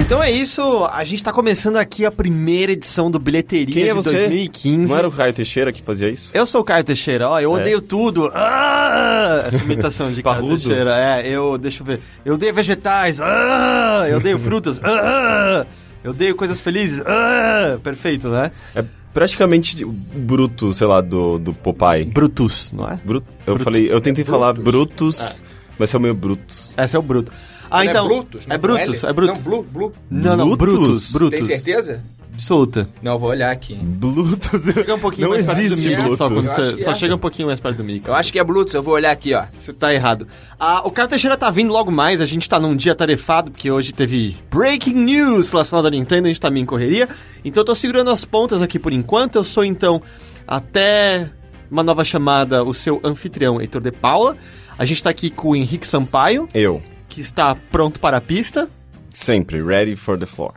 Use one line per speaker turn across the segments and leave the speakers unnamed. Então é isso, a gente tá começando aqui a primeira edição do Bilheteria
Quem é
de
você?
2015.
Não era o Caio Teixeira que fazia isso?
Eu sou o Caio Teixeira, ó, eu
É.
odeio tudo. Ah! Essa imitação de Caio
Parrudo?
Teixeira. É, eu, deixa eu ver. Eu odeio vegetais. Ah! Eu odeio frutas. Ah! Eu odeio coisas felizes. Ah! Perfeito, né?
É praticamente o bruto, sei lá, do, do Popeye.
Brutus, não é?
Bruto. Eu falei, eu tentei falar Brutus,
Ah.
mas é o meio Brutus.
Essa é o Bruto. Ah,
Não
então.
é Brutus? não
é
com
Brutus,
L?
é Brutus.
Não, Blu, Blu.
Não, não, Brutus,
Brutus?
Brutus.
Tem certeza?
Absoluta.
Não, eu vou olhar aqui.
Bluetooth.
Chega um pouquinho
Não
mais perto do
existe
mic,
Bluetooth.
Só, quando
Eu
você-
acho que
só
é.
chega um pouquinho mais perto do mic.
Eu acho que é Bluetooth, eu vou olhar aqui, ó.
Você tá errado. Ah, o Caio Teixeira tá vindo logo mais, a gente tá num dia tarefado, porque hoje teve breaking news relacionado à Nintendo, a gente tá meio em correria. Então eu tô segurando as pontas aqui por enquanto, eu sou então, até uma nova chamada, o seu anfitrião, Heitor de Paula. A gente tá aqui com o Henrique Sampaio,
Eu.
que está pronto para a pista.
Sempre, ready for the floor.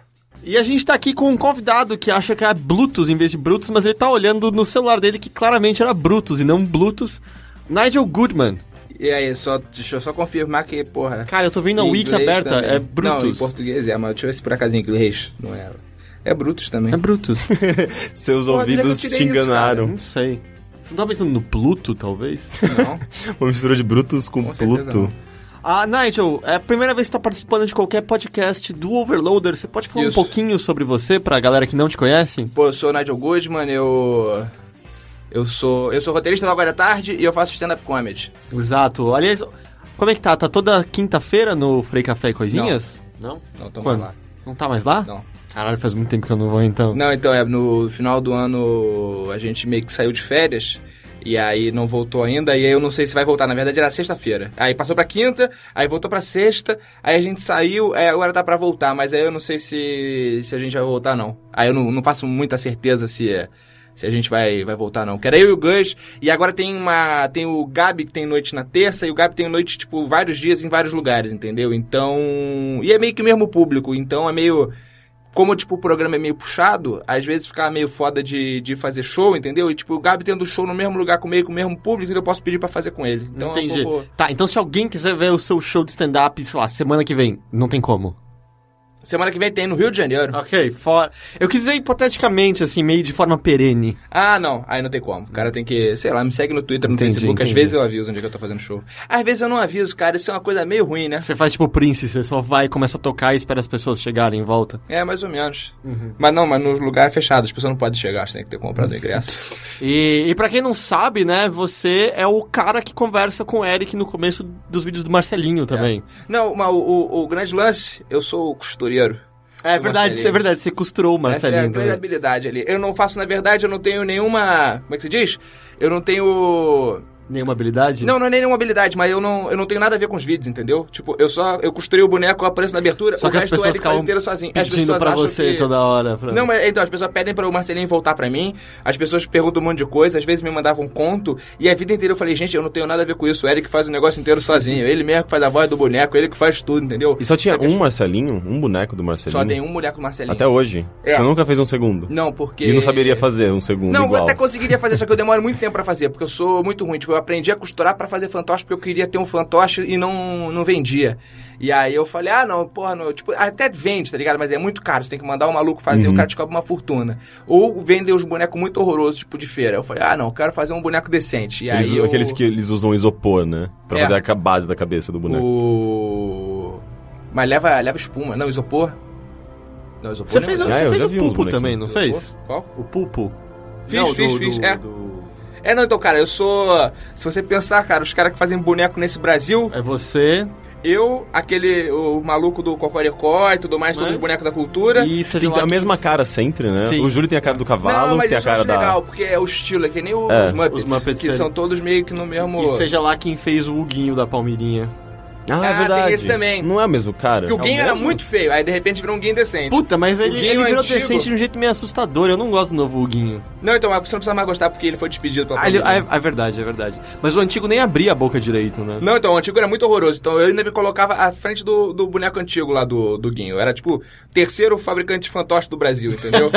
E a gente tá aqui com um convidado que acha que é Bluetooth em vez de Brutus, mas ele tá olhando no celular dele que claramente era Brutus e não Bluetooth. Nigel Goodman.
E aí, só, deixa eu só confirmar que, porra.
Cara, eu tô vendo a
em
wiki
inglês
aberta,
também.
é
Não, em
Brutus.
português é, mas deixa eu ver se por acaso em inglês não é. É Brutus também.
É Brutus.
Seus
Pô, Adriano, eu
ouvidos
tirei
te
isso, cara. Uhum.
enganaram.
não sei. Você não tá pensando no Pluto, talvez?
Não.
Uma mistura de Brutus com,
Com certeza
Pluto.
ah, Nigel, é a primeira vez que tá participando de qualquer podcast do Overloader. Você pode falar
Isso.
um pouquinho sobre você pra galera que não te conhece?
Pô, eu sou o Nigel Goodman, eu. Eu sou. Eu sou roteirista do Agora é Tarde e eu faço stand-up comedy.
Exato. Aliás, como é que tá? Tá toda quinta-feira no Frei Café e Coisinhas? Não.
Não, tô
Quando?
lá.
Não tá mais lá?
Não.
Caralho, faz muito tempo que eu não vou então.
Não, então, é, no final do ano a gente meio que saiu de férias. E aí não voltou ainda, e aí eu não sei se vai voltar. Na verdade era sexta-feira. Aí passou pra quinta, aí voltou pra sexta, aí a gente saiu, aí agora tá pra voltar, mas aí eu não sei se, se a gente vai voltar não. Aí eu não, não faço muita certeza se é se a gente vai, vai voltar não. Que era eu e o Gus, e agora tem uma tem o Gabi que tem noite na terça, e o Gabi tem noite, tipo, vários dias em vários lugares, entendeu? Então... E é meio que o mesmo público, então é meio como, tipo, o programa é meio puxado, às vezes fica meio foda de, de fazer show, entendeu? E, tipo, o Gabi tendo show no mesmo lugar comigo, com o mesmo público, então eu posso pedir pra fazer com ele. Então, é um
Entendi.
pouco-
Tá, então se alguém quiser ver o seu show de stand-up, sei lá, semana que vem, não tem como.
Semana que vem tem no Rio de Janeiro.
Ok, fora. Eu quis dizer hipoteticamente, assim, meio de forma perene.
Ah, não. Aí não tem como. O cara tem que, sei lá, me segue no Twitter, no
Entendi,
Facebook. Às
entendi.
vezes eu aviso onde é que eu tô fazendo show. Às vezes eu não aviso, cara. Isso é uma coisa meio ruim, né?
Você faz tipo Prince, você só vai, começa a tocar e espera as pessoas chegarem em volta.
É, mais ou menos.
Uhum.
Mas não, mas nos lugares fechados, as pessoas não podem chegar, você tem que ter comprado o ingresso.
E, e para quem não sabe, né, você é o cara que conversa com o Eric no começo dos vídeos do Marcelinho também.
não, mas o, o- o grande lance, eu sou o costureiro.
É, verdade,
Do
isso é
Marcelinho.
verdade, você costurou o
Essa é a
Marcelinho.
grande
também.
habilidade ali. Eu não faço, na verdade, eu não tenho nenhuma. Como é que se diz? Eu não tenho.
Nenhuma habilidade?
Não, não é nenhuma habilidade, mas eu não, eu não tenho nada a ver com os vídeos, entendeu? Tipo, eu só. Eu costurei o boneco, eu apareço na abertura,
Só
o
que as
resto é
pessoas
ele faz
ficavam
inteiro sozinho. As
Pedindo
pessoas
pra
acham
você
que...
toda hora. pra-
Não, mas então, as pessoas pedem pra o Marcelinho voltar pra mim, as pessoas perguntam um monte de coisa, às vezes me mandavam um conto, e a vida inteira eu falei, gente, eu não tenho nada a ver com isso, o Eric faz o negócio inteiro sozinho, ele mesmo que faz a voz do boneco, ele que faz tudo, entendeu?
E só tinha
Só que
um Marcelinho, um boneco do Marcelinho.
Só tem um mulher com o Marcelinho.
Até hoje.
É.
Você nunca fez um segundo.
Não, porque...
E não saberia fazer um segundo
Não, eu
igual.
até conseguiria fazer, só que eu demoro muito tempo pra fazer, porque eu sou muito ruim. Tipo, eu aprendi a costurar pra fazer fantoche, porque eu queria ter um fantoche e não, não vendia. E aí eu falei, ah, não, porra, não. Tipo, até vende, tá ligado? Mas é muito caro, você tem que mandar um maluco fazer, o
Uhum.
cara te cobra uma fortuna. Ou vendem os bonecos muito horrorosos, tipo, de feira. Eu falei, ah, não, eu quero fazer um boneco decente. E
Eles-
aí eu...
Aqueles que eles usam isopor, né? Pra
É.
fazer a ca- base da cabeça do boneco.
O... Mas leva, leva espuma, não, isopor. Não, isopor
Você
não
fez,
leva
Ah,
você
eu
fez
já
o
vi uns
Pulpo
bonequinhos.
também, não
isopor.
fez?
Qual?
O Pulpo?
Fiz,
Não,
fiz,
do-
fiz,
do-
é.
do-
É, não, então, cara, eu sou... Se você pensar, cara, os caras que fazem boneco nesse Brasil...
É você
Eu, aquele o maluco do Cocoricó e tudo mais,
Mas-
todos os bonecos da cultura.
e você
Tem a mesma cara sempre, né?
Sim.
O Júlio tem a cara do cavalo,
não, mas
tem a
isso eu
cara
acho
da.
legal, porque é o estilo, é que nem o-
É,
os,
os
Muppets,
Muppets,
que
sério.
são todos meio que no mesmo...
E seja lá quem fez o Huguinho da Palmeirinha.
Ah, é
Ah,
verdade.
tem esse também.
Não é o mesmo cara.
Porque o Game
é o
era
mesmo?
muito feio, aí de repente virou um Game decente.
Puta, mas ele,
Huguinho
ele virou
antigo.
decente de um jeito meio assustador. Eu não gosto do novo Huguinho.
Não, então, mas você não precisa mais gostar porque ele foi despedido pela
Ah, ele-
pandemia.
é, é verdade, é verdade. Mas o antigo nem abria a boca direito, né?
Não, então, o antigo era muito horroroso. Então, eu ainda me colocava à frente do, do boneco antigo lá do, do Guinho. Eu Era, tipo, o terceiro fabricante de fantoche do Brasil, entendeu?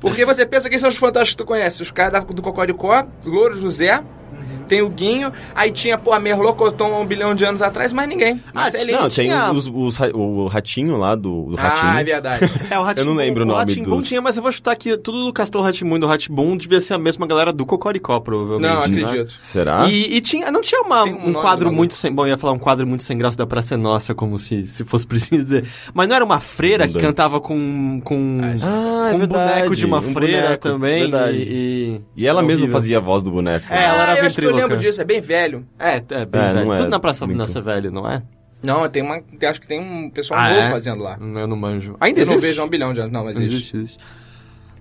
Porque você pensa, quem são os fantoches que tu conhece? Os caras da- do Cocoricó, Louro José,
Uhum.
Tem o Guinho, aí tinha, pô, a Merlocoton há um bilhão de anos atrás, mais ninguém.
Ah,
Marcelinho.
Não, tem
tinha-
os, os ra- o ratinho lá do, do ratinho.
Ah, é verdade.
É, o Ratim-
Eu não lembro o nome
Ratimbum
dos-
tinha, mas eu vou chutar que tudo do Castelo Ratimbun e do Ratibum devia ser a mesma galera do Cocoricó, provavelmente.
não,
né?
acredito.
Será?
E, e tinha, não tinha uma-
Tem um
um,
nome
quadro
maluco.
muito sem. Bom, eu ia falar um quadro muito sem graça da Praça é Nossa, como se, se fosse preciso dizer. Mas não era uma freira que
Mudando.
cantava com. com
Ah, isso
Ah,
com um boneco de uma
um
freira
boneco,
também.
Verdade. E,
E, e-
ela
é
mesma
horrível.
fazia a voz do boneco.
É, ela era
ah, eu acho que eu
ventríloca.
lembro disso, é bem velho.
É, é bem
É, não
velho.
é
Tudo na Praça
muito.
Nossa é velho, não é?
Não, tem uma. tem- Acho que tem um pessoal
Ah,
novo
é?
fazendo lá.
Eu não manjo. Ainda
Eu não
existe?
vejo há um bilhão de anos, não, mas
Não
existe.
existe, existe.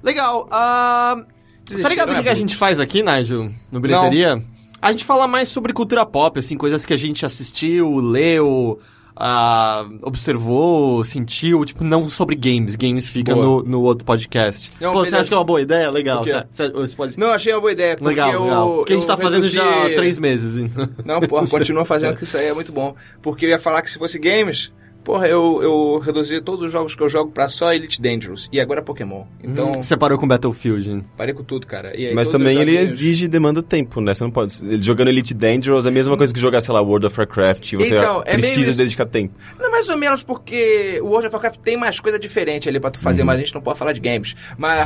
Legal. ah, tá
Desistiram,
ligado o
é
que, que a
bruto.
gente faz aqui, Nigel, no Bilheteria? A gente fala mais sobre cultura pop, assim, coisas que a gente assistiu, leu, ah, observou, sentiu, tipo, não sobre games. Games fica
Boa.
no, no outro podcast.
Não,
Pô, você
beleza.
acha que é uma boa ideia? Legal.
O quê?
tá? Você- Esse podcast...
Não, achei uma boa ideia. Porque
legal,
eu,
legal. Porque a gente
eu
tá fazendo já
reduzi-
há três meses.
Não, porra, continua fazendo que isso aí é muito bom. Porque eu ia falar que se fosse games, porra, eu, eu reduzi todos os jogos que eu jogo pra só Elite Dangerous. E agora Pokémon. Então,
Você parou com Battlefield.
parei com tudo, cara. E aí,
Uhum. Mas
todos
também
os
ele
joguinhos-
exige e demanda tempo, né? Você não pode. ele Jogando Elite Dangerous é a mesma coisa que jogar, sei lá, World of Warcraft. Você
Então, é meio
precisa
isso.
dedicar tempo.
Não, mais ou menos, porque o World of Warcraft tem mais coisa diferente ali pra tu
Uhum.
fazer, mas a gente não pode falar de games. Mas,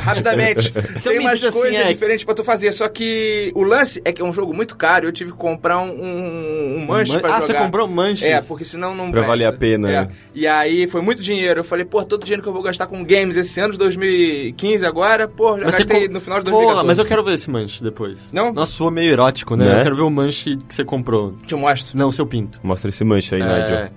rapidamente, tem
me
mais
diz assim,
coisa
é-
diferente pra tu fazer. Só que o lance é que é um jogo muito caro e eu tive que comprar um, um, um manche
Man-
pra
ah,
jogar.
você comprou manches?
É, porque senão não
Pra valer a pena,
É.
né?
E aí foi muito dinheiro. Eu falei, pô, todo o dinheiro que eu vou gastar com games esse ano de 2015 agora, pô, já
Mas você
gastei
co-
no final de
Pô,
2014.
mas eu quero ver esse manche depois.
Não?
Nossa, soa meio erótico, né?
Né?
Eu quero ver o manche que você comprou.
Te mostro.
Não, seu pinto.
Mostra esse manche aí, né, Nigel.
É.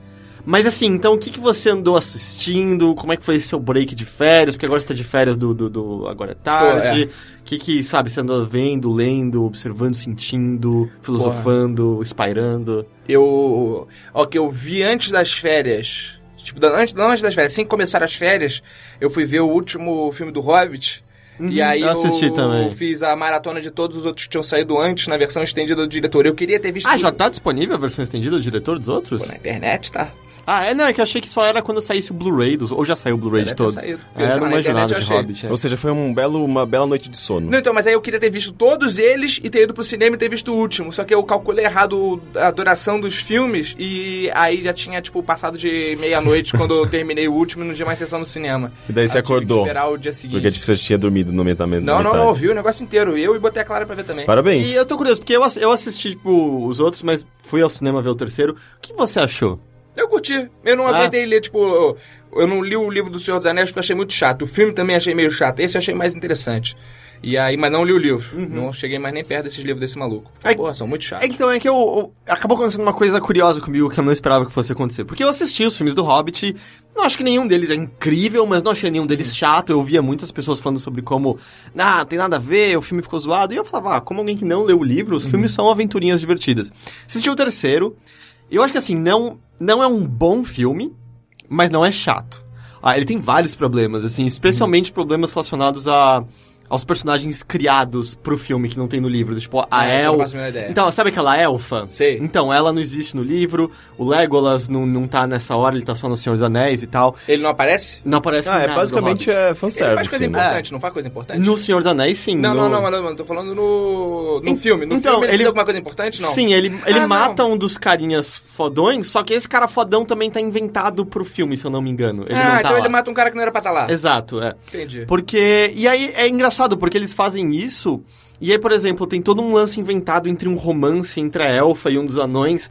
Mas assim, então o que, que você andou assistindo? Como é que foi esse seu break de férias? Porque agora você tá de férias do, do, do Agora é Tarde. O que que, sabe, você andou vendo, lendo, observando, sentindo, filosofando, espairando?
Eu. Ó, que eu vi antes das férias. Tipo, da- antes, não antes das férias, assim que começar as férias, eu fui ver o último filme do Hobbit. e
Uhum,
aí
eu assisti também.
fiz a maratona de todos os outros que tinham saído antes na versão estendida do diretor. Eu queria ter visto
Ah, já
tudo.
tá disponível a versão estendida do diretor dos outros?
Pô, na internet, tá?
Ah, é, não, é que eu achei que só era quando saísse o Blu-ray dos. Ou já saiu o Blu-ray
Deve
de
ter
todos.
saído.
É, eu
Só na
não imaginava
internet eu
de
achei.
Hobbit. é.
Ou seja, foi um belo, uma bela noite de sono.
Não, então, mas aí eu queria ter visto todos eles e ter ido pro cinema e ter visto o último. Só que eu calculei errado a duração dos filmes e aí já tinha, tipo, passado de meia-noite quando eu terminei o último e não tinha mais sessão no cinema.
E daí
Aí
você
eu tive Ah, que
acordou.
esperar o
é
dia
Porque
seguinte.
tipo, você tinha dormido no metamento.
não, não, não, eu vi o negócio inteiro. Eu e botei a Clara pra ver também.
Parabéns.
E eu tô curioso, porque eu, ass- eu assisti, tipo, os outros, mas fui ao cinema ver o terceiro. O que você achou?
Eu curti. Eu não
Ah.
aguentei ler, tipo, eu- eu não li o livro do Senhor dos Anéis porque eu achei muito chato. O filme também achei meio chato. Esse eu achei mais interessante. E aí, mas não li o livro. Não cheguei mais nem perto desses livros desse maluco.
Ai,
Porra, são muito chatos.
Uhum. É, Então, é que eu, eu- Acabou acontecendo uma coisa curiosa comigo que eu não esperava que fosse acontecer. Porque eu assisti os filmes do Hobbit, e não acho que nenhum deles é incrível, mas não achei nenhum deles chato. Eu via muitas pessoas falando sobre como, ah, tem nada a ver, o filme ficou zoado. E eu falava, ah, como alguém que não leu o livro, os filmes são aventurinhas divertidas. Assisti o terceiro, e eu acho que assim, não, não é um bom filme, mas não é chato. Ah, ele tem vários problemas, assim, especialmente problemas relacionados a. Aos personagens criados pro filme que não tem no livro. do Tipo, a
Essa eu não
El,
faço a menor ideia.
então, sabe aquela elfa?
É. Sei.
Então, ela não existe no livro, o Legolas não, não tá nessa hora, ele tá só no Senhor dos Anéis e tal.
Ele não aparece?
Não aparece
Ah,
assim, nada
é
do
basicamente
Hobbit.
é
Ele faz
fanservice.
coisa
né?
importante, não faz coisa importante?
No Senhor dos Anéis, sim.
Não,
no-
não, não, mano, mano, tô falando no. No
En-
filme. No
então,
filme ele,
ele-
fez alguma coisa importante? Não.
Sim, ele, ele
Ah,
mata um dos carinhas fodões, só que esse cara fodão também tá inventado pro filme, se eu não me engano. Ele
ah,
não tá
então
lá.
ele mata um cara que não era pra estar lá.
Exato, é.
Entendi.
Porque. E aí é engraçado, porque eles fazem isso. E aí, por exemplo, tem todo um lance inventado entre um romance entre a elfa e um dos anões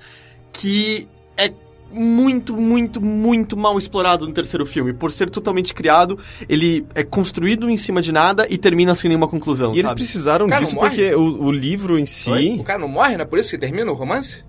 que é muito, muito, muito mal explorado no terceiro filme. Por ser totalmente criado, ele é construído em cima de nada e termina sem nenhuma conclusão.
E eles
sabe?
precisaram
Cara, não
disso
morre?
porque o, o livro em si.
Oi? O cara não morre, né? Por isso que termina o romance?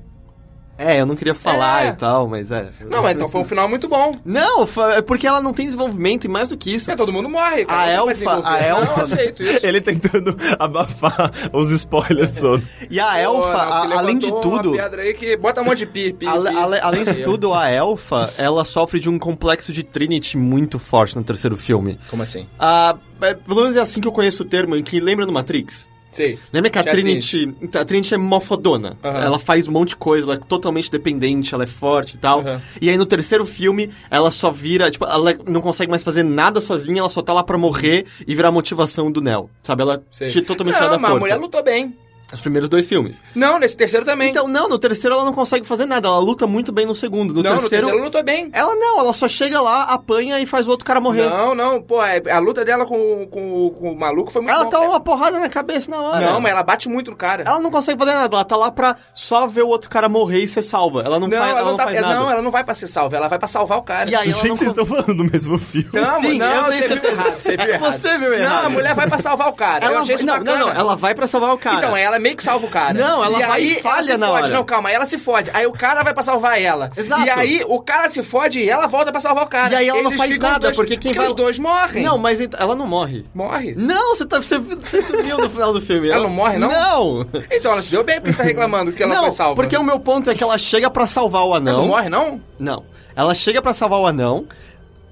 É, eu não queria falar
É.
e tal, mas é.
Não, mas então foi um final muito bom.
Não, fa- é porque ela não tem desenvolvimento e mais do que isso.
É, todo mundo morre. cara,
A
não
elfa-
vai desenvolver.
a
Não, eu
elfa-
aceito isso.
Ele tentando abafar os spoilers
É.
todos.
E a elfa,
Pô, não,
a-
porque
além de
levantou
tudo.
Uma pedra aí que bota um monte de pi, pi,
Ale-
pi.
ale- além de
Eu.
tudo, a elfa, ela sofre de um complexo de Trinity muito forte no terceiro filme.
Como assim?
Ah, é, pelo menos é assim que eu conheço o termo, em que lembra do Matrix?
Sei.
Lembra que a
Que a
Trinity, a Trinity é mofodona.
Aham.
Ela faz um monte de coisa, ela é totalmente dependente, ela é forte e tal.
Aham.
E aí no terceiro filme, ela só vira, tipo, ela não consegue mais fazer nada sozinha, ela só tá lá pra morrer e virar a motivação do Neo. Sabe? Ela
Sei.
tira totalmente
não,
sai da
mas a
força.
mulher lutou bem.
Os primeiros dois filmes.
Não, nesse terceiro também.
Então, não, no terceiro ela não consegue fazer nada. Ela luta muito bem no segundo. No
não, no
terceiro.
terceiro ela lutou bem.
Ela não, ela só chega lá, apanha e faz o outro cara morrer.
Não, não, pô, é- a luta dela com, com, com o maluco foi muito
ela
bom.
tá uma porrada na cabeça na hora.
é. Não, mas ela bate muito no cara.
Ela não consegue fazer nada, ela tá lá pra só ver o outro cara morrer e ser salva. Ela não,
Não,
faz,
ela,
ela
não,
não
tá,
faz
ela-
nada.
não, ela não vai pra ser salva, ela vai pra salvar o cara.
E aí ela
Gente,
não...
vocês estão falando do mesmo filme.
Não,
Sim,
não,
eu É dei
você
esse-
viu errado, você viu errado.
Você viu errado.
Não, a mulher vai pra salvar o cara.
Ela
eu achei isso
não, não,
bacana.
não, ela vai pra salvar o cara.
Então, ela meio que salva o cara.
Não, ela
e
vai
aí
e falha
ela se
na
fode.
hora.
Não, calma, aí ela se fode. Aí o cara vai pra salvar ela.
Exato.
E aí o cara se fode e ela volta pra salvar o cara.
E aí ela não
Eles
faz
ficam
nada,
dois-
porque quem vai-
os dois morrem.
Não, mas ent- ela não morre.
Morre?
Não, você, tá, você, você viu no final do filme.
Ela não morre, não?
Não!
Então ela se deu bem porque tá reclamando que ela
não,
foi salva.
porque o meu ponto é que ela chega pra salvar o anão.
Ela não morre, não?
Não. Ela chega pra salvar o anão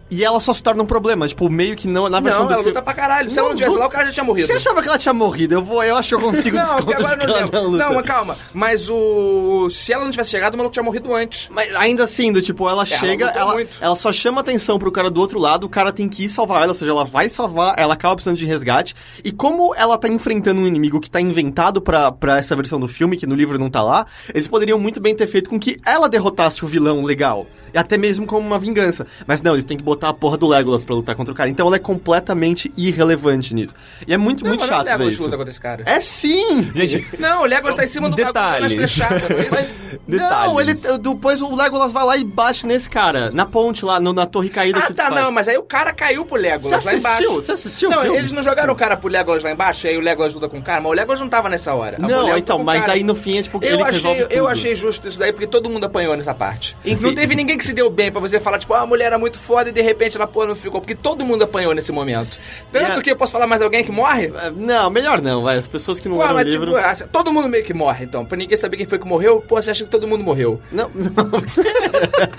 e ela só se torna um problema. Tipo, meio que não, na versão
Não,
do
tá ela
filme.
luta pra caralho. Se
Não,
ela não tivesse
luta-
lá, o cara já tinha morrido.
Você achava que ela tinha morrido? Eu vou, eu acho que eu consigo
Não, porque
desconto
agora
de que
não
ela não
lembro.
luta.
Não, mas calma. Mas o. Se ela não tivesse chegado, o maluco tinha morrido antes.
Mas ainda assim, do tipo, ela chega,
lutou
ela,
É, muito.
ela só chama atenção pro cara do outro lado, o cara tem que ir salvar ela, ou seja, ela vai salvar, ela acaba precisando de resgate. E como ela tá enfrentando um inimigo que tá inventado pra, pra essa versão do filme, que no livro não tá lá, eles poderiam muito bem ter feito com que ela derrotasse o vilão legal. E até mesmo como uma vingança. Mas não, eles têm que botar a porra do Legolas pra lutar contra o cara. Então ela é completamente irrelevante nisso. E é muito, muito
mas
chato
não é o
ver
Legolas
isso.
luta contra esse cara.
É sim!
Gente,
Não, o Legolas tá em cima do bagulho,
Detalhes.
tá mais flechado, não é isso?
Não, ele,
Detalhes.
depois o Legolas vai lá e bate nesse cara, na ponte lá, no- na torre caída que
Ah,
tu
tá,
faz.
não, mas aí o cara caiu pro
Você
Legolas lá
assistiu?
embaixo.
Você assistiu o
Não,
filme?
eles não jogaram o cara pro Legolas lá embaixo, e aí o Legolas luta com o cara, mas o Legolas não tava nessa hora. A mulher
Não,
luta
então,
com o
mas
cara.
aí no fim é tipo que ele
Eu
resolve
achei,
tudo.
eu achei justo isso daí, porque todo mundo apanhou nessa parte.
Enfim.
Não teve ninguém que se deu bem pra você falar, tipo, ah, a mulher era muito foda e de repente ela, pô, não ficou. Porque todo mundo apanhou nesse momento. Tanto
É.
que eu posso falar mais alguém que morre?
É, Não, melhor não, vai. As pessoas que não
Pô,
leram o
mas
livro...
tipo, assim, todo mundo meio que morre, então. Pra ninguém saber quem foi que morreu, pô, você acha que todo mundo morreu.
Não, não.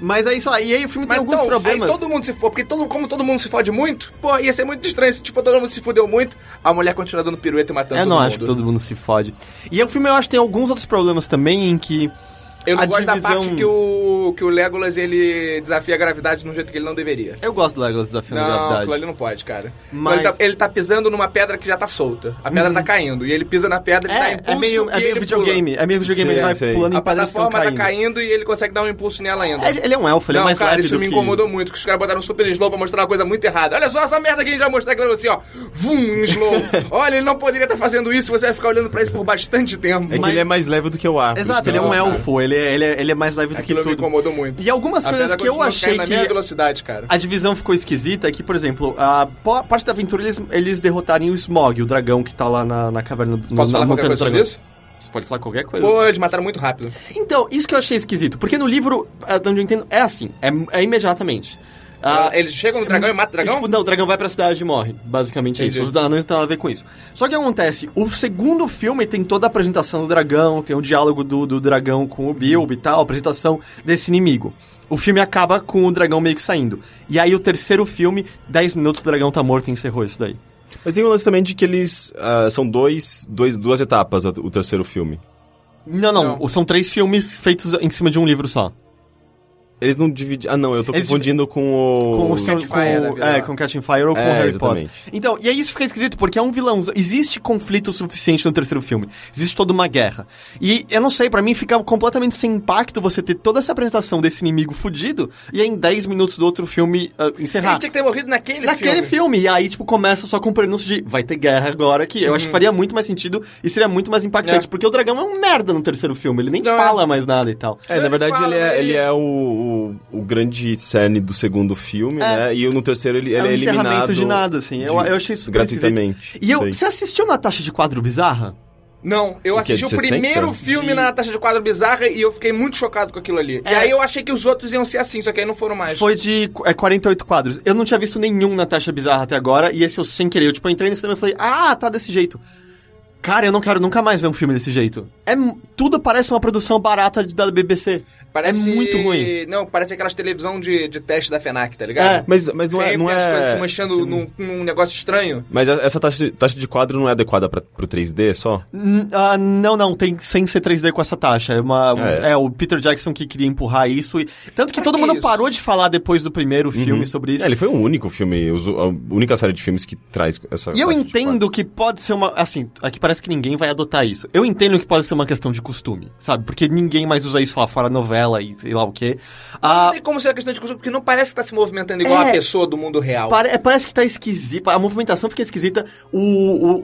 mas aí, sei lá, e aí o filme
Mas
tem alguns
então,
problemas.
aí todo mundo se for, porque todo, como todo mundo se fode muito, pô, ia ser muito estranho se, tipo, todo mundo se fudeu muito, a mulher continua dando pirueta e matando
Eu
é todo
É, não
mundo.
acho que todo mundo se fode. E o filme, eu acho, que tem alguns outros problemas também em que...
Eu não
a
gosto da
divisão-
parte que o, que o Legolas, ele desafia a gravidade de um jeito que ele não deveria.
Eu gosto do Legolas desafiando a
Não,
É gravidade.
aquilo ali não pode, cara.
Mas- Uhum.
Ele, tá, ele tá pisando numa pedra que já tá solta. A pedra tá caindo. E ele pisa na pedra e dá
É,
impulso.
é meio,
e
é meio
ele
videogame. É meio videogame,
Sei,
ele vai
sei.
pulando
Pula. A
em pedras que estão
plataforma tá
caindo.
caindo e ele consegue dar um impulso nela ainda.
É, ele é um elfo, ele é
não,
mais
cara,
leve
isso
do
me
que-
incomodou muito, que os caras botaram um super slow pra mostrar uma coisa muito errada. Olha só essa merda que a gente vai mostrar aqui pra você, ó. Vum, um slow. Olha, ele não poderia estar fazendo isso, você vai ficar olhando pra isso por bastante tempo.
É que ele é mais leve do que eu acho.
Exato, ele é um
Não, cara.
elfo, ele é, ele, é, ele é mais leve do que
Aquilo me
tudo.
incomodou muito.
E algumas
A
coisas
pedra
que eu
continua
achei
caindo na minha
que é-
velocidade, cara.
a divisão ficou esquisita é que, por exemplo, a po- parte da aventura eles, eles derrotarem o Smog, o dragão que tá lá na, na caverna do
Posso
na
falar qualquer
montanha dos
coisa sobre
dragões.
isso?
Você pode falar qualquer coisa.
Pô, eles mataram muito rápido.
Então, isso que eu achei esquisito, porque no livro, até onde eu entendo, é assim, é, é imediatamente. Ah,
Ah, eles chegam no dragão e matam o dragão?
Tipo, não, o dragão vai pra cidade e morre. Basicamente é isso.
Entendi.
Os danões não tem nada a ver com isso. Só que acontece, o segundo filme tem toda a apresentação do dragão, tem o diálogo do, do dragão com o Bilbo e tal, a apresentação desse inimigo. O filme acaba com o dragão meio que saindo. E aí o terceiro filme, 10 minutos, o dragão tá morto e encerrou isso daí.
Mas tem um lance também de que eles. ah, são dois, dois, duas etapas o, o terceiro filme.
Não, não,
Não.
são três filmes feitos em cima de um livro só.
Eles não dividem. Ah, não, eu tô
Eles
confundindo com o.
Com o seu,
Catch
com,
Fire da vida
é,
lá.
com Catching Fire ou com
É,
Harry
exatamente.
Potter. Então, e aí isso fica esquisito, porque é um vilão. Existe conflito suficiente no terceiro filme. Existe toda uma guerra. E eu não sei, pra mim fica completamente sem impacto você ter toda essa apresentação desse inimigo fudido e aí em 10 minutos do outro filme ah, encerrar.
Ele tinha que ter morrido naquele,
Naquele filme. E aí, tipo, começa só com o prenúncio de vai ter guerra agora, que eu acho que faria muito mais sentido e seria muito mais impactante,
É.
porque o dragão Uhum. é um merda no terceiro filme, ele nem
Não, é.
fala mais nada e tal.
É, na
Ele
verdade
fala,
ele é,
né,
mas
ele
ele-
é o, o, o grande cerne do segundo filme, né? E no terceiro ele, ele
é um
é eliminado.
encerramento de nada, assim. Eu,
de-
eu achei super
gratuitamente.
esquisito. E eu,
Sei.
você assistiu Natasha de Quadro Bizarra?
Não, eu
O quê?
assisti o
De 60?
primeiro filme na Natasha de Quadro Bizarra e eu fiquei muito chocado com aquilo ali.
É.
E aí eu achei que os outros iam ser assim, só que aí não foram mais.
Foi de é, 48 quadros. Eu não tinha visto nenhum Natasha Bizarra até agora, e esse eu sem querer. Eu, tipo, entrei no cinema e falei, ah, tá desse jeito. Cara, eu não quero nunca mais ver um filme desse jeito. É, mu- tudo parece uma produção barata de- da BBC.
Parece...
É muito ruim.
Não, parece aquelas televisão de, de teste da FENAC, tá
É,
ligado?
Mas, mas não é.
Sempre
Não
as coisas se
é...
manchando num, num negócio estranho.
Mas a- essa taxa de, taxa de quadro não é adequada pra, pro 3D só?
N- ah, não, não, tem sem ser 3D com essa taxa. É, uma,
É.
é o Peter Jackson que queria empurrar isso. E, tanto que
Ah, Pra
todo
que
mundo
isso? Uhum.
parou de falar depois do primeiro filme sobre isso.
É, ele foi o único filme, os- a única série de filmes que traz
E eu
essa. taxa de quadro.
entendo que pode ser uma. Assim, aqui parece parece que ninguém vai adotar isso. Eu entendo que pode ser uma questão de costume, sabe? Porque ninguém mais usa isso lá fora, novela e sei lá o quê. Ah,
Não tem como ser uma questão de costume, porque não parece que tá se movimentando igual
É.
a pessoa do mundo real.
Pare- é, parece que tá esquisito, a movimentação fica esquisita, o-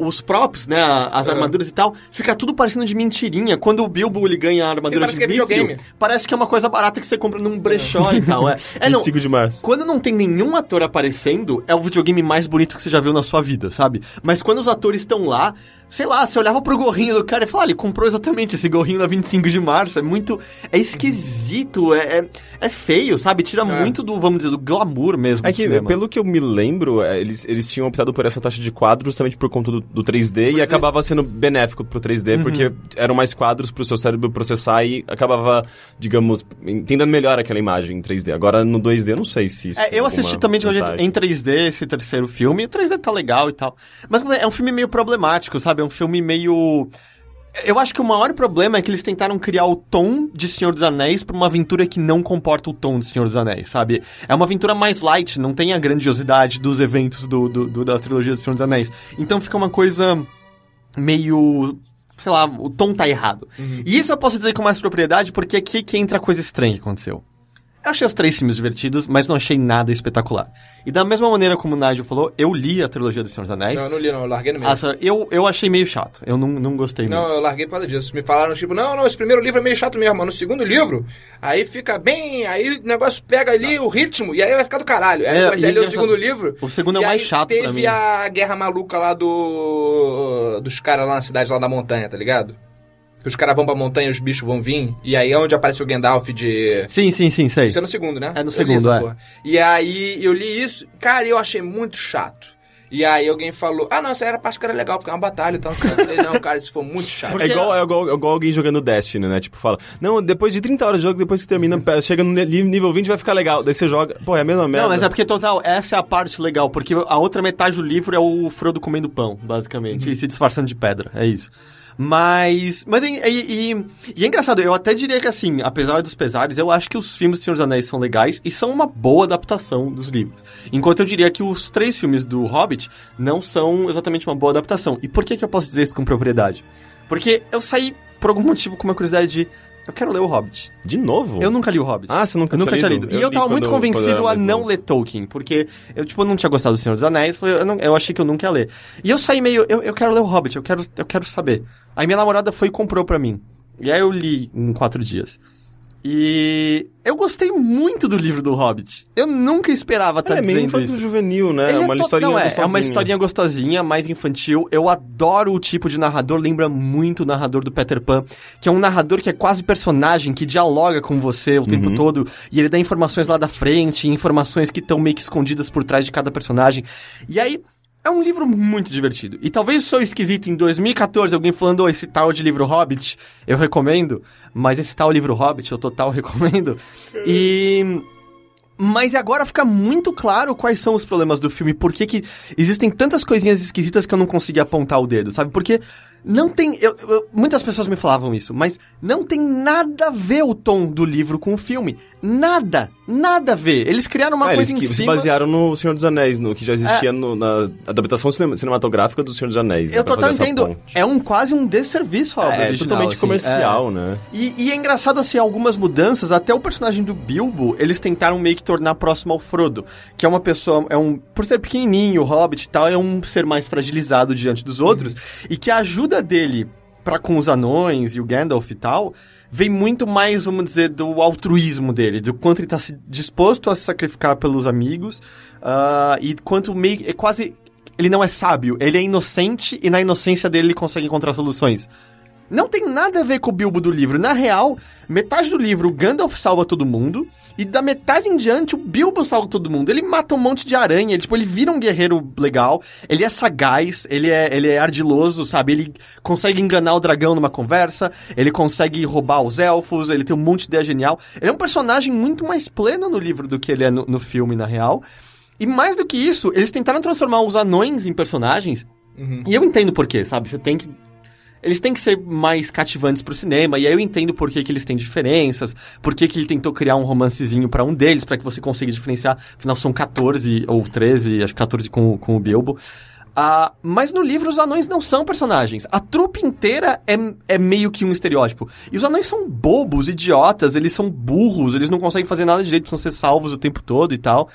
o- os props, né, a- as
É.
armaduras e tal, fica tudo parecendo de mentirinha. Quando o Bilbo ele ganha a armadura
Parece
de
que é
míssil,
videogame.
parece que é uma coisa barata que você compra num brechó e tal, é. É, não,
25 de março.
quando não tem nenhum ator aparecendo, é o videogame mais bonito que você já viu na sua vida, sabe? Mas quando os atores estão lá, sei lá, você olhava pro gorrinho do cara e falava, "Ah, ele comprou exatamente esse gorrinho na 25 de março. É muito. É esquisito, é, é, é feio, sabe? Tira
É.
muito do, vamos dizer, do glamour mesmo.
É
do
que,
cinema.
pelo que eu me lembro, é, eles, eles tinham optado por essa taxa de quadros justamente por conta do, do 3D
é.
e acabava sendo benéfico pro 3D,
Uhum.
porque eram mais quadros pro seu cérebro processar e acabava, digamos, entendendo melhor aquela imagem em 3D. Agora, no 2D, eu não sei se isso.
É,
tem
eu assisti
alguma
também de
vantagem.
em 3D esse terceiro filme. e O 3D tá legal e tal. Mas é um filme meio problemático, sabe? É um filme meio. Eu acho que o maior problema é que eles tentaram criar o tom de Senhor dos Anéis pra uma aventura que não comporta o tom de Senhor dos Anéis, sabe? É uma aventura mais light, não tem a grandiosidade dos eventos do, do- do- da trilogia do Senhor dos Anéis. Então fica uma coisa meio. Sei lá, o tom tá errado.
Uhum.
E isso eu posso dizer com mais propriedade, porque aqui que entra a coisa estranha que aconteceu. Eu achei os três filmes divertidos, mas não achei nada espetacular. E da mesma maneira como o Nigel falou, eu li a trilogia do Senhor dos Anéis.
Não, eu não li, não, eu larguei no meio.
É Ah, só- eu, eu achei meio chato. Eu não, não gostei
Não,
muito.
eu larguei por causa disso. Me falaram, tipo, não, não, esse primeiro livro é meio chato mesmo, mas no segundo livro, aí fica bem, aí o negócio pega ali o ritmo, e aí vai ficar do caralho. Aí
Tá. É,
eu comecei
e
a ler o
engraçado-
segundo livro.
O segundo é
e
o mais
aí
chato
teve
pra mim.
a guerra maluca lá do. dos caras lá na cidade, lá da montanha, tá ligado? Os caras vão pra montanha, os bichos vão vir, e aí é onde aparece o Gandalf de.
Sim, sim, sim, sei.
Isso é no segundo, né?
É no
Eu li
segundo,
essa
é.
porra. E aí eu li isso, cara, eu achei muito chato. E aí alguém falou, ah, não, essa era a parte que era legal, porque é uma batalha e tal. não sei o que. Eu falei, Não, cara, isso foi muito chato.
É igual, é, igual, é igual alguém jogando Destiny, né? Tipo, fala, não, depois de 30 horas de jogo, depois que termina, pe- chega no ni- nível 20, vai ficar legal. Daí você joga, pô, é a mesma merda.
Não, mas é porque, total, essa é a parte legal, porque a outra metade do livro é o Frodo comendo pão, basicamente, e se disfarçando de pedra, é isso. Mas. Mas e, e- e- e é engraçado, eu até diria que assim, apesar dos pesares, eu acho que os filmes do Senhor dos Anéis são legais e são uma boa adaptação dos livros. Enquanto eu diria que os três filmes do Hobbit não são exatamente uma boa adaptação. E por que, que eu posso dizer isso com propriedade? Porque eu saí, por algum motivo, com uma curiosidade de. Eu quero ler o Hobbit.
De novo?
Eu nunca li o Hobbit.
Ah, você nunca,
Eu nunca tinha lido. E eu
li
tava
quando-
muito
quando eu era
convencido a
mais
não
novo.
ler Tolkien, porque eu, tipo, não tinha gostado do Senhor dos Anéis, falei, eu, não- eu achei que eu nunca ia ler. E eu saí meio, eu, eu quero ler o Hobbit, eu quero, eu quero saber. Aí minha namorada foi e comprou pra mim. E aí eu li em quatro dias. E eu gostei muito do livro do Hobbit. Eu nunca esperava estar
É, meio
dizendo isso.
infantil juvenil, né?
Ele
uma
to-
historinha
não, é, é uma
gostosinha.
historinha gostosinha, mais infantil. Eu adoro o tipo de narrador, lembra muito o narrador do Peter Pan, que é um narrador que é quase personagem, que dialoga com você o
Uhum.
tempo todo, e ele dá informações lá da frente, informações que estão meio que escondidas por trás de cada personagem. E aí, é um livro muito divertido. E talvez sou esquisito em 2014 alguém falando, "Ô, esse tal de livro Hobbit, eu recomendo, mas esse tal livro Hobbit eu total recomendo. E. Mas agora fica muito claro quais são os problemas do filme, por que que existem tantas coisinhas esquisitas que eu não consegui apontar o dedo, sabe? Porque não tem. eu- eu- muitas pessoas me falavam isso, mas não tem nada a ver o tom do livro com o filme. Nada! Nada a ver. Eles criaram é uma
Ah,
coisa
eles
em
que- se
cima. É.
basearam no Senhor dos Anéis, no que já existia no- na adaptação cine- cinematográfica do Senhor dos Anéis. né,
Eu
pra
total
fazer essa
entendo.
ponte.
É um quase um desserviço à obra
É,
original,
totalmente
assim, é.
comercial, né?
E, e é engraçado, assim, algumas mudanças, até o personagem do Bilbo, eles tentaram meio que tornar próximo ao Frodo, que é uma pessoa, é um, por ser pequenininho, hobbit e tal, é um ser mais fragilizado diante dos outros, e que a ajuda dele para com os anões e o Gandalf e tal, vem muito mais, vamos dizer, do altruísmo dele, do quanto ele tá se disposto a se sacrificar pelos amigos, ah, e quanto meio, é quase, ele não é sábio, ele é inocente, e na inocência dele ele consegue encontrar soluções. Não tem nada a ver com o Bilbo do livro. Na real, metade do livro o Gandalf salva todo mundo, e da metade em diante o Bilbo salva todo mundo. Ele mata um monte de aranha, ele, tipo, ele vira um guerreiro legal, ele é sagaz, ele é, ele é ardiloso, sabe? Ele consegue enganar o dragão numa conversa, ele consegue roubar os elfos, ele tem um monte de ideia genial. Ele é um personagem muito mais pleno no livro do que ele é no, no filme, na real. E mais do que isso, eles tentaram transformar os anões em personagens,
Uhum.
e eu entendo por quê, sabe? Você tem que. Eles têm que ser mais cativantes pro cinema, e aí eu entendo por que, que eles têm diferenças, por que, que ele tentou criar um romancezinho pra um deles, pra que você consiga diferenciar. Afinal, são 14 ou 13, acho que 14 com, o- com o Bilbo. Ah, mas no livro os anões não são personagens. A trupe inteira é, é meio que um estereótipo. E os anões são bobos, idiotas, eles são burros, eles não conseguem fazer nada direito, precisam ser salvos o tempo todo e tal.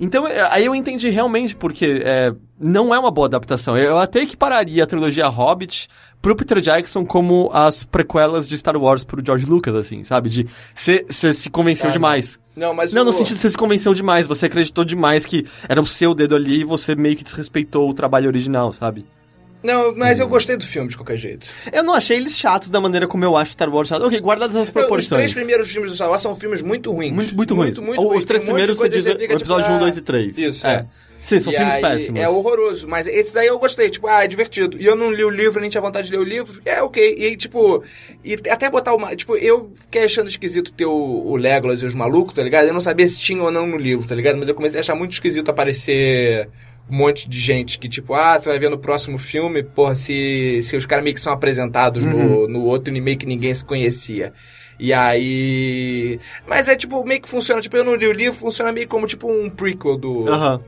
Então, é, aí eu entendi realmente porque é, não é uma boa adaptação. Eu eu até equipararia a trilogia Hobbit pro Peter Jackson como as prequelas de Star Wars pro George Lucas, assim, sabe? De você se convenceu
Ah, não.
demais.
Não, mas
É, Não, é
o-
no sentido de você se convenceu demais, você acreditou demais que era o seu dedo ali e você meio que desrespeitou o trabalho original, sabe?
Não, mas
Hum.
eu gostei do filme de qualquer jeito.
Eu não achei eles chatos da maneira como eu acho Star Wars chato. Ok, guardadas as proporções.
Os três primeiros filmes do Star Wars são filmes muito ruins.
Muito, muito ruins.
muito
Ou
ruins.
Os três
Tem um monte de
primeiros, você
coisa
diz
que
o
você fica, tipo,
episódio 1,
ah,
2 e 3.
Isso, é.
Sim, são
E
filmes
aí,
péssimos.
É horroroso, mas esses aí eu gostei, tipo, ah, é divertido. E eu não li o livro, nem tinha vontade de ler o livro. É ok. E tipo, e até botar uma. Tipo, eu fiquei achando esquisito ter o, o Legolas e os malucos, tá ligado? Eu não sabia se tinha ou não no livro, tá ligado? Mas eu comecei a achar muito esquisito aparecer um monte de gente que, tipo, ah, você vai ver no próximo filme, porra, se, se os caras meio que são apresentados
Uhum.
no, no outro anime que ninguém se conhecia. E aí. Mas é tipo, meio que funciona, tipo, eu não li o livro, funciona meio como tipo um prequel do.
Aham.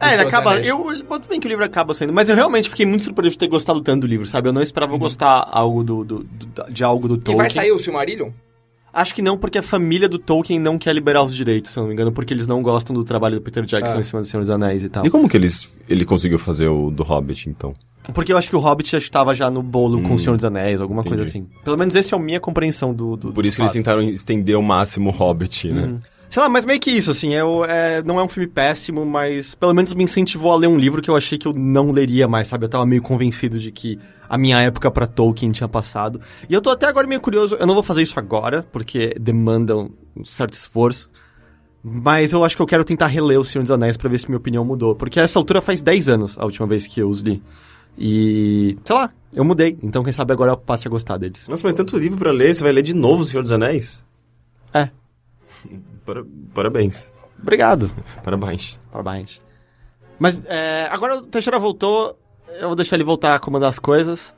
É,
Isso
ele
é
acaba.
honesto.
Eu, eu- tudo bem que o livro acaba saindo, mas eu realmente fiquei muito surpreso de ter gostado tanto do livro, sabe? Eu não esperava gostar algo do, do- do- de algo do
E
Tolkien.
Uhum. vai sair o Silmarillion?
Acho que não, porque a família do Tolkien não quer liberar os direitos, se eu não me engano, porque eles não gostam do trabalho do Peter Jackson
Ah.
em cima do Senhor dos Anéis e tal.
E como que eles, ele conseguiu fazer o do Hobbit, então?
Porque eu acho que o Hobbit já estava já no bolo com
Hum,
o Senhor dos Anéis, alguma coisa assim. Pelo menos essa é a minha compreensão do. do
Por isso que
do
eles tentaram estender o máximo o Hobbit, né?
Uhum. Sei lá, mas meio que isso, assim, eu, é, não é um filme péssimo, mas pelo menos me incentivou a ler um livro que eu achei que eu não leria mais, sabe? Eu tava meio convencido de que a minha época pra Tolkien tinha passado. E eu tô até agora meio curioso, eu não vou fazer isso agora, porque demanda um um certo esforço, mas eu acho que eu quero tentar reler O Senhor dos Anéis pra ver se minha opinião mudou, porque essa altura faz 10 anos a última vez que eu os li. E, sei lá, eu mudei, então quem sabe agora eu passe a gostar deles.
Nossa, mas tanto livro pra ler, você vai ler de novo O Senhor dos Anéis?
É.
Para- Parabéns.
Obrigado.
Parabéns.
Parabéns. Mas é, agora o Teixeira voltou, eu vou deixar ele voltar a comandar as coisas.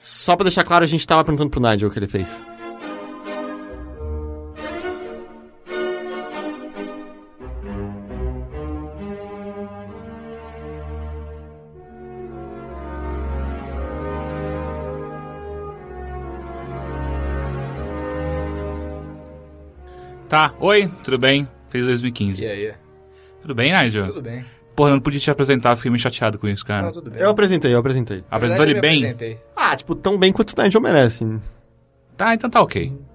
Só pra deixar claro, a gente tava perguntando pro Nigel o que ele fez.
Tá, oi, tudo bem? Feliz 2015.
E aí?
é.
Tudo bem, Nigel?
Tudo bem.
Porra, eu não podia te apresentar, fiquei meio chateado com isso, cara.
Não, tudo bem.
Eu apresentei, eu apresentei.
Na verdade,
Apresentou
eu
É. ele
me
bem?
apresentei.
Ah, tipo, tão bem quanto o Nigel merece. né?
Tá, então tá ok.
Uhum.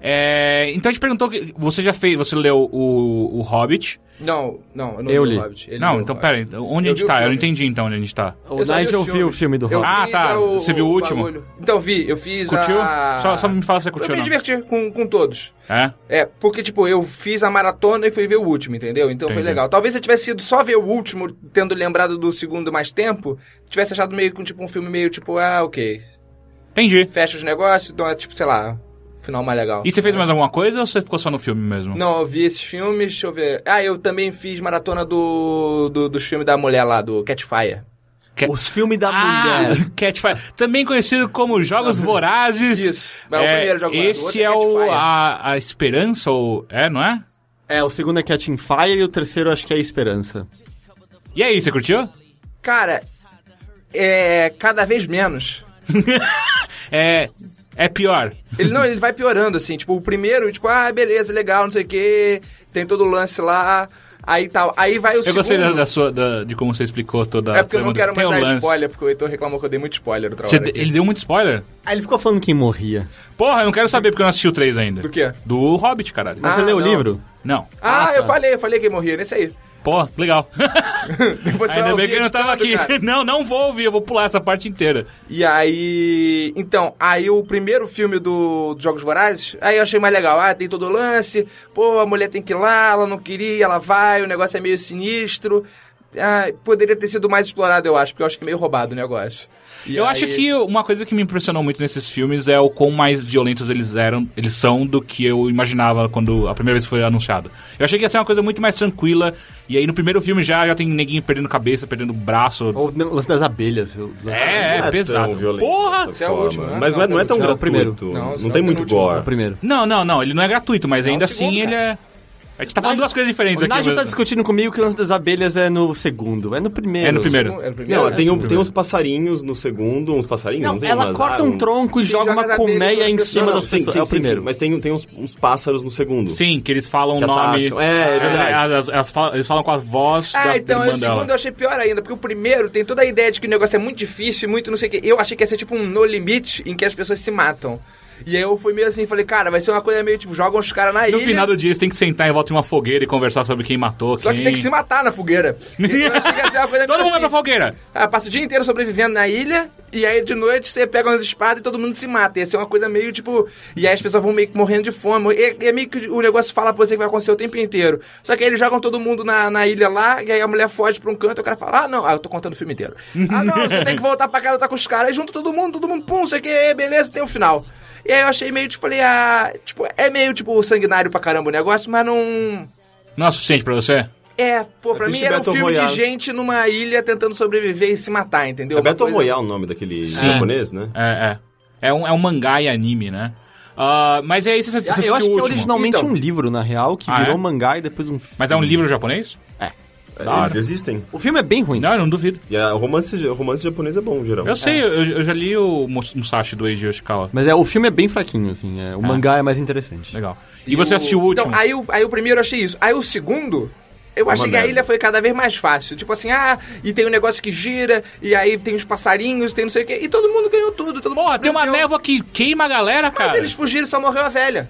É, então a gente perguntou que você já fez, você leu o, o Hobbit?
Não, não, eu não
Eu
li
li.
o Hobbit. Ele
não,
leu o
então
Hobbit.
pera, aí, onde
Eu
a
vi
gente
o
tá? Eu não
filme.
entendi então onde a gente tá.
O
Eu só vi
Nigel
os
viu o
filmes.
filme do
Eu
Hobbit.
Ah,
vi
tá.
já
Você viu o último?
bagulho. Então vi, eu fiz
Curtiu?
a...
Só, só me fala se você curtiu
Eu
ou
me
não.
diverti com, com todos.
É?
É, porque, tipo, eu fiz a maratona e fui ver o último, entendeu? Então foi
Entendi.
legal. Talvez se eu tivesse ido só ver o último, tendo lembrado do segundo mais tempo, tivesse achado meio que um, tipo, um filme meio, tipo, ah, ok.
Entendi.
Fecha os negócios, então é, tipo, sei lá, final mais legal.
E você fez mais alguma coisa ou você ficou só no filme mesmo?
Não, eu vi esses filmes, deixa eu ver. Ah, eu também fiz maratona do, do, dos filmes da mulher lá, do Catfire.
Ca-
Os filmes da
ah,
mulher.
Catfire. Também conhecido como Jogos Vorazes.
Isso. Mas é o primeiro Jogos Vorazes, o outro é
Esse é o,
Catfire.
a, a esperança, ou... É, não é?
É, o segundo é Catching Fire e o terceiro acho que é a Esperança.
E aí, você curtiu?
Cara, é cada vez menos.
É... É pior.
Ele não, ele vai piorando, assim. Tipo, o primeiro, tipo, ah, beleza, legal, não sei o quê. Tem todo o lance lá, aí tal. Aí vai o
Eu
segundo.
gostei da, da sua, da- de como você explicou toda a
É porque eu não
trama
quero
do- tem
mais
um
dar
lance.
spoiler, porque o Heitor reclamou que eu dei muito spoiler outra
Você-
hora aqui.
ele deu muito spoiler?
Aí ele ficou falando quem morria.
Porra, eu não quero saber porque eu não assisti o 3 ainda.
Do quê?
Do Hobbit, caralho.
Mas
Ah,
você leu o
não.
livro?
Não.
Ah, eu
tá.
falei, eu falei que morria, nesse aí.
Porra, legal.
Depois você
ainda
vai
bem que
ouvir
eu não tava
editando,
aqui.
cara.
Não, não vou ouvir, eu vou pular essa parte inteira.
E aí. Então, aí o primeiro filme do, do Jogos Vorazes, aí eu achei mais legal. Ah, tem todo o lance, pô, a mulher tem que ir lá, ela não queria, ela vai, o negócio é meio sinistro. Ah, poderia ter sido mais explorado, eu acho, porque eu acho que é meio roubado o negócio. E
eu
aí-
acho que uma coisa que me impressionou muito nesses filmes é o quão mais violentos eles eram, eles são do que eu imaginava quando a primeira vez foi anunciado. Eu achei que ia ser uma coisa muito mais tranquila, e aí no primeiro filme já, já tem neguinho perdendo cabeça, perdendo braço.
Ou não, o lance das abelhas. o-
É, é,
Não tão
pesado.
violento
Porra!
dessa
Esse é o
forma.
último, né?
Mas não,
Não,
é, não é
esse é
tão
o
último.
gratuito.
É o
Não,
primeiro. Não, esse é
tem
o
muito
penúltimo,
O
gore.
primeiro.
Não, não, não, ele não é gratuito, mas ainda
o segundo,
assim ele
cara.
é. A gente tá falando duas coisas diferentes
O
aqui.
Nádio tá
mas-
discutindo comigo que o lance das abelhas é no segundo. É no primeiro.
É no primeiro.
Era o primeiro,
Não,
né?
tem, um, tem uns passarinhos no segundo, uns passarinhos, não,
Não,
tem
ela
umas-
corta
ah,
um tronco e joga
joga
uma
as abelhas
colmeia
nas
em
pessoas.
cima
Não, não,
das
sim,
pessoas.
sim,
é o
sim,
primeiro.
sim, mas tem, tem uns, uns pássaros no segundo.
Sim, que eles falam o
Que
tá
nome.
atacam. É, é verdade.
as- as fal- eles falam com a voz
Ah,
da
então,
irmã
o segundo
dela.
eu achei pior ainda, porque o primeiro tem toda a ideia de que o negócio é muito difícil, muito não sei o quê. Eu achei que ia ser tipo um no limite em que as pessoas se matam. E aí eu fui meio assim, falei, cara, vai ser uma coisa meio tipo, jogam os caras na
No
ilha.
final do dia, eles têm que sentar em volta de uma fogueira e conversar sobre quem matou,
Só
quem...
que tem que se matar na fogueira. Então eu achei que ia ser uma coisa
Todo
meio
mundo vai pra
assim.
fogueira!
Ah, passa o dia inteiro sobrevivendo na ilha, e aí de noite você pega umas espadas e todo mundo se mata. Ia ser uma coisa meio tipo. E aí as pessoas vão meio que morrendo de fome. E, e é meio que o negócio fala pra você que vai acontecer o tempo inteiro. Só que aí eles jogam todo mundo na, na ilha lá, e aí a mulher foge pra um canto, e o cara fala: Ah, não, ah, eu tô contando o filme inteiro. ah, não, você tem que voltar pra casa, tá com os caras. Aí junta todo mundo, todo mundo, pum, sei que, beleza, tem o final. E aí eu achei meio, tipo, falei, ah. Tipo, é meio, tipo, sanguinário pra caramba o negócio, mas não.
Não é o suficiente pra você?
É, pô, pra
Assiste
mim era um
Battle
filme de
Royale.
gente numa ilha tentando sobreviver e se matar, entendeu?
É
Uma
Battle
coisa-
Royale o nome daquele
Sim.
japonês, né?
É, é. É um, é um mangá e anime, né? Ah, mas é isso, você, você
Ah, Eu
assistiu
acho
o
que é
último.
originalmente
Então.
um livro, na real, que
Ah,
virou
é?
um mangá e depois um filme.
Mas é um livro japonês? Da hora.
Eles existem.
O filme é bem ruim.
Não, eu não duvido.
E a- o romance, o romance japonês é bom, em geral.
Eu sei, eu, eu já li o Mus- Musashi do Eiji Yoshikawa.
Mas é, o filme é bem fraquinho, assim. é, o
Ah.
mangá é mais interessante.
Legal. E, você
o-
assistiu o último? É
Então, aí, o- aí o primeiro eu achei isso. Aí o segundo. Eu achei que a
merda.
ilha foi cada vez mais fácil. Tipo assim, ah, e tem um negócio que gira, e aí tem os passarinhos, tem não sei o quê, e todo mundo ganhou tudo. Todo
Porra,
mundo
tem uma
ganhou.
névoa que queima a galera,
Mas
cara.
eles fugiram, só morreu a velha.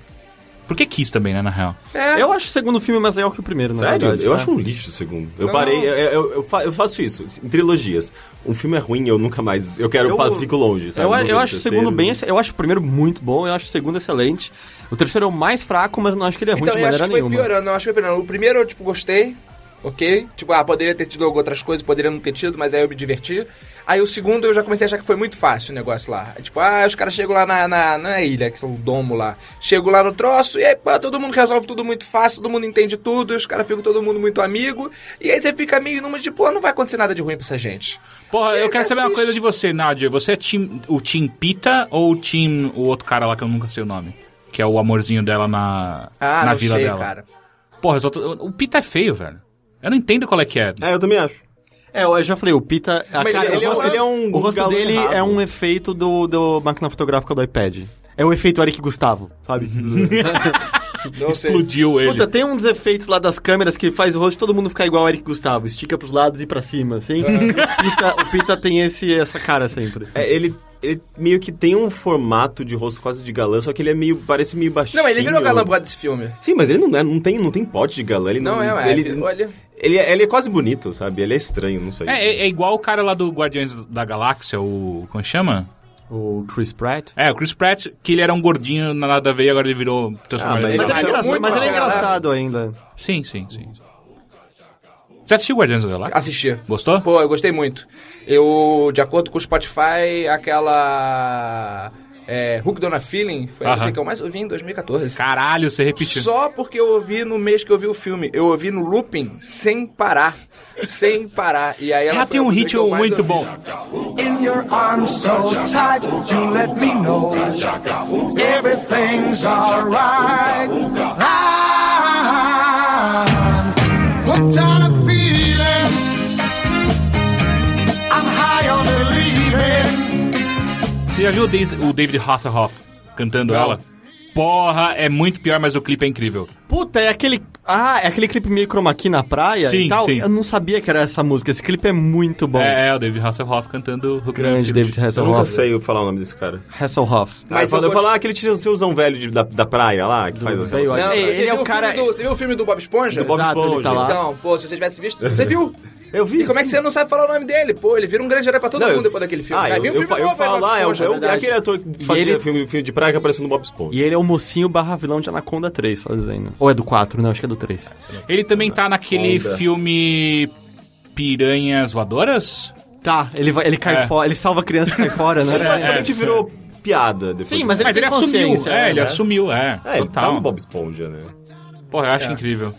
Porque quis também, né, na real.
É.
Eu acho o segundo filme mais legal que o primeiro, na
Sério?
verdade.
eu
né?
acho um lixo o segundo. Eu
Não.
parei, eu, eu- eu fa- eu faço isso, em trilogias. Um filme é ruim, eu nunca mais. Eu quero, eu, pa- fico longe, sabe?
Eu,
Não vou
eu
ver
acho o
terceiro.
segundo bem, eu acho o primeiro muito bom, eu acho o segundo excelente. O terceiro é o mais fraco, mas não acho que ele é ruim
Então,
de
eu acho
maneira
que foi
nenhuma.
piorando, eu acho que foi piorando. O primeiro eu, tipo, gostei, ok? Tipo, ah, poderia ter tido outras coisas, poderia não ter tido, mas aí eu me diverti. Aí o segundo eu já comecei a achar que foi muito fácil o negócio lá. Tipo, ah, os caras chegam lá na, na, na ilha, que são o domo lá. Chego lá no troço e aí, pá, todo mundo resolve tudo muito fácil, todo mundo entende tudo, os caras ficam todo mundo muito amigo. E aí você fica meio numa de, pô, não vai acontecer nada de ruim pra essa gente.
Porra, eu
Esse
quero saber uma
assiste.
coisa de você, Nadia. Você é team- o Team Pita ou o Team. o outro cara lá que eu nunca sei o nome? Que é o amorzinho dela na,
Ah,
na
não
vila
sei,
dela.
cara.
Porra, eu só tô- o Pita é feio, velho. Eu não entendo qual é que é.
É, eu também acho.
É, eu já falei, o Pita. a
Mas
cara-
ele-
o
ele é
rosto,
um- ele
é um
o rosto
galo
dele
errado.
é um efeito do, do máquina fotográfica do iPad. É o efeito Eric Gustavo, sabe?
Não sei.
Explodiu ele.
Puta, tem um dos efeitos lá das câmeras que faz o rosto de todo mundo ficar igual o Eric Gustavo, estica pros lados e pra cima, assim. o, Pita, o Pita tem esse, essa cara sempre.
É, ele, ele meio que tem um formato de rosto quase de galã, só que ele é meio. parece meio baixinho.
Não, ele virou galã por causa desse filme.
Sim, mas ele não, é, não, tem, não tem pote de galã. Ele não,
Não, é, é,
ele,
olha.
Ele, é- ele é quase bonito, sabe? Ele é estranho, não sei.
É, é- é igual o cara lá do Guardiões da Galáxia, o. Como é chama?
O Chris Pratt.
É, o Chris Pratt, que ele era um gordinho na nada a ver e agora ele virou transformado.
Ah,
em
Mas,
mas
galã.
é
Trabalhou
engraçado,
muito
mas
pra
ele é
chegar lá.
engraçado ainda.
Sim, sim, sim. Você assistiu Guardiões da Galáxia?
Assistir.
Gostou?
Pô, eu gostei muito. Eu, de acordo com o Spotify, aquela. É, Hook Dona Feeling foi a
Aham.
música que eu mais ouvi em 2014.
Caralho, você repetiu.
Só porque eu ouvi no mês que eu vi o filme. Eu ouvi no looping sem parar. sem parar. E aí ela,
Ela
foi
tem
a
um
música
hit
que eu mais
muito
ouvi.
bom.
In your arms so tight, you let me know everything's alright. I'm hooked on a feeling. I'm high on believing.
Você já viu o Dais- o David Hasselhoff cantando ela? Porra, é muito pior, mas o clipe é incrível.
Puta, é aquele. Ah, é aquele clipe meio chroma key na praia
Sim,
e tal.
sim.
Eu não sabia que era essa música. Esse clipe é muito bom.
É, é, o David Hasselhoff cantando Hook
Grande David
Eu nunca
Hasselhoff.
sei falar o nome desse cara.
Hasselhoff.
Mas eu
Mas eu
falo, eu
gosto-
falo ah, aquele tiozão velho de- da, da praia lá, que faz aquela...
Baywatch.
Não,
Ele-
você
ele é
viu
o cara-
filme do- você viu o filme do Bob Esponja?
Bob
Exato, ele tá
Esponja.
lá.
Então, pô, se você tivesse visto. Você viu?
Eu vi.
E como é que
sim.
você não sabe falar o nome dele? Pô, ele vira um grande herói pra todo
Não,
mundo
eu-
depois daquele filme.
Ah,
Aí
eu,
vem um
eu,
filme
fa- eu
novo, aí
falo,
Bob
ah, eu,
Esponja. É
eu-
verdade.
aquele ator que fazia
ele-
filme, filme de praia que apareceu no Bob Esponja.
E ele é o mocinho barra vilão de Anaconda 3, só dizendo. Ou é do 4, não, acho que é do 3.
Ele também tá naquele
Onda.
filme Piranhas Voadoras?
Tá, ele, vai, ele cai
É.
fora, ele salva a criança que cai fora, né?
Ele basicamente
é.
virou piada depois.
Sim, mas
disso.
ele
Mas ele
tem
assumiu,
consciência,
é,
né?
ele assumiu, é.
É, ele tá
total.
no Bob Esponja, né?
Porra, eu acho incrível.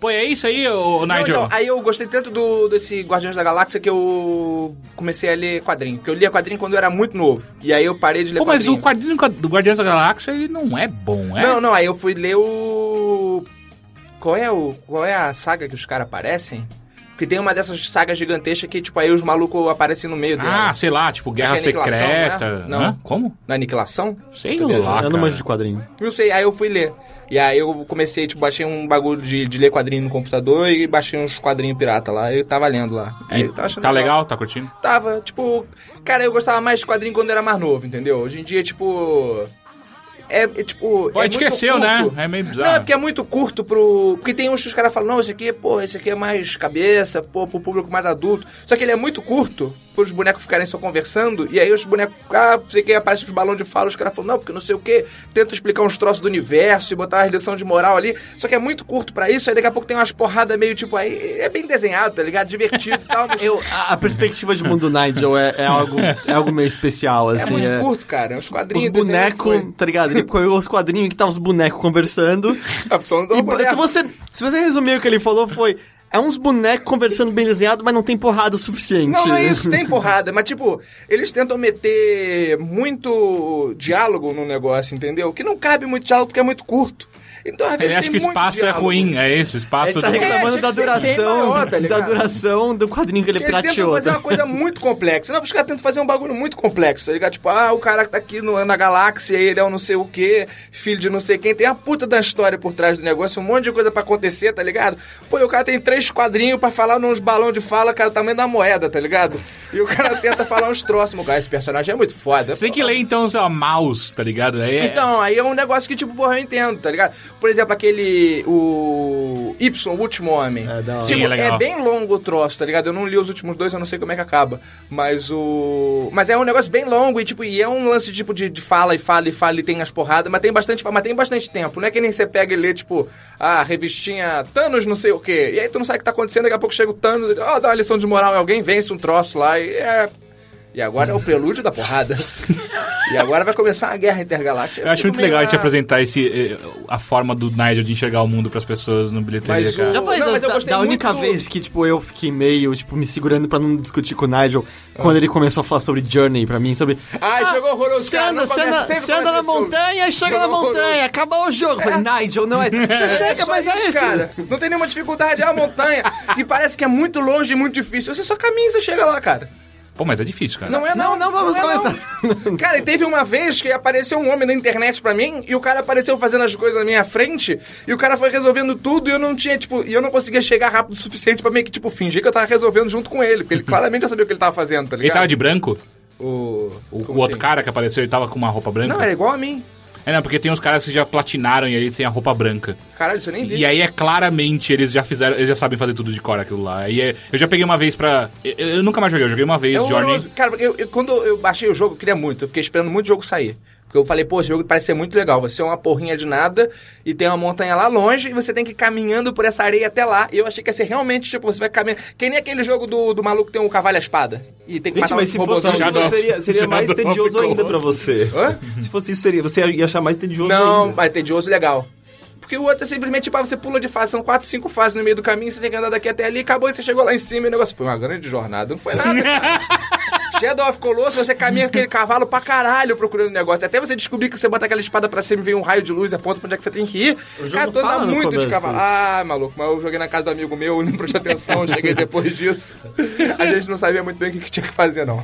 Pô, é isso aí, ô
É. Não,
Nigel?
então, aí eu gostei tanto do, desse Guardiões da Galáxia que eu comecei a ler quadrinho. Porque eu lia quadrinho quando eu era muito novo. E aí eu parei de ler
Pô, mas
quadrinho.
o é? quadrinho do Guardiões da Galáxia, ele não é bom, é?
Não, não, aí eu fui ler o... qual é, o, qual é a saga que os caras aparecem? Porque tem uma dessas sagas gigantescas que, tipo, aí os malucos aparecem no meio dela.
Ah, sei lá, tipo, Guerra
Acho que é aniquilação,
Secreta.
né? Não.
Hã? Como?
Na aniquilação?
Sei
Tô
lá,
eu não
cara.
manjo de quadrinho.
Não sei, aí eu fui ler. E aí eu comecei, tipo, baixei um bagulho de, de ler quadrinho no computador e baixei uns quadrinhos pirata lá. Eu tava lendo lá. Aí eu tava achando
Tá legal? Tá curtindo?
Tava, tipo, cara, eu gostava mais de quadrinho quando era mais novo, entendeu? Hoje em dia, tipo. É, é, tipo.
Pô,
é
a gente
muito
cresceu,
curto.
né? É meio bizarro.
Não, é porque é muito curto pro. Porque tem uns que os caras falam, não, esse aqui, pô, esse aqui é mais cabeça, pô, pro público mais adulto. Só que ele é muito curto pros bonecos ficarem só conversando. E aí os bonecos. Ah, não sei o que, aparece os balões de fala, os caras falam, não, porque não sei o que. Tenta explicar uns troços do universo e botar uma lição de moral ali. Só que é muito curto pra isso, aí daqui a pouco tem umas porradas meio tipo. Aí é bem desenhado, tá ligado? Divertido e tal, mas.
Eu, a, a perspectiva de mundo Nigel é, é algo, é algo meio especial,
É
assim.
muito
é-
curto, cara. Os quadrinhos
Os bonecos, tá ligado? Ele pegou os quadrinhos que tava os bonecos conversando.
A opção do
E se
um boneco.
você, se você resumir o que ele falou, foi. É uns bonecos conversando bem desenhado, mas não tem porrada o suficiente.
Não, não é isso, tem porrada, mas tipo, eles tentam meter muito diálogo no negócio, entendeu? Que não cabe muito diálogo porque é muito curto. Então, às vezes,
Ele acha
tem
que o
muito
espaço é
diálogo.
ruim, é isso, o espaço
Ele tá
do...
É,
reclamando
tinha
da
que ser bem
duração.
maior, tá
da
ligado?
duração do quadrinho que ele
Porque eles tentam
prateou. tá
fazer uma coisa muito complexa. Não, os caras tentam fazer um bagulho muito complexo, tá ligado? Tipo, ah, o cara que tá aqui no- na galáxia, ele é um não sei o quê, filho de não sei quem. Tem a puta da história por trás do negócio, um monte de coisa pra acontecer, tá ligado? Pô, e o cara tem três quadrinhos pra falar nos balão de fala, cara, tamanho da moeda, tá ligado? E o cara tenta falar uns troços. Mas, Cara, esse personagem é muito foda.
Você tem que ler, então, sei lá, mouse, tá ligado? É...
Então, aí é um negócio que, tipo, porra, eu entendo, tá ligado? Por exemplo, aquele. O. Y, o último homem.
É, da hora.
Sim,
Tipo,
é legal.
bem longo o troço, tá ligado? Eu não li os últimos dois, eu não sei como é que acaba. Mas o. Mas é um negócio bem longo e, tipo, e é um lance, tipo, de, de fala e fala e fala e tem as porradas, mas tem bastante. Mas tem bastante tempo. Não é que nem você pega e lê, tipo, a revistinha Thanos não sei o quê. E aí tu não sabe o que tá acontecendo, daqui a pouco chega o Thanos e ó, dá uma lição de moral em alguém, vence um troço lá e é. E agora é o prelúdio da porrada. E agora vai começar a guerra intergaláctica.
Eu acho
fico
muito
meio "Ah,
legal a gente
na-
apresentar esse, eh, a forma do Nigel de enxergar o mundo pras pessoas no bilheteria,
Mas o-
cara.
Já falei
Não,
da-
mas eu
da,
gostei
da
muito
única
do-
vez que, tipo, eu fiquei meio, tipo, me segurando pra não discutir com o Nigel quando ele começou a falar sobre Journey pra mim, sobre... "Ah,
Ai, Ah, chegou horroroso,
Você
cara,
anda,
não
você
começa-
anda,
sempre
você anda na
começa sobre.
montanha e chega
Chegou
na montanha,
horroroso.
acabou o jogo. Eu Falei, Nigel, não é... Você chega,
só
mas é isso.
cara. Não tem nenhuma dificuldade, é uma montanha. e parece que é muito longe e muito difícil. Você só caminha e você chega lá, cara.
Pô, mas é difícil, cara.
Não é
Não, não
não,
vamos
é
começar.
não. Cara, e teve uma vez que apareceu um homem na internet pra mim e o cara apareceu fazendo as coisas na minha frente e o cara foi resolvendo tudo e eu não tinha, tipo, e eu não conseguia chegar rápido o suficiente pra meio que, tipo, fingir que eu tava resolvendo junto com ele, porque ele claramente já sabia o que ele tava fazendo, tá
Ele
ligado?
tava de branco?
O,
O, o
como
outro
assim?
cara que apareceu, ele tava com uma roupa branca?
Não, era igual a mim.
É, não, porque tem uns caras que já platinaram e aí tem a roupa branca.
Caralho, isso eu nem vi.
E aí é claramente, eles já fizeram, eles já sabem fazer tudo de cor aquilo lá. E é- eu já peguei uma vez pra. Eu, eu nunca mais joguei, eu joguei uma vez,
É horroroso.
Journey.
Cara, eu, eu- quando eu baixei o jogo, eu queria muito. Eu fiquei esperando muito o jogo sair. Porque eu falei, pô, esse jogo parece ser muito legal. Você é uma porrinha de nada e tem uma montanha lá longe e você tem que ir caminhando por essa areia até lá. E eu achei que ia ser realmente, tipo, você vai caminhando. Que nem aquele jogo do, do maluco que tem um cavaalo e a espada. E tem que
Gente,
matar
mas
um
se fosse
robôzão.
isso,
Shadow-
seria, seria
Shadow
mais
of the
tedioso ainda
Colossus.
pra você.
Hã?
Se fosse isso, seria, você ia achar mais tedioso
Não,
ainda.
mas tedioso legal. Porque o outro é simplesmente, tipo, ah, você pula de fase, são quatro, cinco fases no meio do caminho, você tem que andar daqui até ali, acabou e você chegou lá em cima e o negócio foi uma grande jornada, não foi nada, cara. Shadow of Colossus, você caminha com aquele cavalo pra caralho procurando o negócio. Até você descobrir que você bota aquela espada pra cima e vem um raio de luz e aponta pra onde é que você tem que ir.
jogo
Cara, tu anda
fala no
muito
começo
de cavalo.
isso.
Ah, maluco, mas eu joguei na casa do amigo meu, não prestei atenção, cheguei depois disso. A gente não sabia muito bem o que que tinha que fazer, não.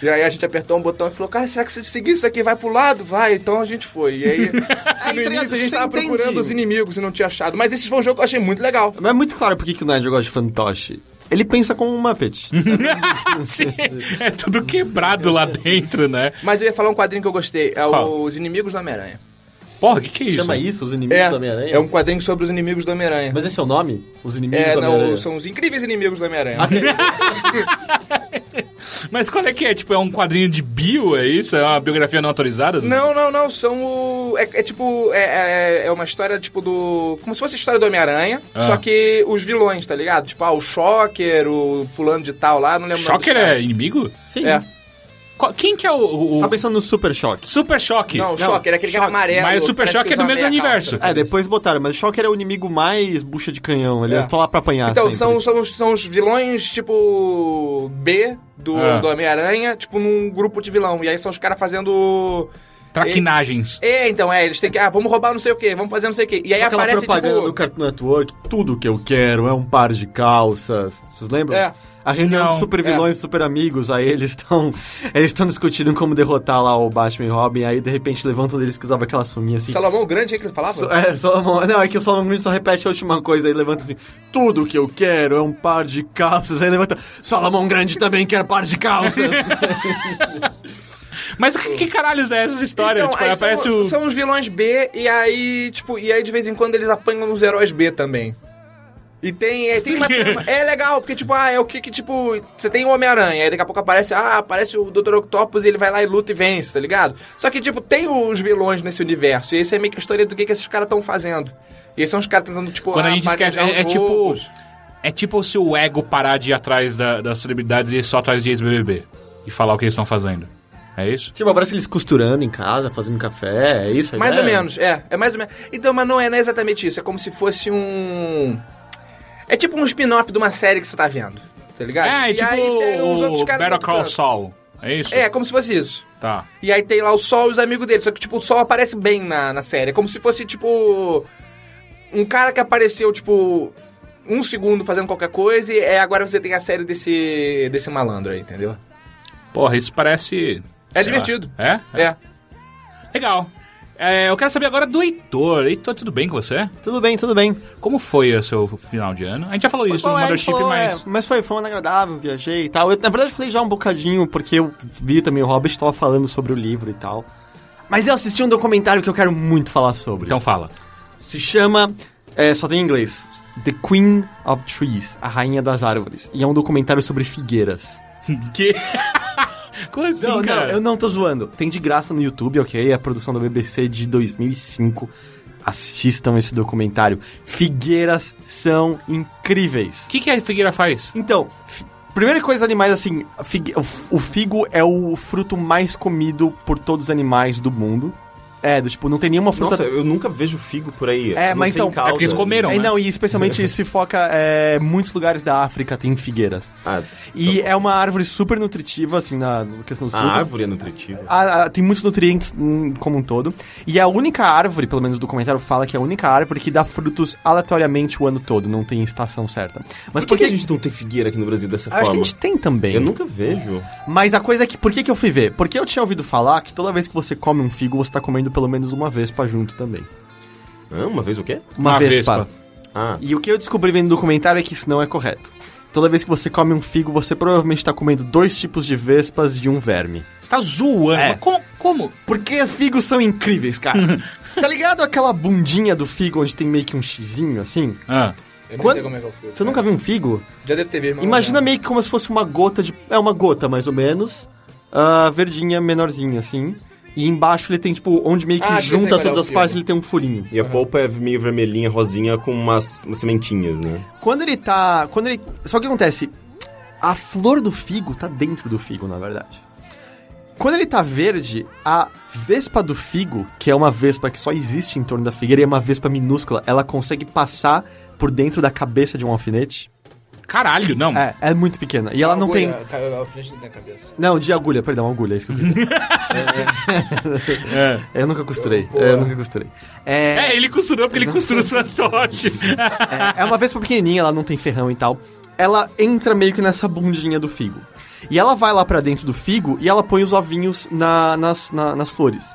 E aí a gente apertou um botão e falou, cara, será que se seguir isso aqui vai pro lado? Vai, então a gente foi. E aí, aí no
tá ligado?
início a gente
Você
tava
entende.
procurando os inimigos e não tinha achado. Mas esse foi um jogo que eu achei muito legal.
Mas é muito claro por que que o Nigel gosta de fantoche. Ele pensa como um Muppet.
Sim, é tudo quebrado lá dentro, né?
Mas eu ia falar um quadrinho que eu gostei. É
Qual?
Os Inimigos do Homem-Aranha.
Porra, o que, que é isso?
Chama isso Os Inimigos
É,
do Homem-Aranha?
é um quadrinho sobre os inimigos do Homem-Aranha.
Mas esse é o nome? Os Inimigos
É,
do Homem-Aranha? Ah,
não, são os incríveis inimigos do Homem-Aranha.
Mas qual é que é? Tipo, é um quadrinho de bio, é isso? É uma biografia não autorizada?
Não, não, não. São o. É, é tipo. É, é- é uma história tipo do. Como se fosse a história do Homem-Aranha.
Ah.
Só que os vilões, tá ligado? Tipo, ah, o Shocker, o fulano de tal lá, não lembro o nome dos
Shocker é
caras.
inimigo?
Sim.
É.
Qual- Quem que é o. o- o-
Você tá pensando no Super Choque.
Super Choque.
Não, o Shocker é aquele que é amarelo.
Mas o Super
parece
Choque
que
é do
usa meia
mesmo universo.
calça.
É, depois botaram, mas o Shocker é o inimigo mais bucha de canhão. Eles
É.
estão lá pra apanhar
Então,
sempre.
são, são, os- são os vilões, tipo, B do,
Ah.
do Homem-Aranha, tipo, num grupo de vilão. E aí são os caras fazendo
Traquinagens.
É, então, é, eles têm que. Ah, vamos roubar não sei o quê, vamos fazer não sei o quê. E aí
Aquela
aparece
propaganda
tipo.
do Cartoon Network, tudo que eu quero é um par de calças. Vocês lembram?
É.
A reunião
Não,
dos super vilões, super amigos, aí eles estão eles estão discutindo como derrotar lá o Batman e Robin, aí de repente levantam deles que usava aquela sunguinha assim.
Salomão Grande, é que ele falava?
So- é, Solomon, não, é que o Solomon Green só repete a última coisa, aí levanta assim, tudo que eu quero é um par de calças, aí levanta, Solomon Grande também quer par de calças.
Mas que, que caralhos é essa história?
Então,
tipo,
aí
aparece
são,
o.
são os vilões B e aí, tipo, e aí de vez em quando eles apanham nos heróis B também. E tem, é, tem uma trama- É legal, porque, tipo, ah, é o que que, tipo, você tem o Homem-Aranha, aí daqui a pouco aparece, ah, aparece o Dr. Octopus e ele vai lá e luta e vence, tá ligado? Só que, tipo, tem os vilões nesse universo, e esse é meio que a história do que, que esses caras estão fazendo. E esses são os caras tentando, tipo,
Quando a
ah,
gente esquece.
planejar
É, é
os
tipo.
jogos.
É tipo se o ego parar de ir atrás da- das celebridades e ir só atrás de ex-BBB. E falar o que eles estão fazendo. É isso?
tipo, aparece eles costurando em casa, fazendo café, é isso? a
Mais ou
ideia?
menos, é. É mais ou menos. Então, mas não é, não é exatamente isso. É como se fosse um. É tipo um spin-off de uma série que você tá vendo. Tá ligado?
É, é
E aí pega uns
tipo
outros
o
caras
Better
do
Call
outro
Saul. É isso?
canto. É, como se fosse isso.
Tá.
E aí tem lá o Sol e os amigos dele. Só que, tipo, o Sol aparece bem na, na série. É como se fosse, tipo. Um cara que apareceu, tipo. Um segundo fazendo qualquer coisa e é, agora você tem a série desse, desse malandro aí, entendeu?
Porra, isso parece.
É
sei lá.
divertido.
É?
É.
Legal. É, eu quero saber agora do Heitor. Heitor, tudo bem com você?
Tudo bem, tudo bem.
Como foi o seu final de ano? A gente já falou isso
um
Bom,
no
é, a
Mothership,
gente falou, é,
mas.
mas foi, foi um ano agradável, viajei e tal. Eu, na verdade, falei já um bocadinho, porque eu vi também o Hobbit tava falando sobre o livro e tal. Mas eu assisti um documentário que eu quero muito falar sobre.
Então fala.
Se chama. é, só tem em inglês. The Queen of Trees, a Rainha das Árvores. E é um documentário sobre figueiras.
Que. Como assim,
não,
cara?
não, eu não tô zoando. Tem de graça no YouTube, ok? É a produção da BBC de 2005. Assistam esse documentário. Figueiras são incríveis.
O que, que a figueira faz?
Então, fi- primeira coisa dos animais, assim, a figue- o f- o figo é o fruto mais comido por todos os animais do mundo. É, do, tipo, não tem nenhuma fruta...
Nossa, eu nunca vejo figo por aí.
É, mas
sei em
então-
calda.
É porque eles comeram.
É,
né?
Não, e especialmente isso se foca é, muitos lugares da África tem figueiras.
Ah,
E é uma árvore super nutritiva, assim, na, na questão dos
a
frutos.
árvore é nutritiva.
A- a- tem muitos nutrientes hum, como um todo. E é a única árvore, pelo menos o documentário fala que é a única árvore que dá frutos aleatoriamente o ano todo, não tem estação certa. Mas
Mas por que, a gente não tem figueira aqui no Brasil dessa
Acho que
forma?
a gente tem também.
Eu nunca vejo.
Mas a coisa é que, por que, que eu fui ver? Porque eu tinha ouvido falar que toda vez que você come um figo, você tá comendo pelo menos uma vespa junto também.
Ah, uma vez o quê?
Uma,
Uma
vespa.
vespa.
Ah,
E o que eu descobri vendo o documentário é que isso não é correto. Toda vez que você come um figo, você provavelmente tá comendo dois tipos de vespas e um verme.
Você tá zoando.
É.
Mas como? como?
Porque figos são incríveis, cara. tá ligado aquela bundinha do figo onde tem meio que um xizinho assim?
Ah,
Eu
Quando-
não sei como é que eu fui.
Você nunca viu um figo?
Já deve ter visto, mas não
Imagina
lembro.
meio que como se fosse uma gota de. É uma gota, mais ou menos. ah, verdinha, menorzinha, assim. E embaixo ele tem, tipo, onde meio que
Ah, acho que eu sei
junta
qual é
todas
o
as partes,
figo.
ele tem um furinho.
e a polpa é meio vermelhinha, rosinha, com umas, umas sementinhas, né?
Quando ele tá. Quando ele. Só que acontece. A flor do figo tá dentro do figo, na verdade. Quando ele tá verde, a vespa do figo, que é uma vespa que só existe em torno da figueira e é uma vespa minúscula, ela consegue passar por dentro da cabeça de um alfinete.
caralho, não.
É, é muito pequena. E ela não tem.
Agulha, Caiu a frente da minha cabeça.
Não, de agulha, perdão, agulha, é isso que eu quis dizer. É, Eu nunca costurei.
Eu-
eu nunca costurei. É,
É, ele costurou porque ele costurou o Santote.
É, é uma vespa pequenininha, ela não tem ferrão e tal. Ela entra meio que nessa bundinha do figo. E ela vai lá pra dentro do figo e ela põe os ovinhos na- nas, na- nas flores.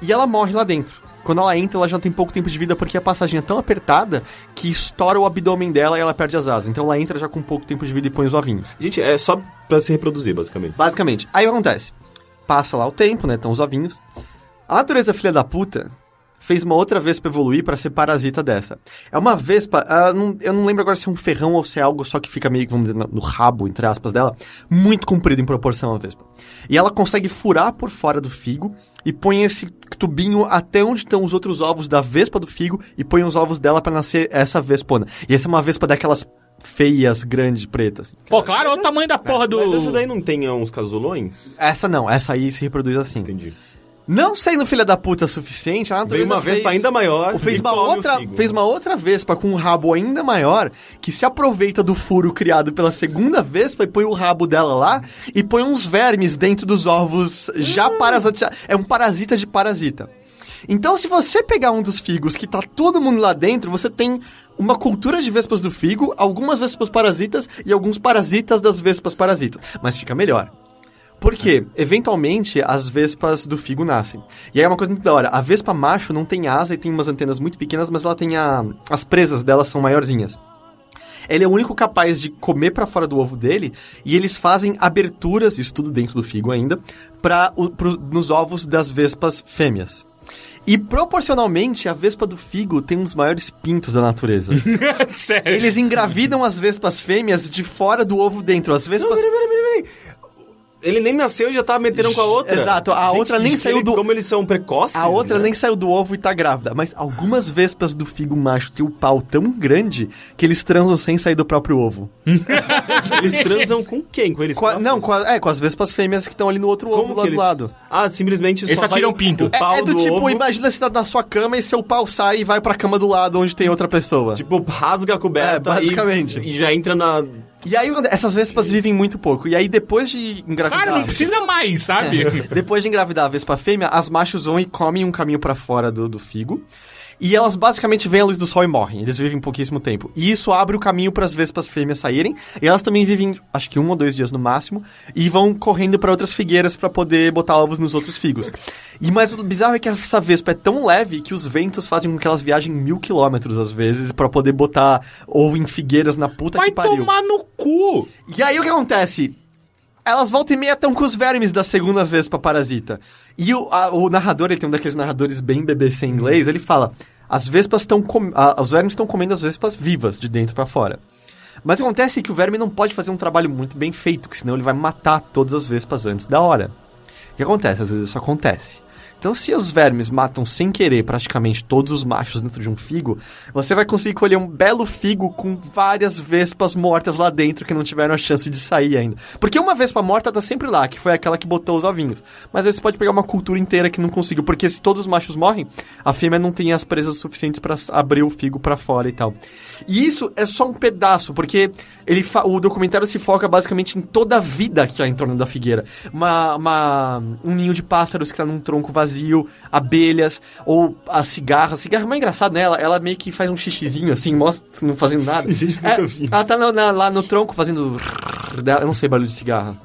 E ela morre lá dentro. Quando ela entra, ela já tem pouco tempo de vida porque a passagem é tão apertada que estoura o abdômen dela e ela perde as asas. Então ela entra já com pouco tempo de vida e põe os ovinhos.
Gente, é só pra se reproduzir, basicamente.
Basicamente, aí o que acontece? Passa lá o tempo, né? Estão os ovinhos. A natureza filha da puta fez uma outra vespa evoluir pra ser parasita dessa. É uma vespa, ah, não- eu não lembro agora se é um ferrão ou se é algo só que fica meio, que, vamos dizer, no, no rabo, entre aspas, dela, muito comprido em proporção à vespa. E ela consegue furar por fora do figo e põe esse tubinho até onde estão os outros ovos da vespa do figo e põe os ovos dela pra nascer essa vespona. E essa é uma vespa daquelas feias, grandes, pretas.
Pô, claro, olha o
É,
tamanho da porra do.
é, Mas essa daí não tem ah, uns casulões?
Essa não, essa aí se reproduz assim.
Entendi.
Não sendo filha da puta suficiente, a natureza
Veio uma
fez-
vespa ainda maior.
Ou fez
e
uma
come o
outra,
figo.
fez uma outra vespa com um rabo ainda maior, que se aproveita do furo criado pela segunda vespa e põe o rabo dela lá e põe uns vermes dentro dos ovos já
Hum.
parasita, é um parasita de parasita. Então, se você pegar um dos figos que tá todo mundo lá dentro, você tem uma cultura de vespas do figo, algumas vespas parasitas e alguns parasitas das vespas parasitas. Mas fica melhor. Porque, eventualmente, as vespas do figo nascem. E aí é uma coisa muito da hora. A vespa macho não tem asa e tem umas antenas muito pequenas, mas ela tem a... As presas delas são maiorzinhas. Ele é o único capaz de comer pra fora do ovo dele e eles fazem aberturas, isso tudo dentro do figo ainda, para nos ovos das vespas fêmeas. E proporcionalmente, a vespa do figo tem um dos maiores pintos da natureza.
Sério.
Eles engravidam as vespas fêmeas de fora do ovo dentro. As vespas.
Ele nem nasceu e já tá metendo com a outra.
Exato, a outra nem
que
saiu
ele-
do-
Como eles são precoces.
A outra
né?
nem saiu do ovo e tá grávida. Mas algumas vespas do figo macho têm o pau tão grande que eles transam sem sair do próprio ovo.
Eles transam com quem? Com eles
Com a-
próprios?
não, com, a- é, com as vespas fêmeas que estão ali no outro ovo
Como
lá do
que eles...
lado.
Ah, simplesmente
Eles só
vai
tiram
o-
pinto.
o
É-
pau
É, do, tipo,
ovo,
imagina se tá na sua cama e seu pau sai e vai pra cama do lado onde tem outra pessoa.
Tipo, rasga a coberta.
É, basicamente.
E, e já entra na...
E aí, essas vespas vivem muito pouco. E aí, depois de engravidar...
Cara, não precisa mais,
É.
sabe?
Depois de engravidar a vespa fêmea, as machos vão e comem um caminho pra fora do, do figo. E elas basicamente veem a luz do sol e morrem. Eles vivem pouquíssimo tempo. E isso abre o caminho para as vespas fêmeas saírem. E elas também vivem, acho que um ou dois dias no máximo. E vão correndo pra outras figueiras pra poder botar ovos nos outros figos. E mas o bizarro é que essa vespa é tão leve que os ventos fazem com que elas viajem mil quilômetros às vezes pra poder botar ovo em figueiras na puta
Vai
que pariu.
tomar no cu.
E aí o que acontece? Elas voltam e meia estão com os vermes da segunda vez pra parasita. E o, a- o narrador, ele tem um daqueles narradores bem BBC em inglês, ele fala: as vespas estão. com- a- Os vermes estão comendo as vespas vivas, de dentro pra fora. Mas acontece que o verme não pode fazer um trabalho muito bem feito, que senão ele vai matar todas as vespas antes da hora. O que acontece? Às vezes isso acontece. Então, se os vermes matam sem querer praticamente todos os machos dentro de um figo, você vai conseguir colher um belo figo com várias vespas mortas lá dentro que não tiveram a chance de sair ainda. Porque uma vespa morta tá sempre lá, que foi aquela que botou os ovinhos. Mas aí você pode pegar uma cultura inteira que não conseguiu, porque se todos os machos morrem, a fêmea não tem as presas suficientes pra s- abrir o figo pra fora e tal. E isso é só um pedaço, porque ele fa- o documentário se foca basicamente em toda a vida que há em torno da figueira. Uma, uma- um ninho de pássaros que tá num tronco vazio, abelhas, ou a cigarra. A cigarra é mais engraçada, né? Ela, ela meio que faz um xixizinho assim, mostra não fazendo nada. É, ela tá na- na- lá no tronco fazendo. Eu não sei barulho de cigarra.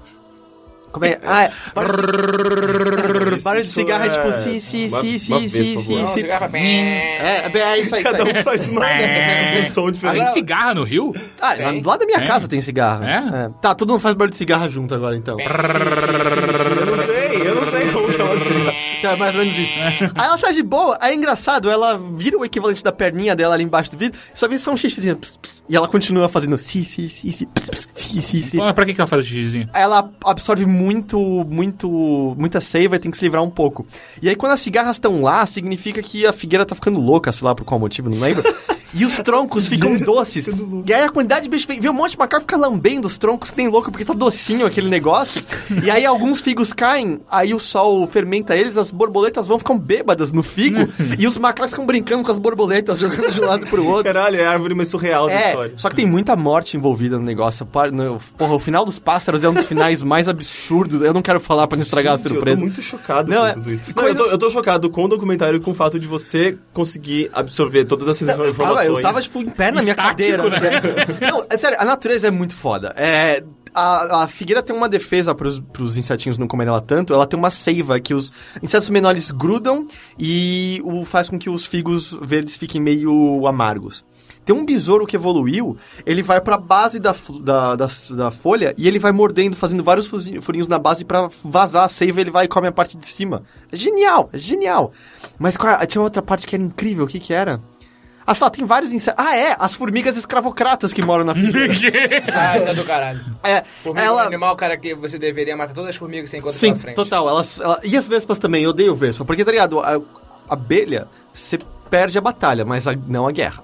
Como é? Ah, é. Barulho de
Isso
cigarra é tipo,
é
si, si,
uma-
si,
uma
si,
vez
si,
por
si,
voar.
si. É, é isso aí. isso
Cada
aí.
um faz uma...
É.
um som diferente.
Tem cigarra no Rio?
Ah, lá, do lado da minha
Tem?
casa tem cigarro.
É?
Tá, todo mundo faz barulho de cigarra junto agora, então.
Eu não sei, eu não sei como chama assim.
Então é mais ou menos isso. Aí ela tá de boa, aí é engraçado, ela vira o equivalente da perninha dela ali embaixo do vidro, só vem só um xixizinho. ps, ps, e ela continua fazendo si, si, si, si, ps, ps, si, si, si.
Pô, mas pra que, que ela faz o xixizinho?
ela absorve muito, muito, muita seiva e tem que se livrar um pouco. E aí quando as cigarras estão lá, significa que a figueira tá ficando louca, sei lá por qual motivo, não lembro. E os troncos ficam doces. E aí a quantidade de bicho vem, vê um monte de macaco fica lambendo os troncos, que nem louco, porque tá docinho aquele negócio. E aí alguns figos caem, aí o sol fermenta eles, as borboletas vão ficam bêbadas no figo, e os macacos ficam brincando com as borboletas, jogando de um lado pro outro.
Caralho, é a árvore mais surreal da
É,
história.
só que tem muita morte envolvida no negócio. Par- no- Porra, o final dos pássaros é um dos finais mais absurdos. Eu não quero falar pra não estragar a
Gente, Eu
surpresa.
tô muito chocado
Não,
com
é-
tudo isso. Não,
coisas-
eu, tô, eu tô chocado com o documentário e com o fato de você conseguir absorver todas essas
Eu tava,
informações. né?
eu tava, tipo, em pé na minha
Estático,
cadeira. sério. Não, é sério, a natureza é muito foda. É, a, a figueira tem uma defesa pros, pros insetinhos não comerem ela tanto. Ela tem uma seiva que os insetos menores grudam e o, faz com que os figos verdes fiquem meio amargos. Tem um besouro que evoluiu, ele vai pra base da, fl- da, da, da folha e ele vai mordendo, fazendo vários fuzi- furinhos na base pra vazar a seiva, ele vai e come a parte de cima. É genial, é genial. Mas qual- é, tinha outra parte que era incrível, o que que era? Ah, sei lá, tem vários insetos. Ah, é, as formigas escravocratas que moram na figueira.
Ah, isso é do caralho.
é,
Formiga é um
ela...
animal, cara, que você deveria matar todas as formigas que você encontra
Sim,
pela frente.
total. Elas, ela- E as vespas também, eu odeio vespa. Porque, tá ligado, a, a abelha, você perde a batalha, mas a- não a guerra.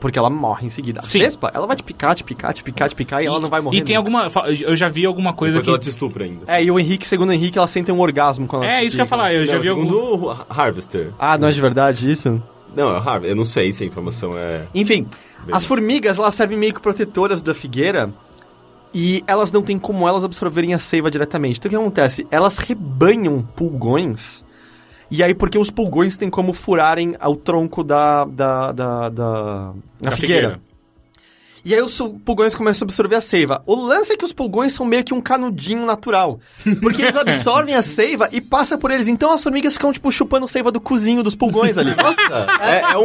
Porque ela morre em seguida. A
Sim.
Vespa, ela vai te picar, te picar, te picar, te picar e, ela não vai morrer.
E tem
nunca.
alguma. fa- Eu já vi alguma coisa
Depois ela te
que.
estupra ainda.
É, e o Henrique, segundo o Henrique, ela sente um orgasmo quando ela
É,
te
isso que eu ia
pica.
falar. Eu já vi algum.
segundo o Har- Harvester.
Ah, não é de verdade isso?
Não, é o Harvester. Eu não sei se a informação é...
Enfim, as formigas, elas servem meio que protetoras da figueira e elas não têm como elas absorverem a seiva diretamente. Então o que acontece? Elas rebanham pulgões e aí porque os pulgões têm como furarem ao tronco da... da, da, da- da
da
figueira. E aí os su- pulgões começam a absorver a seiva. O lance é que os pulgões são meio que um canudinho natural. Porque eles absorvem a seiva e passa por eles. Então as formigas ficam, tipo, chupando seiva do cozinho dos pulgões ali.
Nossa! é, é um,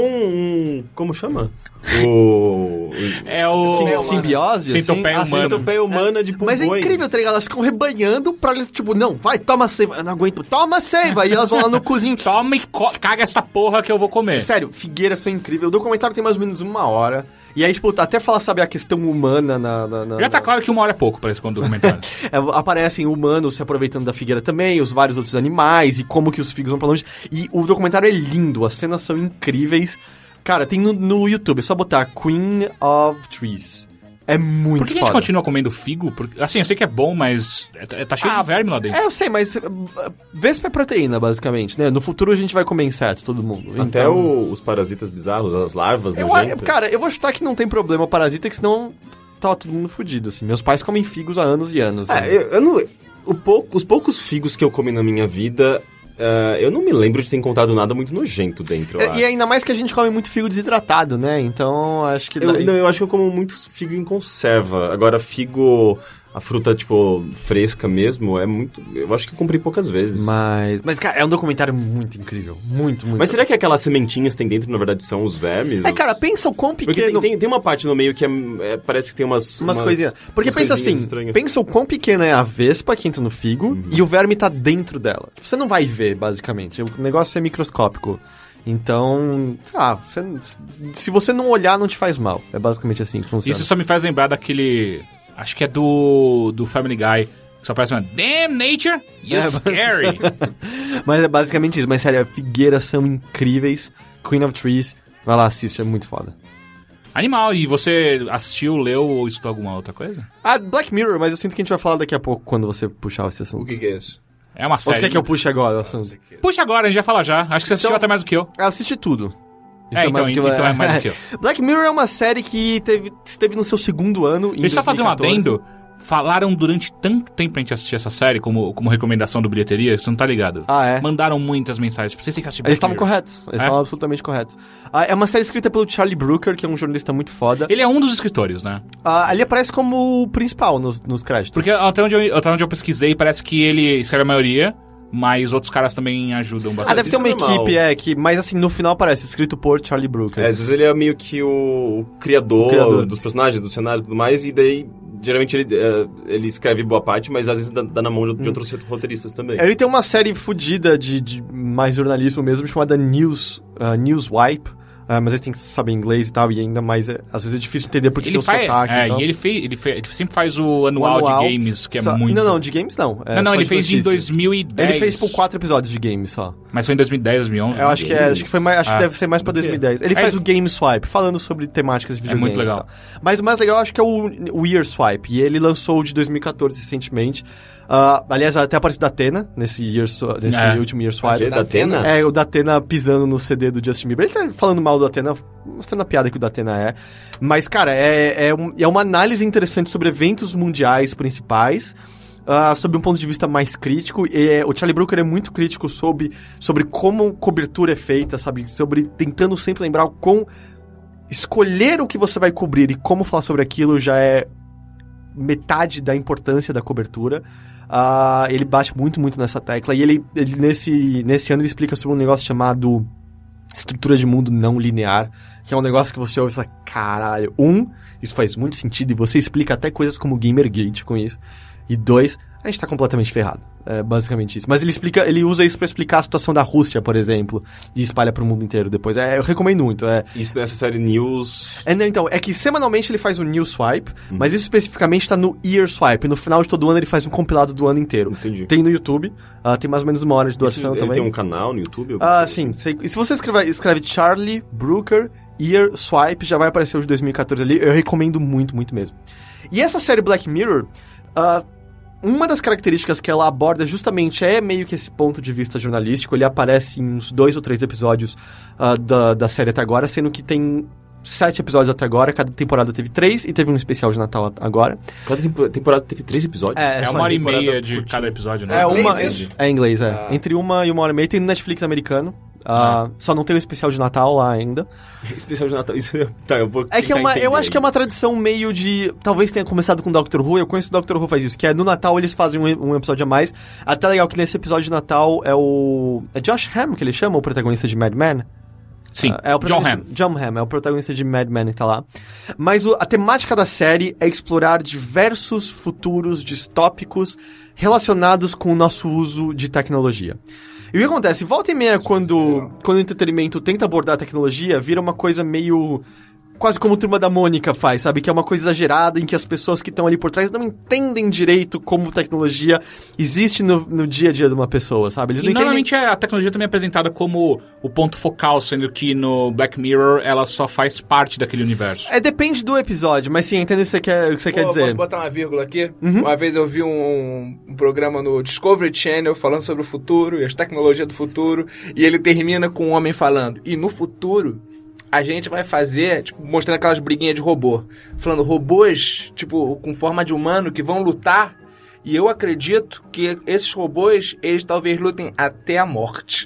um- Como chama? O...
É o.
Sim- simbiose, assim?
Centopeia
Ah,
humana.
Centopeia humana de pulgões.
Mas é incrível, tá ligado? Elas ficam rebanhando pra eles, tipo, não, vai, toma seiva. Eu não aguento, toma seiva. E elas vão lá no cozinho.
Toma e co- caga essa porra que eu vou comer.
Sério, figueiras são incríveis. O documentário tem mais ou menos uma hora. E aí, tipo, até falar, sabe, a questão humana na... na, na-
Já tá claro que uma hora é pouco pra esse documentário.
É, aparecem humanos se aproveitando da figueira também, os vários outros animais e como que os figos vão pra longe. E o documentário é lindo, as cenas são incríveis. Cara, tem no, no YouTube, é só botar Queen of Trees. É muito
Por que, que a gente
foda.
continua comendo figo? Porque, assim, eu sei que é bom, mas é- é- tá cheio
Ah,
de verme lá dentro.
É, eu sei, mas uh, uh, Vespa é proteína, basicamente, né? No futuro a gente vai comer inseto, todo mundo.
Até
Então,
o- os parasitas bizarros, as larvas né,
eu,
nojentas.
Cara, eu vou chutar que não tem problema parasita, que senão tava todo mundo fudido, assim. Meus pais comem figos há anos e anos.
É,
né?
eu, eu não. o pouco- os poucos figos que eu comi na minha vida, eh, eu não me lembro de ter encontrado nada muito nojento dentro. eu
E-
acho.
E ainda mais que a gente come muito figo desidratado, né? Então, acho que...
Eu-
daí-
não, eu acho que eu como muito figo em conserva. Agora, figo, a fruta, tipo, fresca mesmo, é muito. Eu acho que eu comprei poucas vezes.
Mas, mas, cara, é um documentário muito incrível. Muito, muito.
Mas será que aquelas sementinhas que tem dentro, na verdade, são os vermes?
É, cara,
Os-
pensa o quão
Porque tem,
pequeno.
tem, tem uma parte no meio que é, é, parece que tem umas.
umas coisinhas. Porque
umas
pensa
coisinhas
assim,
estranhas.
pensa o quão pequena é a vespa que entra no figo e o verme tá dentro dela. Você não vai ver, basicamente. O negócio é microscópico. Então, sei lá, você- se você não olhar, não te faz mal. É basicamente assim que funciona.
Isso só me faz lembrar daquele. Acho que é do. do Family Guy. Que só parece uma. Damn nature, you're
É, mas-
scary.
Mas é basicamente isso. Mas sério, figueiras são incríveis. Queen of Trees, vai lá, assiste, é muito foda.
Animal, e você assistiu, leu ou estudou alguma outra coisa?
Ah, Black Mirror, mas eu sinto que a gente vai falar daqui a pouco quando você puxar esse assunto.
O que, que é isso?
É uma
Você
série.
quer que eu puxe agora o assunto?
Puxa agora, a gente já fala já. Acho que você assistiu
Então-
até mais do que eu.
Eu assisti tudo.
É, então- então é mais do que
Black Mirror é uma série que teve, esteve no seu segundo ano. Em
Deixa eu só fazer um
2014.
adendo. Falaram durante tanto tempo pra gente assistir essa série como, como recomendação do bilheteria, você não tá ligado.
Ah, é?
Mandaram muitas mensagens. Tipo, vocês têm que assistir
Eles estavam
Black Mirror.
corretos. Eles
É?
estavam absolutamente corretos. Ah, é uma série escrita pelo Charlie Brooker, que é um jornalista muito foda.
Ele é um dos escritores, né?
Ah, ele aparece como o principal nos, nos créditos.
Porque até onde, eu, até onde eu pesquisei, parece que ele escreve a maioria, mas outros caras também ajudam
Ah,
bastante.
deve ter
isso
uma
é normal.
equipe, é, que... Mas assim, no final aparece escrito por Charlie Brooker.
É, às vezes ele é meio que o, o criador,
O criador.
dos personagens, do cenário e tudo mais, e daí geralmente ele, eh, ele escreve boa parte, mas às vezes dá, dá na mão
Hum.
de, de outros roteiristas também.
Ele tem uma série fodida de, de mais jornalismo mesmo, chamada News, ah, Newswipe. Ah, mas ele tem que saber inglês e tal, e ainda mais, é, às vezes é difícil entender porque
ele
tem o
faz,
sotaque.
é,
tal.
e ele, fez, ele, fez, ele sempre faz o anual, de games, que é
Só-
muito.
Não, não, de games não. É,
Não, não,
só
ele fez em
notícias.
2010.
Ele fez, tipo, quatro episódios de games só.
Mas foi em 2010, 2011.
Eu acho que, é, acho que foi mais, acho
Ah.
que deve ser mais pra
Do quê?
2010. Ele
É
faz
isso.
o Game Swipe, falando sobre temáticas de
É muito
videogames.
legal.
e tal. Mas o mais legal, acho que é o, o Year Swipe. E ele lançou o de 2014 recentemente. Ah, aliás, até apareceu da Atena nesse, year, Swi- nesse
É.
último Year
Ah,
Swipe.
da Atena?
É, o Datena pisando no CD do Justin Bieber. Ele tá falando mal do Datena, mostrando a piada que o Datena é. Mas, cara, é, é, um- é uma análise interessante sobre eventos mundiais principais. ah, sob um ponto de vista mais crítico, e é, o Charlie Brooker é muito crítico sobre, sobre como cobertura é feita, sabe? Sobre tentando sempre lembrar o quão escolher o que você vai cobrir e como falar sobre aquilo já é metade da importância da cobertura. Ah, ele bate muito, muito nessa tecla. E ele, ele nesse, nesse ano, ele explica sobre um negócio chamado estrutura de mundo não linear, que é um negócio que você ouve e fala, caralho, um, isso faz muito sentido e você explica até coisas como Gamergate com isso. E dois, a gente tá completamente ferrado. É basicamente isso. Mas ele explica, ele usa isso pra explicar a situação da Rússia, por exemplo, e espalha pro mundo inteiro depois. É, eu recomendo muito. É,
Isso nessa série News.
é, não, então, é que semanalmente ele faz o New Swipe, mas isso especificamente tá no Year Swipe. No final de todo ano ele faz um compilado do ano inteiro.
Entendi.
Tem no YouTube, ah, tem mais ou menos uma hora de
Isso,
doação
um
ele
também.
tem um canal no YouTube?
Ah, sim. sei- E se você escreve, escreve Charlie Brooker Year Swipe, já vai aparecer o de 2014 ali, eu recomendo muito, muito mesmo. E essa série Black Mirror, ah, uma das características que ela aborda justamente é meio que esse ponto de vista jornalístico, ele aparece em uns dois ou três episódios ah, da, da série até agora, sendo que tem sete episódios até agora, cada temporada teve três e teve um especial de Natal a- agora.
assim? Cada tempo- temporada teve três episódios?
É,
só
uma hora e
temporada
meia de
curtinha.
cada episódio, né?
É, uma.
Inglês?
É em inglês, é.
Ah.
Entre uma e uma hora e meia. Tem no Netflix americano. ah, Só não tem o especial de Natal lá ainda.
Especial de Natal. Isso eu- Tá, eu vou.
É que é
tentar
uma, eu
entender
acho que é uma tradição meio de. Talvez tenha começado com Doctor Who. Eu conheço o Doctor Who faz isso, que é no Natal eles fazem um, um episódio a mais. Até legal que nesse episódio de Natal é o. É Josh Hamm que ele chama, o protagonista de Mad Men?
Sim,
É o
John Hamm.
protagonista- John Hamm, é o protagonista de Mad Men que tá lá. Mas o- a temática da série é explorar diversos futuros distópicos relacionados com o nosso uso de tecnologia. E o que acontece? Volta e meia, quando, quando o entretenimento tenta abordar a tecnologia, vira uma coisa meio. Quase como o Turma da Mônica faz, sabe? Que é uma coisa exagerada em que as pessoas que estão ali por trás não entendem direito como tecnologia existe no, no dia a dia de uma pessoa, sabe? Eles
E
não entendem.
normalmente a tecnologia também é apresentada como o ponto focal, sendo que no Black Mirror ela só faz parte daquele universo.
É, depende do episódio, mas sim, entendo o que você quer, o que você quer
Pô,
dizer. Uhum.
Posso botar uma vírgula aqui? Uma vez eu vi um, um programa no Discovery Channel falando sobre o futuro e as tecnologias do futuro, e ele termina com um homem falando, e no futuro a gente vai fazer, tipo, mostrando aquelas briguinhas de robô, falando robôs, tipo, com forma de humano que vão lutar, e eu acredito que esses robôs, eles talvez lutem até a morte.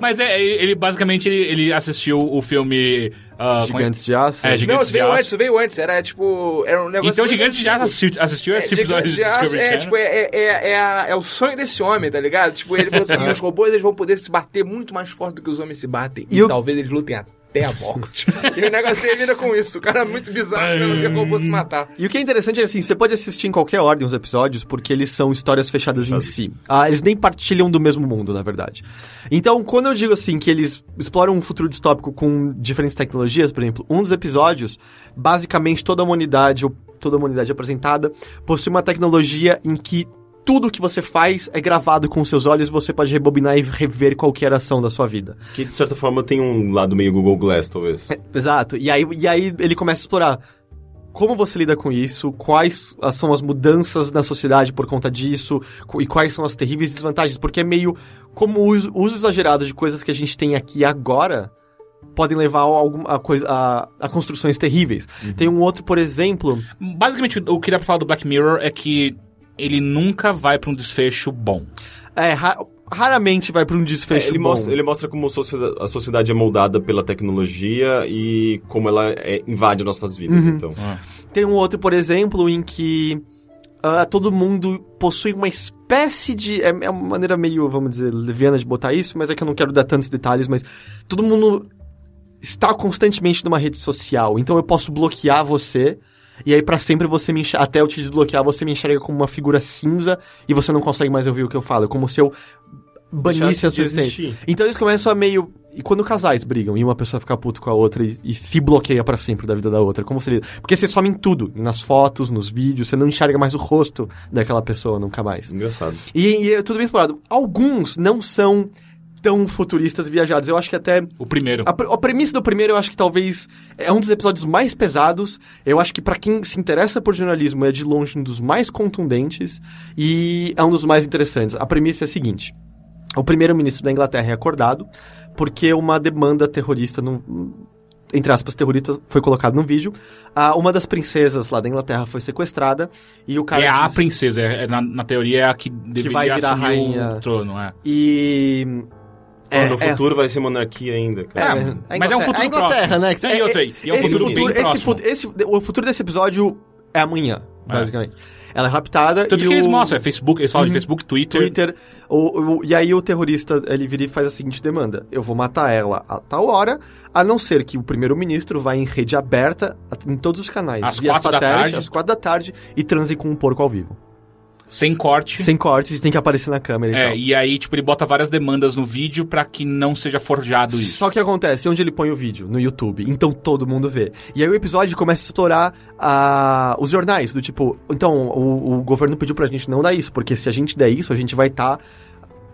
Mas é, ele- ele basicamente ele, ele assistiu o filme. ah,
Gigantes de Aço?
É,
Não,
Gigantes
isso
de
veio
Aço.
antes, isso veio antes, era tipo, era um negócio...
Então
muito
Gigantes de Aço
antigo.
assistiu,
É,
assistiu esse
Gigantes
episódio de
de Aço
Discovery
é,
Channel?
tipo, é, é, é, é a- é o sonho desse homem, tá ligado? Tipo, ele
Ah.
falou assim, "E os robôs eles vão poder se bater muito mais forte do que os homens se batem. E,
E eu-
talvez eles lutem até a morte. e o negócio termina com isso. O cara é muito bizarro, né? Não quer robô se matar.
E o que é interessante é assim, você pode assistir em qualquer ordem os episódios, porque eles são histórias fechadas em si. Ah, eles nem partilham do mesmo mundo, na verdade. Então, quando eu digo assim, que eles exploram um futuro distópico com diferentes tecnologias, por exemplo, um dos episódios, basicamente toda a humanidade, ou toda a humanidade apresentada, possui uma tecnologia em que tudo que você faz é gravado com seus olhos, você pode rebobinar e rever qualquer ação da sua vida.
Que de certa forma tem um lado meio Google Glass, talvez.
Exato. E aí, e aí ele começa a explorar como você lida com isso, quais as- são as mudanças na sociedade por conta disso co- e quais são as terríveis desvantagens, porque é meio como o uso, uso exagerado de coisas que a gente tem aqui agora podem levar a, algum- a coisa, a, a construções terríveis.
Uhum.
Tem um outro, por exemplo,
Basicamente, o que dá pra falar do Black Mirror é que ele nunca vai pra um desfecho bom.
é, ra- raramente vai para um desfecho
É, ele,
bom.
mostra, ele mostra como socie- a sociedade é moldada pela tecnologia e como ela é, invade nossas vidas, então.
Tem um outro, por exemplo, em que ah, todo mundo possui uma espécie de. É, é uma maneira meio, vamos dizer, leviana de botar isso, mas é que eu não quero dar tantos detalhes, mas todo mundo está constantemente numa rede social. Então eu posso bloquear você. E aí, pra sempre você me enxer- até eu te desbloquear, você me enxerga como uma figura cinza e você não consegue mais ouvir o que eu falo. É Como se eu banisse
Deixasse
a sua
de
existência.
existir.
Então eles começam a meio. E quando casais brigam e uma pessoa fica puto com a outra e, e se bloqueia pra sempre da vida da outra, como seria? Porque você some em tudo, nas fotos, nos vídeos, você não enxerga mais o rosto daquela pessoa nunca mais.
Engraçado.
E, e é tudo bem explorado. Alguns não são tão futuristas viajados. Eu acho que até
O primeiro.
a, pre- a premissa do primeiro, eu acho que talvez é um dos episódios mais pesados. Eu acho que pra quem se interessa por jornalismo é de longe um dos mais contundentes e é um dos mais interessantes. A premissa é a seguinte: o primeiro-ministro da Inglaterra é acordado porque uma demanda terrorista num- entre aspas, terrorista, foi colocado no vídeo. Ah, uma das princesas lá da Inglaterra foi sequestrada e o cara.
é a
diz-
princesa, é- é na, na teoria é a que deveria
vai virar
assumir
rainha.
o trono, é.
E. é,
Ah, no futuro vai ser monarquia ainda, cara.
É,
a
mas é um
Inglaterra-
futuro
a Inglaterra,
próximo.
né? Que-
É, e outra aí, e é um
esse
futuro bem
esse
próximo.
fut- esse- o futuro desse episódio é amanhã,
É.
basicamente. Ela é raptada
Tanto
e
que eles
o Uhum.
mostram, é Facebook, eles falam de Facebook, Twitter.
Twitter... o- o- e aí o terrorista, ele vira e faz a seguinte demanda. Eu vou matar ela a tal hora, a não ser que o primeiro-ministro vá em rede aberta em todos os canais.
Às
via
quatro da
satélite,
tarde.
Às quatro da tarde e transe com um porco ao vivo.
Sem corte.
Sem cortes e tem que aparecer na câmera e
É,
tal.
e aí, tipo, ele bota várias demandas no vídeo pra que não seja forjado isso.
Só que acontece, onde ele põe o vídeo? No YouTube. Então todo mundo vê. E aí o episódio começa a explorar ah, os jornais, do tipo, então, o, o governo pediu pra gente não dar isso, porque se a gente der isso, a gente vai estar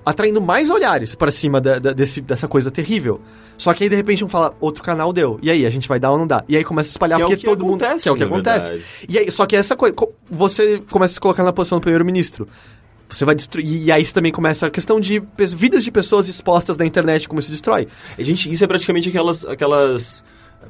atraindo mais olhares pra cima da- da- desse- dessa coisa terrível. Só que aí, de repente, um fala, outro canal deu. E aí, a gente vai dar ou não dá? E aí começa a espalhar
Que é o
porque
que
todo mundo.
acontece,
Que é o que
na
acontece.
verdade.
E aí, só que essa coisa. co- Você começa a se colocar na posição do primeiro-ministro. Você vai destruir. E aí você também começa a questão de pe- vidas de pessoas expostas na internet, como isso destrói.
A gente, isso é praticamente aquelas, aquelas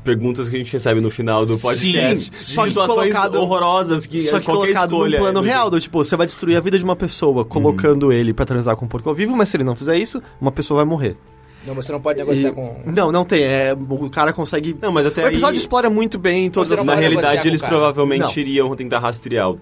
perguntas que a gente recebe no final do podcast.
Sim,
de
só que
situações
colocado-
horrorosas que é
Só que
qualquer
colocado
escolha.
num plano real, do, tipo, você vai destruir a vida de uma pessoa
Uhum.
colocando ele pra transar com um porco vivo, mas se ele não fizer isso, uma pessoa vai morrer.
Não, você não pode negociar
E-
com. um
Não, não tem. É, o cara consegue.
Não, mas até
o episódio
aí-
explora muito bem todas
Você
as
não
Na
pode negociar
realidade,
com
eles
o cara.
provavelmente
Não.
iriam tentar rastrear. o-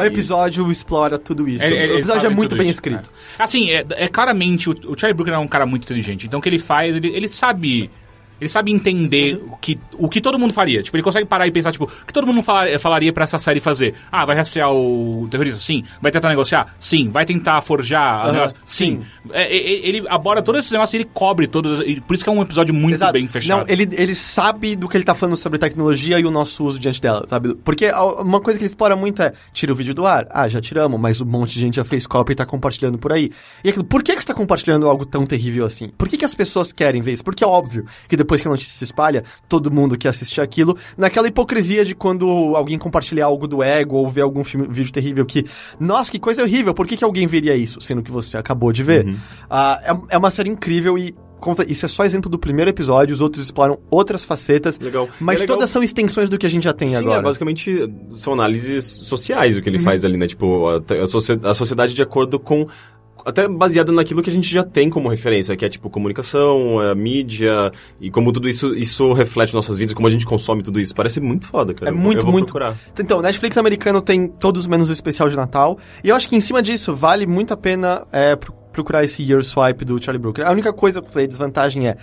O episódio explora tudo isso.
Ele-
o
ele- eles
episódio é
fazem
muito
tudo
bem
isso,
escrito.
é. Assim, é, é claramente, o, o Charlie Brooker é um cara muito inteligente. Então, o que ele faz, ele, ele sabe... Ele sabe entender o que, o que todo mundo faria. Tipo, ele consegue parar e pensar, tipo, o que todo mundo fala- falaria pra essa série fazer? Ah, vai rastrear o terrorista? Sim. Vai tentar negociar? Sim. Vai tentar forjar o negócio? Sim. É, é, é, ele aborda todos esses negócios e ele cobre todos. e Por isso que é um episódio muito
Exato.
bem fechado.
Não, ele, ele sabe do que ele tá falando sobre tecnologia e o nosso uso diante dela, sabe? Porque a- uma coisa que ele explora muito é, tira o vídeo do ar. Ah, já tiramos, mas um monte de gente já fez cópia e tá compartilhando por aí. E aquilo, por que que você tá compartilhando algo tão terrível assim? Por que que as pessoas querem ver isso? Porque é óbvio que depois que a notícia se espalha, todo mundo que assiste aquilo, naquela hipocrisia de quando alguém compartilha algo do ego ou vê algum filme- vídeo terrível que, nossa, que coisa horrível, por que que alguém veria isso? Sendo que você acabou de
Uhum.
ver. Ah, é- é uma série incrível e Conta- isso é só exemplo do primeiro episódio, os outros exploram outras facetas.
Legal.
Mas
É legal-
todas são extensões do que a gente já tem
Sim,
agora. né? Uhum.
é, basicamente são análises sociais o que ele faz ali, né? Tipo, a, a socie- a sociedade de acordo com. Até baseada naquilo que a gente já tem como referência, que é tipo comunicação, é, mídia, e como tudo isso, isso reflete nossas vidas, como a gente consome tudo isso. Parece muito foda,
É
cara. Eu vou-
muito,
eu vou
muito.
procurar.
Então, Netflix americano tem todos menos o especial de Natal. E eu acho que em cima disso, vale muito a pena é, pro- procurar esse Year Swipe do Charlie Brooker. A única coisa que eu falei, desvantagem é.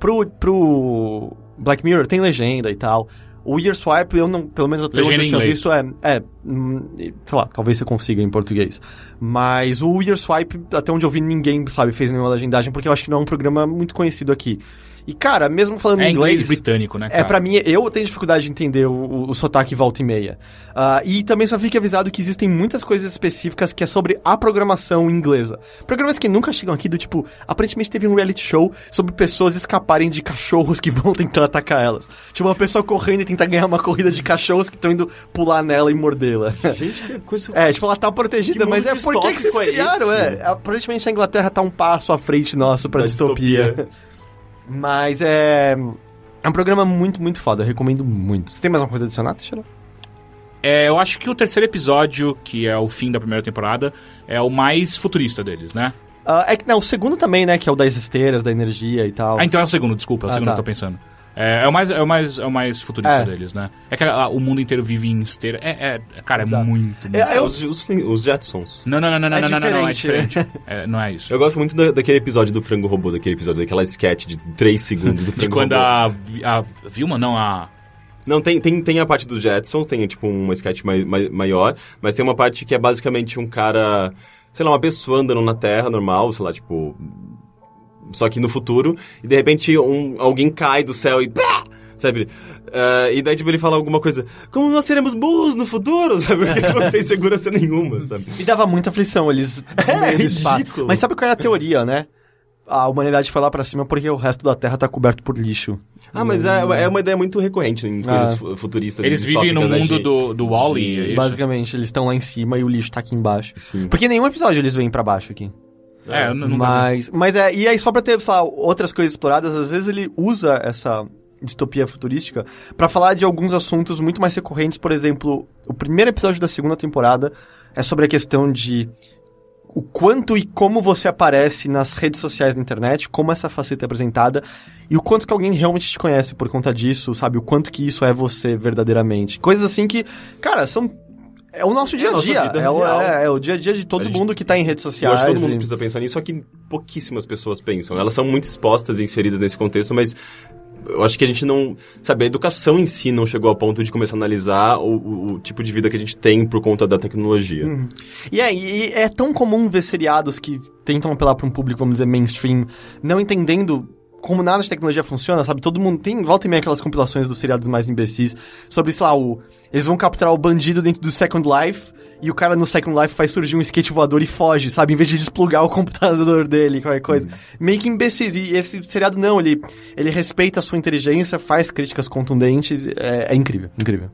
Pro, pro Black Mirror tem legenda e tal. O Year Swipe, eu não, pelo menos até
Legenda
onde eu
em
tinha
inglês.
visto, é, é. hum, Sei lá, talvez você consiga em português. Mas o Year Swipe, até onde eu vi, ninguém, sabe, fez nenhuma legendagem, porque eu acho que não é um programa muito conhecido aqui. E, cara, mesmo falando
é
em
inglês,
um inglês
britânico, né?
é,
cara?
pra mim, eu tenho dificuldade de entender o, o- o sotaque volta e meia. Ah, e também só fique avisado que existem muitas coisas específicas que é sobre a programação inglesa. Programas que nunca chegam aqui, do tipo, aparentemente teve um reality show sobre pessoas escaparem de cachorros que vão tentar atacar elas. Tipo, uma pessoa correndo e tentar ganhar uma corrida de cachorros que estão indo pular nela e mordê-la.
Gente, que coisa.
É, tipo, ela tá protegida,
Que
mas é
mundo
por que, que vocês
distópico é
criaram?
esse?
É, aparentemente a Inglaterra tá um passo à frente nosso pra
Da
distopia.
distopia.
mas é. É um programa muito, muito foda, eu recomendo muito. Você tem mais uma coisa adicionada, Teixeira?
É, eu acho que o terceiro episódio, que é o fim da primeira temporada, é o mais futurista deles, né?
Ah, é que não, o segundo também, né? Que é o das esteiras, da energia e tal.
Ah, então é o segundo, desculpa, é o
Ah,
segundo
tá.
que eu tô pensando. É, é o mais, é o mais, é o mais futurista
É.
deles, né? É que ah, o mundo inteiro vive em esteira. É, é cara, é
Exato.
muito, muito.
É, eu-
Os, os, os Jetsons.
Não, não, não, não, não,
É
não, não, não, não, é
diferente. né?
diferente. É, não é isso.
Eu gosto muito da- daquele episódio do Frango Robô, daquele episódio, daquela sketch de 3 segundos do Frango
De
um
quando
Robô.
a, Vi- a Vilma, não, a...
Não, tem, tem, tem a parte dos Jetsons, tem tipo uma sketch mai- mai- maior, mas tem uma parte que é basicamente um cara, sei lá, uma pessoa andando na Terra normal, sei lá, tipo. Só que no futuro, e de repente um, alguém cai do céu e. pá! Sabe? Ah, e daí, tipo, ele fala alguma coisa, como nós seremos burros no futuro, sabe? Porque, tipo, não tem segurança nenhuma, sabe?
E dava muita aflição, eles. no meio do espaço.
ridículo.
É, Mas sabe qual é a teoria, né? A humanidade foi lá pra cima porque o resto da Terra tá coberto por lixo.
Ah, mas é, é uma ideia muito recorrente em coisas fu- futuristas.
Eles
e
vivem no
distópicas, né,
mundo
de-
do, do Wally.
de-
é isso?
Basicamente, eles estão lá em cima e o lixo tá aqui embaixo.
Sim.
Porque em nenhum episódio eles vêm pra baixo aqui.
É, eu nu- nunca vi.
Mas, mas é, e aí só pra ter, sei lá, outras coisas exploradas, às vezes ele usa essa distopia futurística pra falar de alguns assuntos muito mais recorrentes, por exemplo, o primeiro episódio da segunda temporada é sobre a questão de o quanto e como você aparece nas redes sociais da internet, como essa faceta é apresentada e o quanto que alguém realmente te conhece por conta disso, sabe? O quanto que isso é você verdadeiramente. Coisas assim que, cara, são é o nosso dia a
nossa
dia,
vida
é, o-
real.
é- é o dia a dia de todo
A gente-
mundo que tá em redes
Eu
sociais.
acho que todo mundo
e-
precisa pensar nisso, só que pouquíssimas pessoas pensam. Elas são muito expostas e inseridas nesse contexto, mas eu acho que a gente não. Sabe, a educação em si não chegou ao ponto de começar a analisar o, o- o tipo de vida que a gente tem por conta da tecnologia.
E é, e é tão comum ver seriados que tentam apelar para um público, vamos dizer, mainstream, não entendendo como nada de tecnologia funciona, sabe? Todo mundo tem, volta e meia aquelas compilações dos seriados mais imbecis sobre, sei lá, o, eles vão capturar o bandido dentro do Second Life e o cara no Second Life faz surgir um skate voador e foge, sabe? Em vez de desplugar o computador dele, qualquer coisa. Meio que imbecis. E esse seriado não, ele, ele respeita a sua inteligência, faz críticas contundentes. É, é incrível, incrível.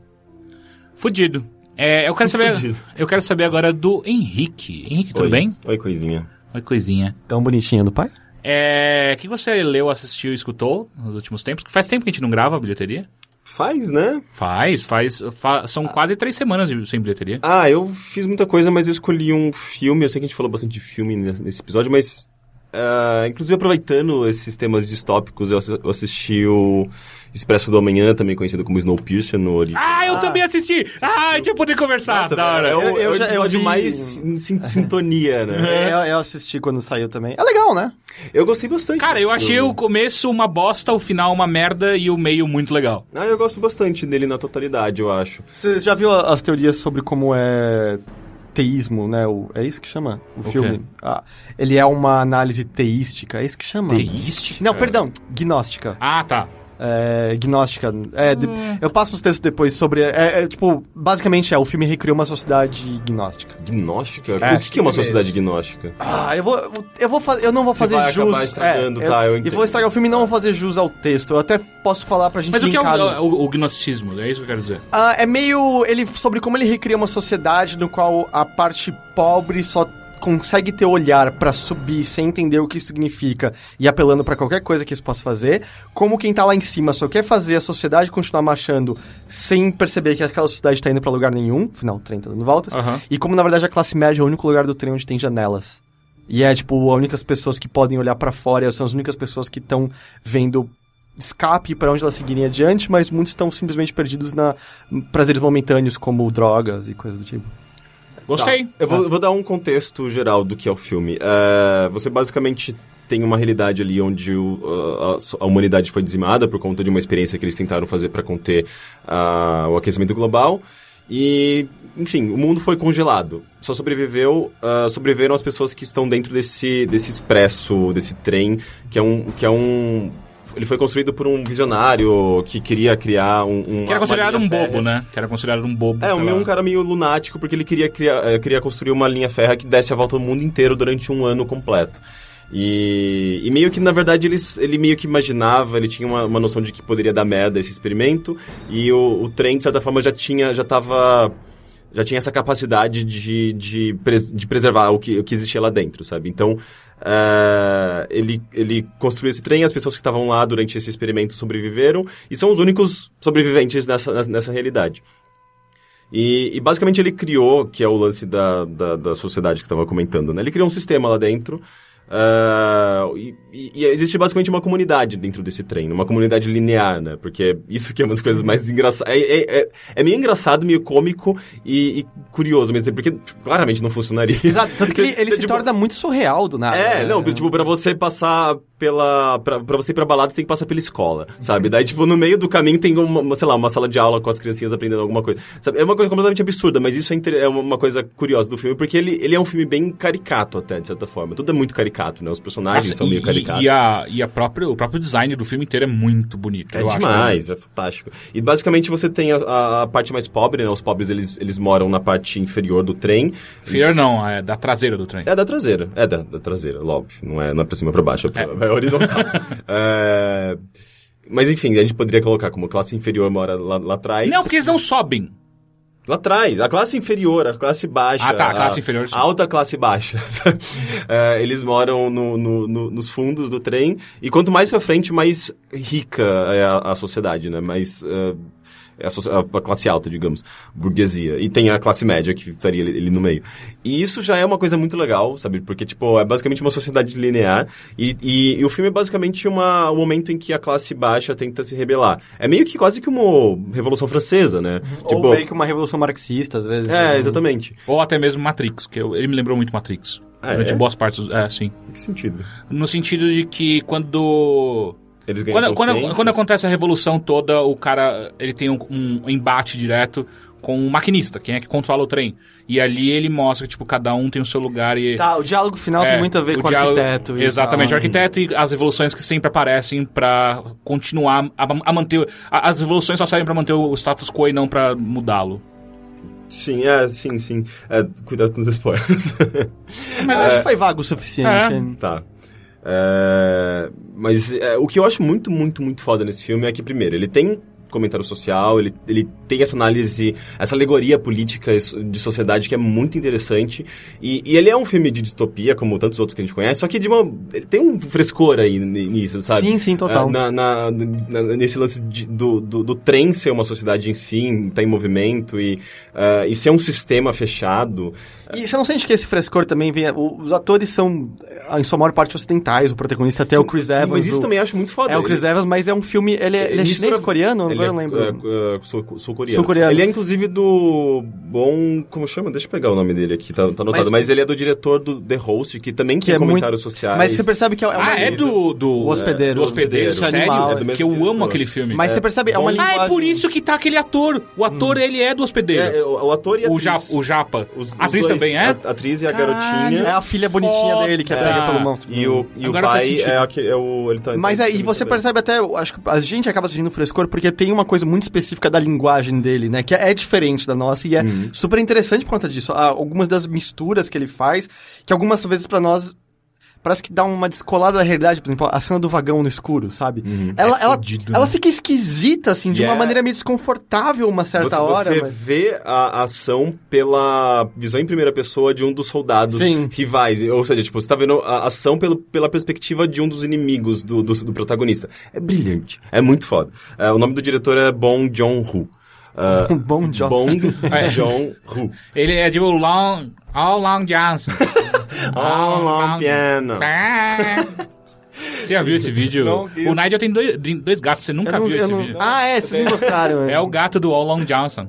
Fudido. É, eu quero saber.
Fudido.
Eu quero saber agora do Henrique. Henrique, tudo
Oi.
bem?
Oi, coisinha.
Oi, coisinha.
Tão bonitinha do pai?
É. O que você leu, assistiu e escutou nos últimos tempos? Que Faz tempo que a gente não grava a bilheteria?
Faz, né?
Faz, faz. fa- são quase três semanas de- sem bilheteria.
Ah, eu fiz muita coisa, mas eu escolhi um filme. Eu sei que a gente falou bastante de filme nesse nesse episódio, mas. ah, inclusive, aproveitando esses temas distópicos, eu assi- eu assisti o Expresso do Amanhã, também conhecido como Snowpiercer, no Oriente.
Ah, eu também assisti! Ah, a gente vai poder conversar. da hora.
É o,
Eu-
é
eu
o
já- eu
episódio
vi-
mais em sin- sintonia, né?
É, Eu, eu assisti quando saiu também. É legal, né?
Eu gostei bastante.
Cara,
desse
eu achei
filme.
o começo uma bosta, o final uma merda e o meio muito legal.
Ah, eu gosto bastante dele na totalidade, eu acho.
Você já viu a- as teorias sobre como é teísmo, né? O- é isso que chama o
quê?
filme? Ah, ele é uma análise teística, é isso que chama?
Teística?
Não, perdão, gnóstica.
Ah, tá.
É, gnóstica. É, de- Eu passo os textos depois sobre. É, é, tipo, basicamente é, o filme recriou uma sociedade gnóstica.
Gnóstica?
É,
o que que é uma
sim mesmo.
sociedade gnóstica?
Ah, eu vou. Eu, vou faz- eu não vou fazer
vai acabar
jus.
estragando,
é,
tá, eu
e
entendo.
vou estragar o filme e não vou fazer jus ao texto. Eu até posso falar pra gente
Mas o que é
linkar no-
o, o, o gnosticismo? É isso que eu quero dizer.
Ah, é meio ele sobre como ele recria uma sociedade no qual a parte pobre só consegue ter olhar pra subir sem entender o que isso significa e apelando pra qualquer coisa que isso possa fazer, como quem tá lá em cima só quer fazer a sociedade continuar marchando sem perceber que aquela sociedade tá indo pra lugar nenhum, final 30 dando voltas,
Aham.
e como na verdade a classe média é o único lugar do trem onde tem janelas. E é tipo as únicas pessoas que podem olhar pra fora, são as únicas pessoas que estão vendo escape pra onde elas seguirem adiante, mas muitos estão simplesmente perdidos na em prazeres momentâneos como drogas e coisas do tipo.
Gostei.
Tá. Eu vou, eu vou dar um contexto geral do que é o filme. É, você basicamente tem uma realidade ali onde o- a- a, so- a humanidade foi dizimada por conta de uma experiência que eles tentaram fazer para conter ah, o aquecimento global. E, enfim, o mundo foi congelado. Só sobreviveu, ah, sobreviveram as pessoas que estão dentro desse, desse expresso, desse trem, que é um. Que é um ele foi construído por um visionário que queria criar um. um
Que era considerado um bobo,
né?
né? Que era considerado um bobo.
É,
sei
um,
lá.
um cara meio lunático, porque ele queria, criar, eh, queria construir uma linha ferra que desse a volta ao mundo inteiro durante um ano completo. E, e meio que, na verdade, eles, ele meio que imaginava, ele tinha uma, uma noção de que poderia dar merda esse experimento, e o, o trem, de certa forma, já tinha, já tava... Já tinha essa capacidade de, de, pres- de preservar o que, o que existia lá dentro, sabe? Então, eh, ele, ele construiu esse trem, as pessoas que estavam lá durante esse experimento sobreviveram, e são os únicos sobreviventes nessa, nessa- nessa realidade. E, e basicamente ele criou, que é o lance da, da, da sociedade que estava comentando, né? Ele criou um sistema lá dentro. ah, e, e- e existe basicamente uma comunidade dentro desse trem, uma comunidade linear, né? Porque isso que é uma das coisas mais engraçadas. É, é, é- é meio engraçado, meio cômico e, e curioso mesmo, porque tipo, claramente não funcionaria.
Exato, Ah, tanto que ele, ele
Você,
se
tipo,
torna muito surreal do nada.
Ah,
é,
né?
não, tipo, pra você passar pela. Pra, pra você ir pra balada, você tem que passar pela escola, sabe? Daí, tipo, no meio do caminho tem uma, uma, sei lá, uma sala de aula com as criancinhas aprendendo alguma coisa. Sabe? É uma coisa completamente absurda, mas isso é, inter- é uma- uma coisa curiosa do filme, porque ele, ele é um filme bem caricato, até, de certa forma. Tudo é muito caricato, né? Os personagens
Nossa,
são
e-
meio caricatos.
E, a, e a própria, o próprio design do filme inteiro é muito bonito.
É
eu acho, né?
demais, é fantástico. E basicamente você tem a, a- a parte mais pobre, né? Os pobres eles, eles moram na parte inferior do trem.
Inferior
Eles-
não, é da traseira do trem.
É da traseira. É da, da traseira, óbvio. Não é, não é pra cima, é pra baixo. É, pra, é horizontal. É, Mas enfim, a gente poderia colocar como classe inferior mora lá, lá atrás.
Não, porque eles não sobem.
Lá atrás. A classe inferior, a classe baixa.
Ah, tá, a classe inferior, sim.
A alta classe baixa. sabe? É, eles moram no- no- no- nos fundos do trem. E quanto mais pra frente, mais rica é a, a sociedade, né? Mais... é, é a, so- a- a classe alta, digamos, burguesia. E tem a classe média, que estaria ele, ele no meio. E isso já é uma coisa muito legal, sabe? Porque, tipo, é basicamente uma sociedade linear. E, e- e o filme é basicamente uma, um momento em que a classe baixa tenta se rebelar. É meio que quase que uma Revolução Francesa, né?
Uhum. Ou meio que uma revolução marxista, às vezes.
é,
né?
exatamente.
Ou até mesmo Matrix, que eu- ele me lembrou muito Matrix.
Ah,
Durante
é?
boas partes. do- É, sim.
Em que sentido?
No sentido de que quando.
Eles ganham
Quando, quando,
consciência?
quando acontece a revolução toda, o cara ele tem um, um embate direto com o maquinista, quem é que controla o trem. E ali ele mostra que, tipo, cada um tem o seu lugar e.
Tá, o diálogo final
É,
tem muito a ver
o
com o
diálogo-
arquiteto. e
Exatamente,
tal.
o
né?
arquiteto e as evoluções que sempre aparecem pra continuar a, a manter. o- a- as evoluções só servem pra manter o status quo e não pra mudá-lo.
Sim, é, sim, sim. É, cuidado com os spoilers.
Mas eu acho
É.
que foi vago o suficiente. assim.
É.
Tá. É, mas é, o que eu acho muito, muito, muito foda nesse filme é que, primeiro, ele tem comentário social, ele, ele tem essa análise, essa alegoria política e so- de sociedade que é muito interessante. E, e ele é um filme de distopia, como tantos outros que a gente conhece, só que de uma. ele tem um frescor aí n- nisso, sabe?
Sim, sim, total.
É, na- na- na- nesse lance de- do, do, do trem ser uma sociedade em si, tá em movimento e, ah, e ser um sistema fechado.
E você não sente que esse frescor também vem. o- Os atores são, eh, em sua maior parte, ocidentais. O protagonista até é o Chris Evans.
Mas isso
o-
também acho muito foda.
É o Chris Evans, mas é um filme. Ele é, ele é
mistura-
chinês, coreano? Agora
Ele
eu não lembro.
é, é, sul- sul-coreano.
Sul-coreano.
Ele é, inclusive, do bom... Como chama? Deixa eu pegar o nome dele aqui, tá, tá anotado.
Mas-
Mas, ele é do diretor do The Host, que também tem
é muito-
comentários sociais.
Mas você percebe que é uma.
Ah, é do... do
O Hospedeiro.
Do hospedeiro,
Hospedeiro.
sério?
Animal, é do
que
mesmo
eu
diretor.
amo aquele filme.
Mas você percebe, é uma linguagem. Hum.
Ah, é por isso que tá aquele ator. O ator, ele é do hospedeiro.
É, é, o o ator e a
o,
atriz.
ja, o Japa.
Os- os
a atriz
dois,
também é?
A atriz e a
Caralho.
É
garotinha.
a filha bonitinha
Foda.
dele que é pega pelo monstro.
E o, e o
Agora faz
pai
sentido.
é, aquele, é o... Ele tá,
Mas
tá
aí
nesse
você
filme também.
percebe até, eu acho que a gente acaba sentindo frescor porque tem uma coisa muito específica da linguagem dele, né? Que é diferente da nossa e é
Uhum.
super interessante por conta disso. Há algumas das misturas que ele faz, que algumas vezes pra nós parece que dá uma descolada da realidade, por exemplo, a cena do né? vagão no escuro, sabe?
Uhum.
Ela, ela,
fudido,
ela fica esquisita, assim, de
E
uma
é-
maneira meio desconfortável uma certa
você,
hora.
Você
mas-
vê a ação pela visão em primeira pessoa de um dos soldados
Sim.
rivais. Ou seja, tipo, você tá vendo a ação pelo, pela perspectiva de um dos inimigos do, do, do protagonista. É brilhante. É muito foda. É, o nome do diretor é Bong Joon-ho. É,
Um bom job.
Bong
É.
Joon-ho.
Ele é tipo Long... All Long Johnson.
All on piano.
Você já viu esse vídeo?
Não, isso.
o Nigel tem dois, dois gatos, você
Eu
nunca
não-
viu
eu
esse
não-
vídeo.
Ah, é, vocês não gostaram. né?
É o gato do All Long Johnson.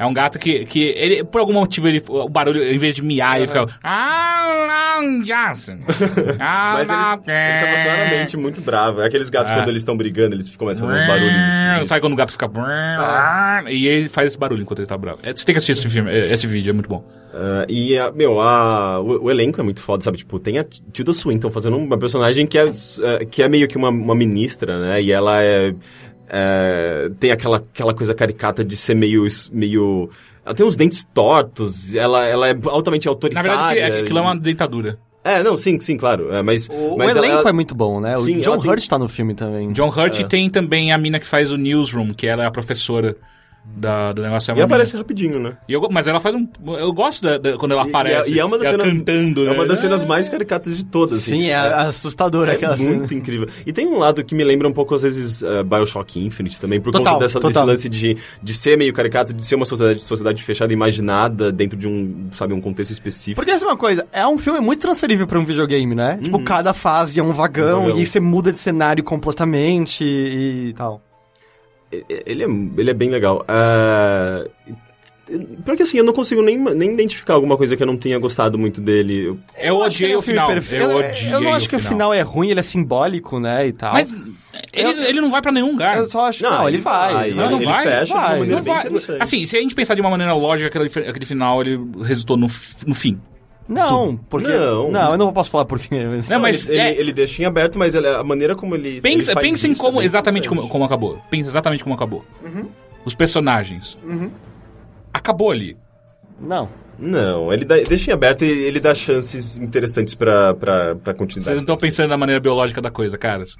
É um gato que, que ele, por algum motivo, ele, o barulho, em vez de miar, ele fica. All Long Johnson. All
Mas ele,
Long
ele tava claramente muito bravo. É Aqueles gatos,
Ah.
quando eles estão brigando, eles ficam mais fazendo barulhos esquisitos. Ah.
Sabe quando o gato fica. E ele faz esse barulho enquanto ele tá bravo. É, Você tem que assistir esse, filme, é, esse vídeo, é muito bom.
Ah, e, a- meu, a, o, o elenco é muito foda, sabe? Tipo, tem a Tilda Swinton fazendo uma personagem que é, s- eh, que é meio que uma, uma ministra, né? E ela é, é, tem aquela, aquela coisa caricata de ser meio... es- meio ela tem uns dentes tortos, ela, ela é altamente
Na
autoritária.
verdade, aquilo- aquilo é uma ditadura.
É, não, sim, sim, claro. é, mas,
O, o
mas ela-
elenco
ela-
é muito bom, né? O
Sim,
John
ela tem-
Hurt tá no filme também.
John
É.
Hurt tem também a mina que faz o Newsroom, que ela é a professora da- do negócio. É uma
E
mina.
aparece rapidinho, né?
E eu go- mas ela faz um. Eu gosto da- da- quando ela
E-
aparece.
E, é- e é uma das cenas...
cantando,
é
né?
uma das cenas mais caricatas de todas, assim.
Sim, é, assustadora
É
aquela
assim.
cena.
muito incrível. E tem um lado que me lembra um pouco, às vezes, eh, Bioshock Infinite também, por
Total,
conta dessa, desse
total.
lance de, de ser meio caricato, de ser uma sociedade, sociedade fechada, imaginada, dentro de um, sabe, um contexto específico.
Porque essa é uma coisa, é um filme muito transferível pra um videogame, né? Tipo, cada fase é um vagão,
Uhum. Um vagão.
e você muda de cenário completamente e tal.
E- e- Ele é, ele é bem legal. Ah, e- Pior que assim, eu não consigo nem, nem identificar alguma coisa que eu não tenha gostado muito dele. Eu-
Eu
acho que ele
odiei
é um
o
filme
final.
perfeito.
Eu
Eu,
odiei
eu não acho que o final é ruim, ele é simbólico, né, e tal.
Mas ele, ele não vai pra nenhum lugar.
eu só acho... Não, ele vai.
Não,
Não,
não
Ah, ele
vai,
fecha de
vai,
uma maneira
Não
bem
vai-
interessante.
assim, se a gente pensar de uma maneira lógica, aquele, aquele final ele resultou no, f- no fim.
porque... Não.
Não.
eu não posso falar porque... Mas...
Não, mas
ele,
é-
ele- ele deixa em aberto, mas ele- é a maneira como ele.
pensa,
ele faz
pensa em
isso é
como
bem
exatamente como,
interessante.
como acabou. Pensa exatamente como acabou.
Uhum.
Os personagens. Acabou ali.
Não.
Não, ele dá- deixa em aberto e ele dá chances interessantes pra, pra, pra
Vocês não
continuidade.
estão pensando na maneira biológica da coisa, caras.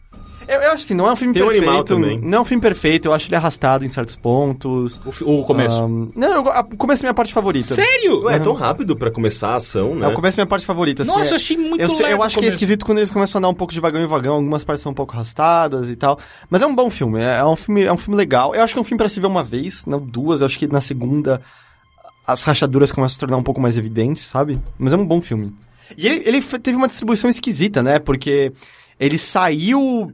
Eu, eu acho assim, não é um filme
Tem um
perfeito.
animal também.
Não é um filme perfeito, eu acho ele arrastado em certos pontos.
O, fi- o começo.
Ahn, não, eu, go- a- o começo é minha parte favorita.
Sério?
Ué, é tão rápido pra começar a ação, né?
É, o começo é minha parte favorita. assim,
Nossa,
é-
eu achei muito
Eu, sei-
leve
eu
o
acho que é
começo.
esquisito quando eles começam a andar um pouco de vagão em vagão, algumas partes são um pouco arrastadas e tal. Mas é um bom filme, é, é um filme, é um filme legal. Eu acho que é um filme pra se ver uma vez, não duas. Eu acho que na segunda as rachaduras começam a se tornar um pouco mais evidentes, sabe? Mas é um bom filme. E ele, ele fe- teve uma distribuição esquisita, né? Porque ele saiu.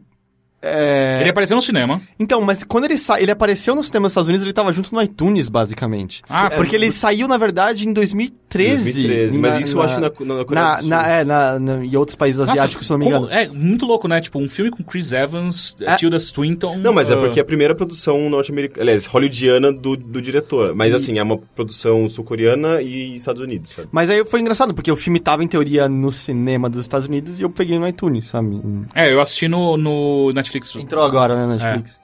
é,
Ele apareceu no cinema.
Então, mas quando ele sa... ele apareceu no cinema dos Estados Unidos, ele tava junto no iTunes, basicamente. É,
Ah,
Porque ele saiu, na verdade, em 2013.
2013, mas
na-
isso eu acho na, na, na Coreia
na,
do
na,
Sul.
é, na, na- em outros países
Nossa,
asiáticos, se não me
como-
engano.
É muito louco, né? Tipo, um filme com Chris Evans,
É.
Tilda Swinton.
Não, mas é
ah,
porque é a primeira produção norte-americana, aliás, hollywoodiana do, do diretor. Mas assim, é uma produção sul-coreana e Estados Unidos, sabe?
Mas aí foi engraçado, porque o filme tava, em teoria, no cinema dos Estados Unidos e eu peguei no iTunes, sabe?
Então.
É, eu assisti no, no Netflix.
Entrou agora, né, na Netflix.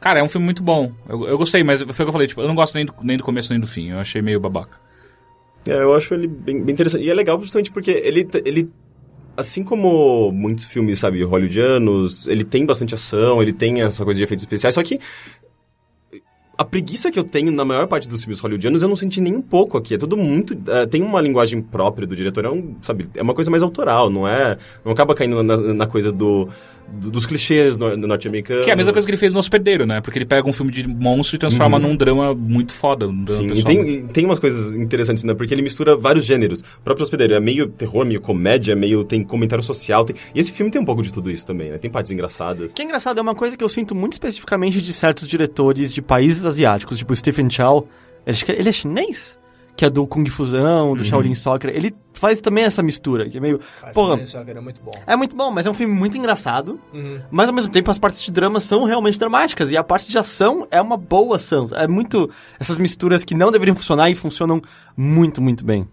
Cara, é um filme muito bom. Eu, eu gostei, mas foi o que eu falei, tipo, eu não gosto nem do, nem do começo nem do fim. Eu achei meio babaca.
É, eu acho ele bem, bem interessante. E é legal justamente porque ele, t- ele, assim como muitos filmes, sabe, hollywoodianos, ele tem bastante ação, ele tem essa coisa de efeitos especiais, só que a preguiça que eu tenho na maior parte dos filmes hollywoodianos eu não senti nem um pouco aqui. É tudo muito... eh, tem uma linguagem própria do diretor, é um, sabe, é uma coisa mais autoral, não é... Não acaba caindo na, na coisa do, do- dos clichês no, do norte-americano.
Que é a mesma coisa que ele fez no Hospedeiro, né? Porque ele pega um filme de monstro e transforma num drama muito foda. Um drama
Uhum. Sim, e
pessoal.
tem, e tem umas coisas interessantes, né? Porque ele mistura vários gêneros. O próprio Hospedeiro é meio terror, meio comédia, meio tem comentário social. tem- E esse filme tem um pouco de tudo isso também, né? Tem partes engraçadas.
O que é engraçado, é uma coisa que eu sinto muito especificamente de certos diretores de países asiáticos, tipo Stephen Chow, acho que ele é chinês? Que é do Kung Fusão,
Uhum.
do Shaolin Soccer. Ele faz também essa mistura, que é meio... porra,
Só que era um muito bom.
é muito bom, mas é um filme muito engraçado.
Uhum.
Mas ao mesmo tempo as partes de drama são realmente dramáticas e a parte de ação é uma boa ação. É muito essas misturas que não deveriam funcionar e funcionam muito, muito bem.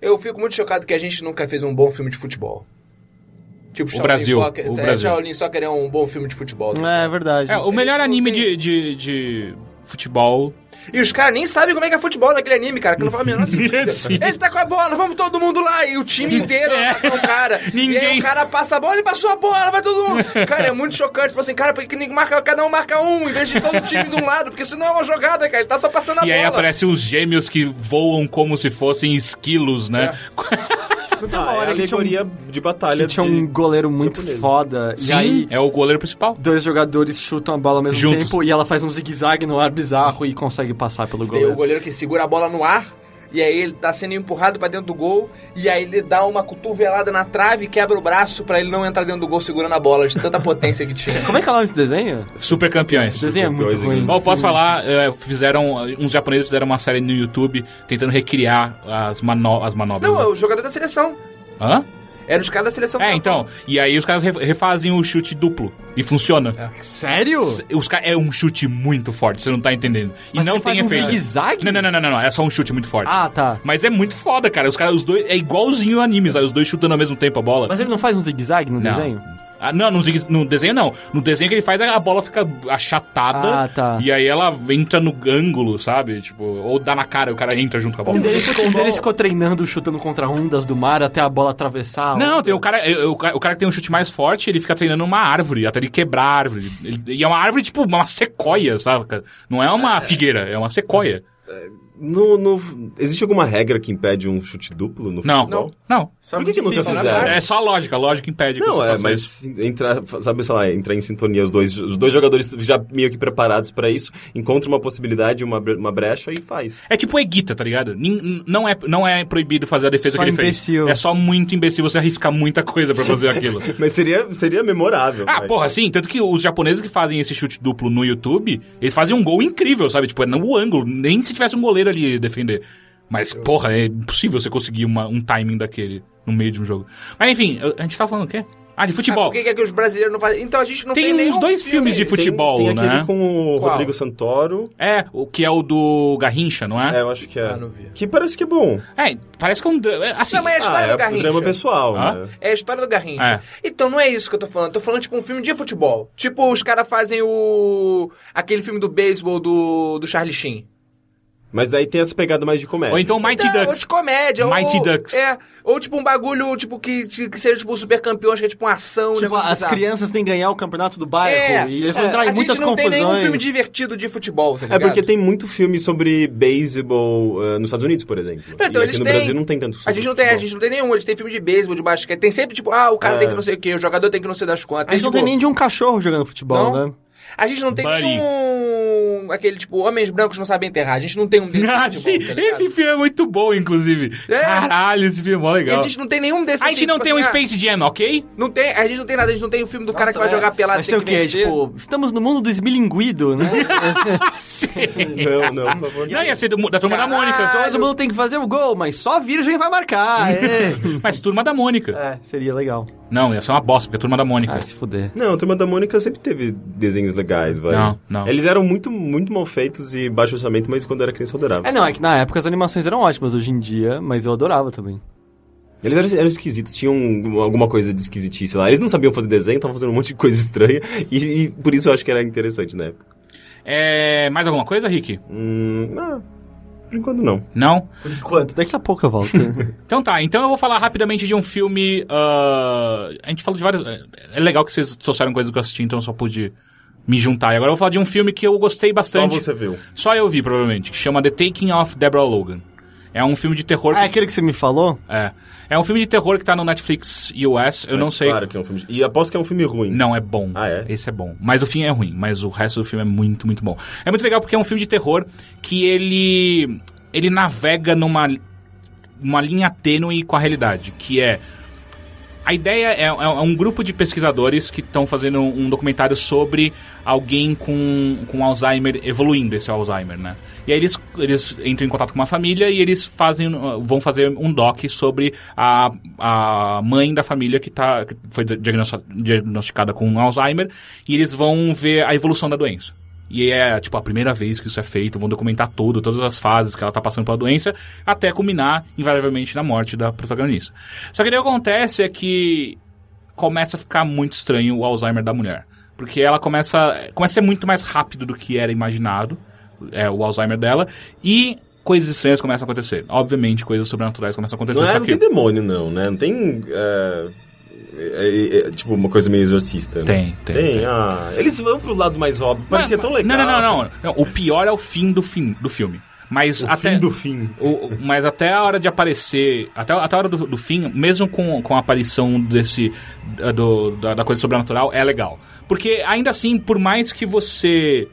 Eu fico muito chocado que a gente nunca fez um bom filme de futebol. Tipo, Shaolin
Brasil,
Soccer,
o
é,
Brasil.
Shaolin Soccer é um bom filme de futebol. tá?
É verdade.
É, o melhor
não
anime
tem-
de, de, de futebol.
E os caras nem sabem como é que é futebol naquele anime, cara, que não faz o menor sentido.
Sim. É.
Ele tá com a bola, vamos todo mundo lá, e o time inteiro ataca o cara. E aí
Ninguém.
o cara passa a bola e passou a bola, vai todo mundo. Cara, é muito chocante. Falou assim, cara, por que que ninguém marca, cada um marca um, em vez de todo o time de um lado, porque isso não é uma jogada, cara, ele tá só passando a
E
bola.
aí aparecem os gêmeos que voam como se fossem esquilos,
É.
né?
Não tem
Ah,
uma
é a
hora que tinha um,
alegoria de batalha.
que tinha
de-
um goleiro muito
japonês.
foda
Sim,
e aí
é o goleiro principal.
dois jogadores chutam a bola ao mesmo
Juntos.
tempo e ela faz um zigue-zague no ar bizarro e consegue passar pelo
Tem o
né?
goleiro.
goleiro que segura a bola no ar. E aí ele tá sendo empurrado pra dentro do gol. E aí ele dá uma cotovelada na trave e quebra o braço pra ele não entrar dentro do gol segurando a bola, de tanta potência que tinha.
Como é que é o nome desse desenho?
Super campeões.
Esse desenho é muito
Coisa,
ruim.
Bom, posso falar, é, fizeram, uns japoneses fizeram uma série no YouTube tentando recriar as, mano as manobras.
Não, é o jogador da seleção.
Hã?
Era os caras da seleção.
tá
É, então. E aí os caras re- refazem o chute duplo. E funciona.
É. Sério?
Os cara, é um chute muito forte, você não tá entendendo. E
Mas
não
ele faz
tem
um
efeito.
zigue-zague?
Não, não, não, não, não, é só um chute muito forte.
Ah, tá.
Mas é muito foda, cara. Os caras, os dois, é igualzinho o anime, sabe? Os dois chutando ao mesmo tempo a bola.
Mas ele não faz um zigue-zague no
Não.
desenho?
Ah, não, no, zigue- no desenho não. No desenho que ele faz, a bola fica achatada.
Ah, tá.
E aí ela entra no ângulo, sabe? Tipo, ou dá na cara e o cara entra junto com a bola.
Um deles, ficou, um deles ficou treinando, chutando contra ondas do mar até a bola atravessar.
Não, tem o cara, é, é, o cara, o cara que tem um chute mais forte, ele fica treinando uma árvore, até ele quebrar a árvore. Ele- e é uma árvore, tipo, uma sequoia, sabe? cara? Não é uma figueira, é uma sequoia.
No, no... Existe alguma regra que impede um chute duplo no
Não,
futebol?
não. não.
Por que, que nunca
difícil,
né?
fizeram?
É só a lógica, a lógica impede que
Não,
você
é,
faça
mas
isso.
entrar, sabe, sei lá, entrar em sintonia, os dois, os dois jogadores já meio que preparados pra isso, encontra uma possibilidade, uma, bre- uma brecha e faz.
É tipo Eguita, tá ligado? Nin- Não é, não é proibido fazer a defesa
Só
que ele
imbecil.
fez. É só muito imbecil você arriscar muita coisa pra fazer aquilo.
Mas seria, seria memorável.
Ah,
mas-
porra, sim. Tanto que os japoneses que fazem esse chute duplo no YouTube, eles fazem um gol incrível, sabe? Tipo, é não o ângulo. Nem se tivesse um goleiro ali defender. Mas, porra, é impossível você conseguir uma- um timing daquele no meio de um jogo. Mas, enfim, eu- a gente tá falando o quê? Ah, de
Ah,
futebol.
Por que, que é que os brasileiros não fazem? Então a gente não tem,
tem uns
nenhum
dois
filme.
filmes de
Tem-
futebol,
tem, aquele
né?
com o
Qual?
Rodrigo Santoro.
É, o que é o do Garrincha, não
É,
é?
eu acho que é.
Ah, não vi.
Que parece que é bom.
É, parece que é um... dra- é, Assim,
Não, mas é
Ah,
a história
é
do Garrincha.
drama pessoal,
Ah?
né?
É a história do Garrincha.
É.
Então não é isso que eu tô falando. Eu Tô falando tipo um filme de futebol. Tipo, os caras fazem o. aquele filme do beisebol do, do Charlie Sheen.
Mas daí tem essa pegada mais de comédia.
Ou então Mighty
Não, ou
Ducks.
de comédia.
Mighty
ou,
Ducks.
É, ou tipo um bagulho tipo que, que seja tipo super campeões, que é tipo uma ação. um
Tipo,
negócio
as
bizarro.
crianças têm que ganhar o campeonato do bairro
É,
e eles vão entrar
a
em muitas
gente não
confusões.
tem nenhum filme divertido de futebol,
É
tá ligado?
porque tem muito filme sobre beisebol eh, nos Estados Unidos, por exemplo.
Então,
e
eles
aqui no
têm.
Brasil não tem tanto
A gente não tem, a
futebol.
gente não tem nenhum, eles têm filme de beisebol, de basquete, tem sempre tipo, ah, o cara
É.
tem que não sei o que, o jogador tem que não sei das quantas.
A gente não
tipo,
tem nem de um cachorro jogando futebol,
Não?
né?
A gente não tem
Buddy.
nenhum. Aquele tipo, homens brancos não sabem enterrar. A gente não tem um desses.
Ah,
de
sim.
futebol, tá ligado?
Esse filme é muito bom, inclusive.
É.
Caralho, esse filme é mó
E
legal.
a gente não tem nenhum desses.
A gente
assim,
não
tipo
tem um
assim, ah,
Space Jam, ok?
Não tem, a gente não tem nada, a gente não tem o filme do cara que vai
Nossa, é.
jogar pelado e
Mas
tem
sei
que
o que, é,
vencer.
tipo, estamos no mundo do esmilinguido, né?
Não, não, por favor.
Não, assim- ia ser do- da Turma da
Caralho.
Mônica.
Todo mundo tem que fazer o gol, mas só virgem vai marcar. é.
Mas Turma da Mônica.
é, seria legal.
Não, ia ser uma bosta, porque é Turma da Mônica.
Ah, se fuder.
Não, a Turma da Mônica sempre teve desenhos legais, vai.
Não, não.
Eles eram muito, muito mal feitos e baixo orçamento, mas quando eu era criança eu adorava.
É, não, é que na época as animações eram ótimas, hoje em dia, mas eu adorava também.
Eles eram, eram esquisitos, tinham um, alguma coisa de esquisitice lá. Eles não sabiam fazer desenho, estavam fazendo um monte de coisa estranha. E, e por isso eu acho que era interessante né? na época.
É, mais alguma coisa, Rick?
Hum, ah, por enquanto não.
Não?
Por enquanto, daqui a pouco eu volto.
Então tá, então eu vou falar rapidamente de um filme. ah, a gente falou de vários. É legal que vocês trouxeram coisas que eu assisti, então eu só pude me juntar. E agora eu vou falar de um filme que eu gostei
Só
bastante.
você viu.
Só eu vi, provavelmente, que chama The Taking of Deborah Logan. É um filme de terror.
ah, aquele que você me falou?
É. É um filme de terror que tá no Netflix US. Eu não sei.
Claro que é um filme. de- E aposto que é um filme ruim.
Não, é bom.
Ah, é?
Esse é bom. Mas o fim é ruim, mas o resto do filme é muito, muito bom. É muito legal porque é um filme de terror que ele. ele navega numa uma linha tênue com a realidade, que é. A ideia é, é um grupo de pesquisadores que estão fazendo um documentário sobre alguém com, com Alzheimer, evoluindo esse Alzheimer, né? E aí eles, eles entram em contato com uma família e eles fazem, uh, vão fazer um doc sobre a, a mãe da família que, tá, que foi diagnos- diagnosticada com Alzheimer e eles vão ver a evolução da doença. E é, tipo, a primeira vez que isso é feito, vão documentar tudo, todas as fases que ela tá passando pela doença, até culminar, invariavelmente, na morte da protagonista. Só que daí o que acontece é que começa a ficar muito estranho o Alzheimer da mulher. Porque ela começa, começa a ser muito mais rápido do que era imaginado, é, o Alzheimer dela, e coisas estranhas começam a acontecer. Obviamente, coisas sobrenaturais começam a acontecer.
Não,
só
é, não
que-
tem demônio, não, né? Não tem. é, é, é, é, tipo, uma coisa meio exorcista. né?
Tem, tem,
Tem,
tem.
ah. Eles vão pro lado mais óbvio. Parecia
Mas-
tão legal.
Não, não, não, não, não. O pior é o fim do fim do filme. Mas
O
até
fim do fim.
O- o- mas até a hora de aparecer, até, até a hora do, do fim, mesmo com, com a aparição desse da- do- da, da coisa sobrenatural, é legal. Porque ainda assim, por mais que você.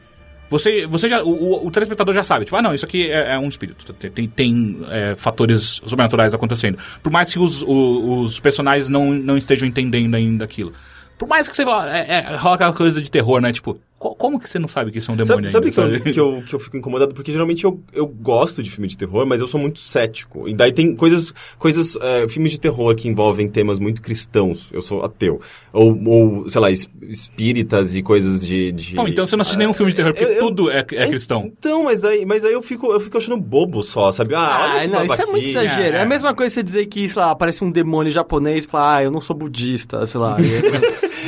Você, você já, o, o, o telespectador já sabe, tipo, ah não, isso aqui é, é um espírito, tem, tem, tem, é, fatores sobrenaturais acontecendo. Por mais que os, o- os personagens não, não estejam entendendo ainda aquilo. Por mais que você vá- é, é, rola aquela coisa de terror, né? Tipo, co- como que você não sabe que isso é um demônio
Sabe, sabe
ainda?
que, eu,
sabe?
que, eu, que eu fico incomodado? Porque geralmente eu, eu gosto de filme de terror, mas eu sou muito cético. E daí tem coisas, coisas eh, filmes de terror que envolvem temas muito cristãos. Eu sou ateu. Ou, ou sei lá, es- espíritas e coisas de. de-
Bom, então você não assiste nenhum filme de terror, porque
eu- eu-
tudo é, é cristão.
Então, mas aí, mas aí eu, fico, eu fico achando bobo só, sabe? Ah, olha que
não, isso é
babaquice.
muito exagero. É. a mesma coisa você dizer que, sei lá, aparece um demônio japonês e falar, ah, eu não sou budista, sei lá.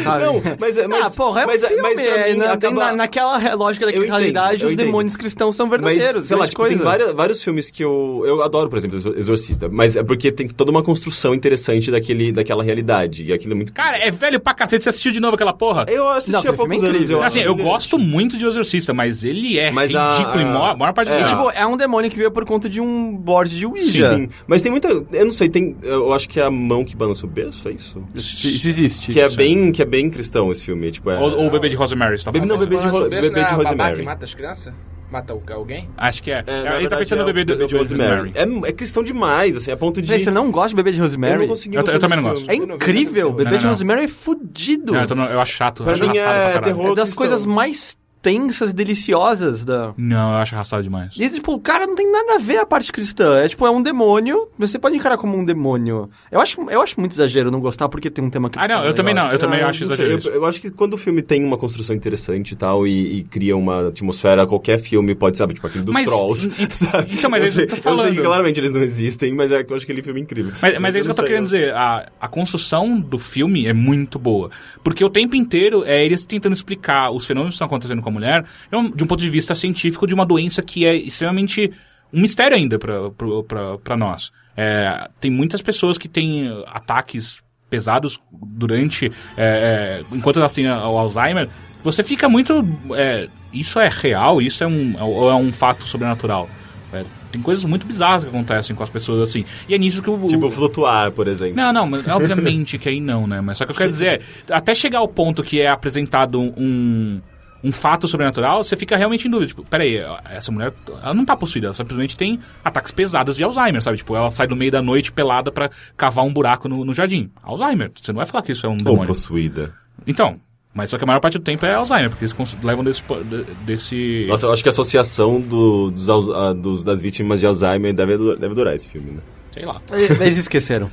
Sabe?
Não, mas, é- mas
ah, porra, é
mas,
mas, filme,
mas pra
é,
mim
na,
acaba-
na- naquela re- lógica daquela
Eu entendo,
realidade,
eu
os
entendo.
demônios cristãos são verdadeiros,
Mas, sei lá,
grande
tipo, tem
coisa.
várias- vários filmes que eu, eu adoro, por exemplo, Exor- Exorcista, mas é porque tem toda uma construção interessante daquele, daquela realidade, e aquilo é muito...
Cara, é velho pra cacete, você assistiu de novo aquela porra?
eu assisti
Não,
há
aquele filme
poucos
é
anos,
incrível.
eu
assim, eu gosto muito de O Exorcista, mas ele é
Mas a-
ridículo em maior, maior parte do
é.
E,
tempo.
tipo, é um demônio que veio por conta de um board de
Sim,
Ouija.
sim. Mas tem muita... Eu não sei, tem... Eu acho que é a mão que balança o berço, é isso?
Isso, isso existe.
Que é
Isso
bem, que é bem cristão esse filme, tipo... É,
ou, ou o Bebê de Rosemary, você tá
Bebê-
falando?
não,
mesmo?
Bebê de, Ro-
Falando sobre
bebê
isso,
de
né, a babá que
Rosemary.
mata as crianças? Mata o- alguém?
Acho que é.
É, na
ele tá
verdade,
pensando
é
no Bebê, do-
Bebê de Rosemary. É, é cristão demais, assim, a ponto de...
Peraí, você não gosta de bebê de
Eu
Rosemary?
não consegui
Eu-
gostar
eu também
desse
não
filme.
É
Eu não vi, eu
incrível.
não vi.
Bebê
Não,
de
não.
Rosemary é fudido.
Não, eu, tô no- eu acho chato.
Pra
acho
mim
arrastado pra
é
caralho.
terror
É das
cristão.
coisas mais tensas, deliciosas da.
Não, eu acho arrastado demais.
E, tipo, o cara não tem nada a ver a parte cristã. É tipo, é um demônio, mas você pode encarar como um demônio. Eu acho, eu acho muito exagero não gostar porque tem um tema cristão.
Ah, não,
né?
eu
no
também não.
negócio.
Eu também
Ah,
acho
não sei, Eu,
exagero.
eu acho que quando o filme tem uma construção interessante e tal, e, e cria uma atmosfera, qualquer filme pode, sabe, tipo aquele dos
Mas-
Trolls.
en- en-
sabe?
então, mas é
eu
isso que
sei,
eu tô
Eu sei que
falando.
claramente eles não existem, mas é que eu acho aquele filme incrível.
Mas, mas é isso que eu tô
não sei, né?
querendo dizer. A, a construção do filme é muito boa. Porque o tempo inteiro é eles tentando explicar os fenômenos que estão acontecendo com a mulher é um- de um ponto de vista científico de uma doença que é extremamente um mistério ainda pra- pro- pra pra nós. É, tem muitas pessoas que têm eh, ataques pesados durante. eh, eh, enquanto elas têm a- o Alzheimer. Você fica muito. eh, isso é real? Isso é um, ou é um fato sobrenatural? É, tem coisas muito bizarras que acontecem com as pessoas assim. E é nisso que o.
Tipo,
o-
flutuar, por exemplo.
não, não, mas obviamente que aí não, né? Mas só que eu quero dizer, é, até chegar ao ponto que é apresentado um, um fato sobrenatural, você fica realmente em dúvida. Tipo, peraí, essa mulher, ela não tá possuída, ela simplesmente tem ataques pesados de Alzheimer, sabe? Tipo, ela sai do meio da noite pelada pra cavar um buraco no, no jardim. Alzheimer, você não vai falar que isso é um
Ou
demônio.
possuída.
Então, mas só que a maior parte do tempo é Alzheimer, porque eles cons- levam desse... po- de- desse...
Nossa, eu acho que a associação do- dos, aus- ah, dos- das vítimas de Alzheimer deve, adu- deve durar esse filme, né?
sei lá.
Eles esqueceram.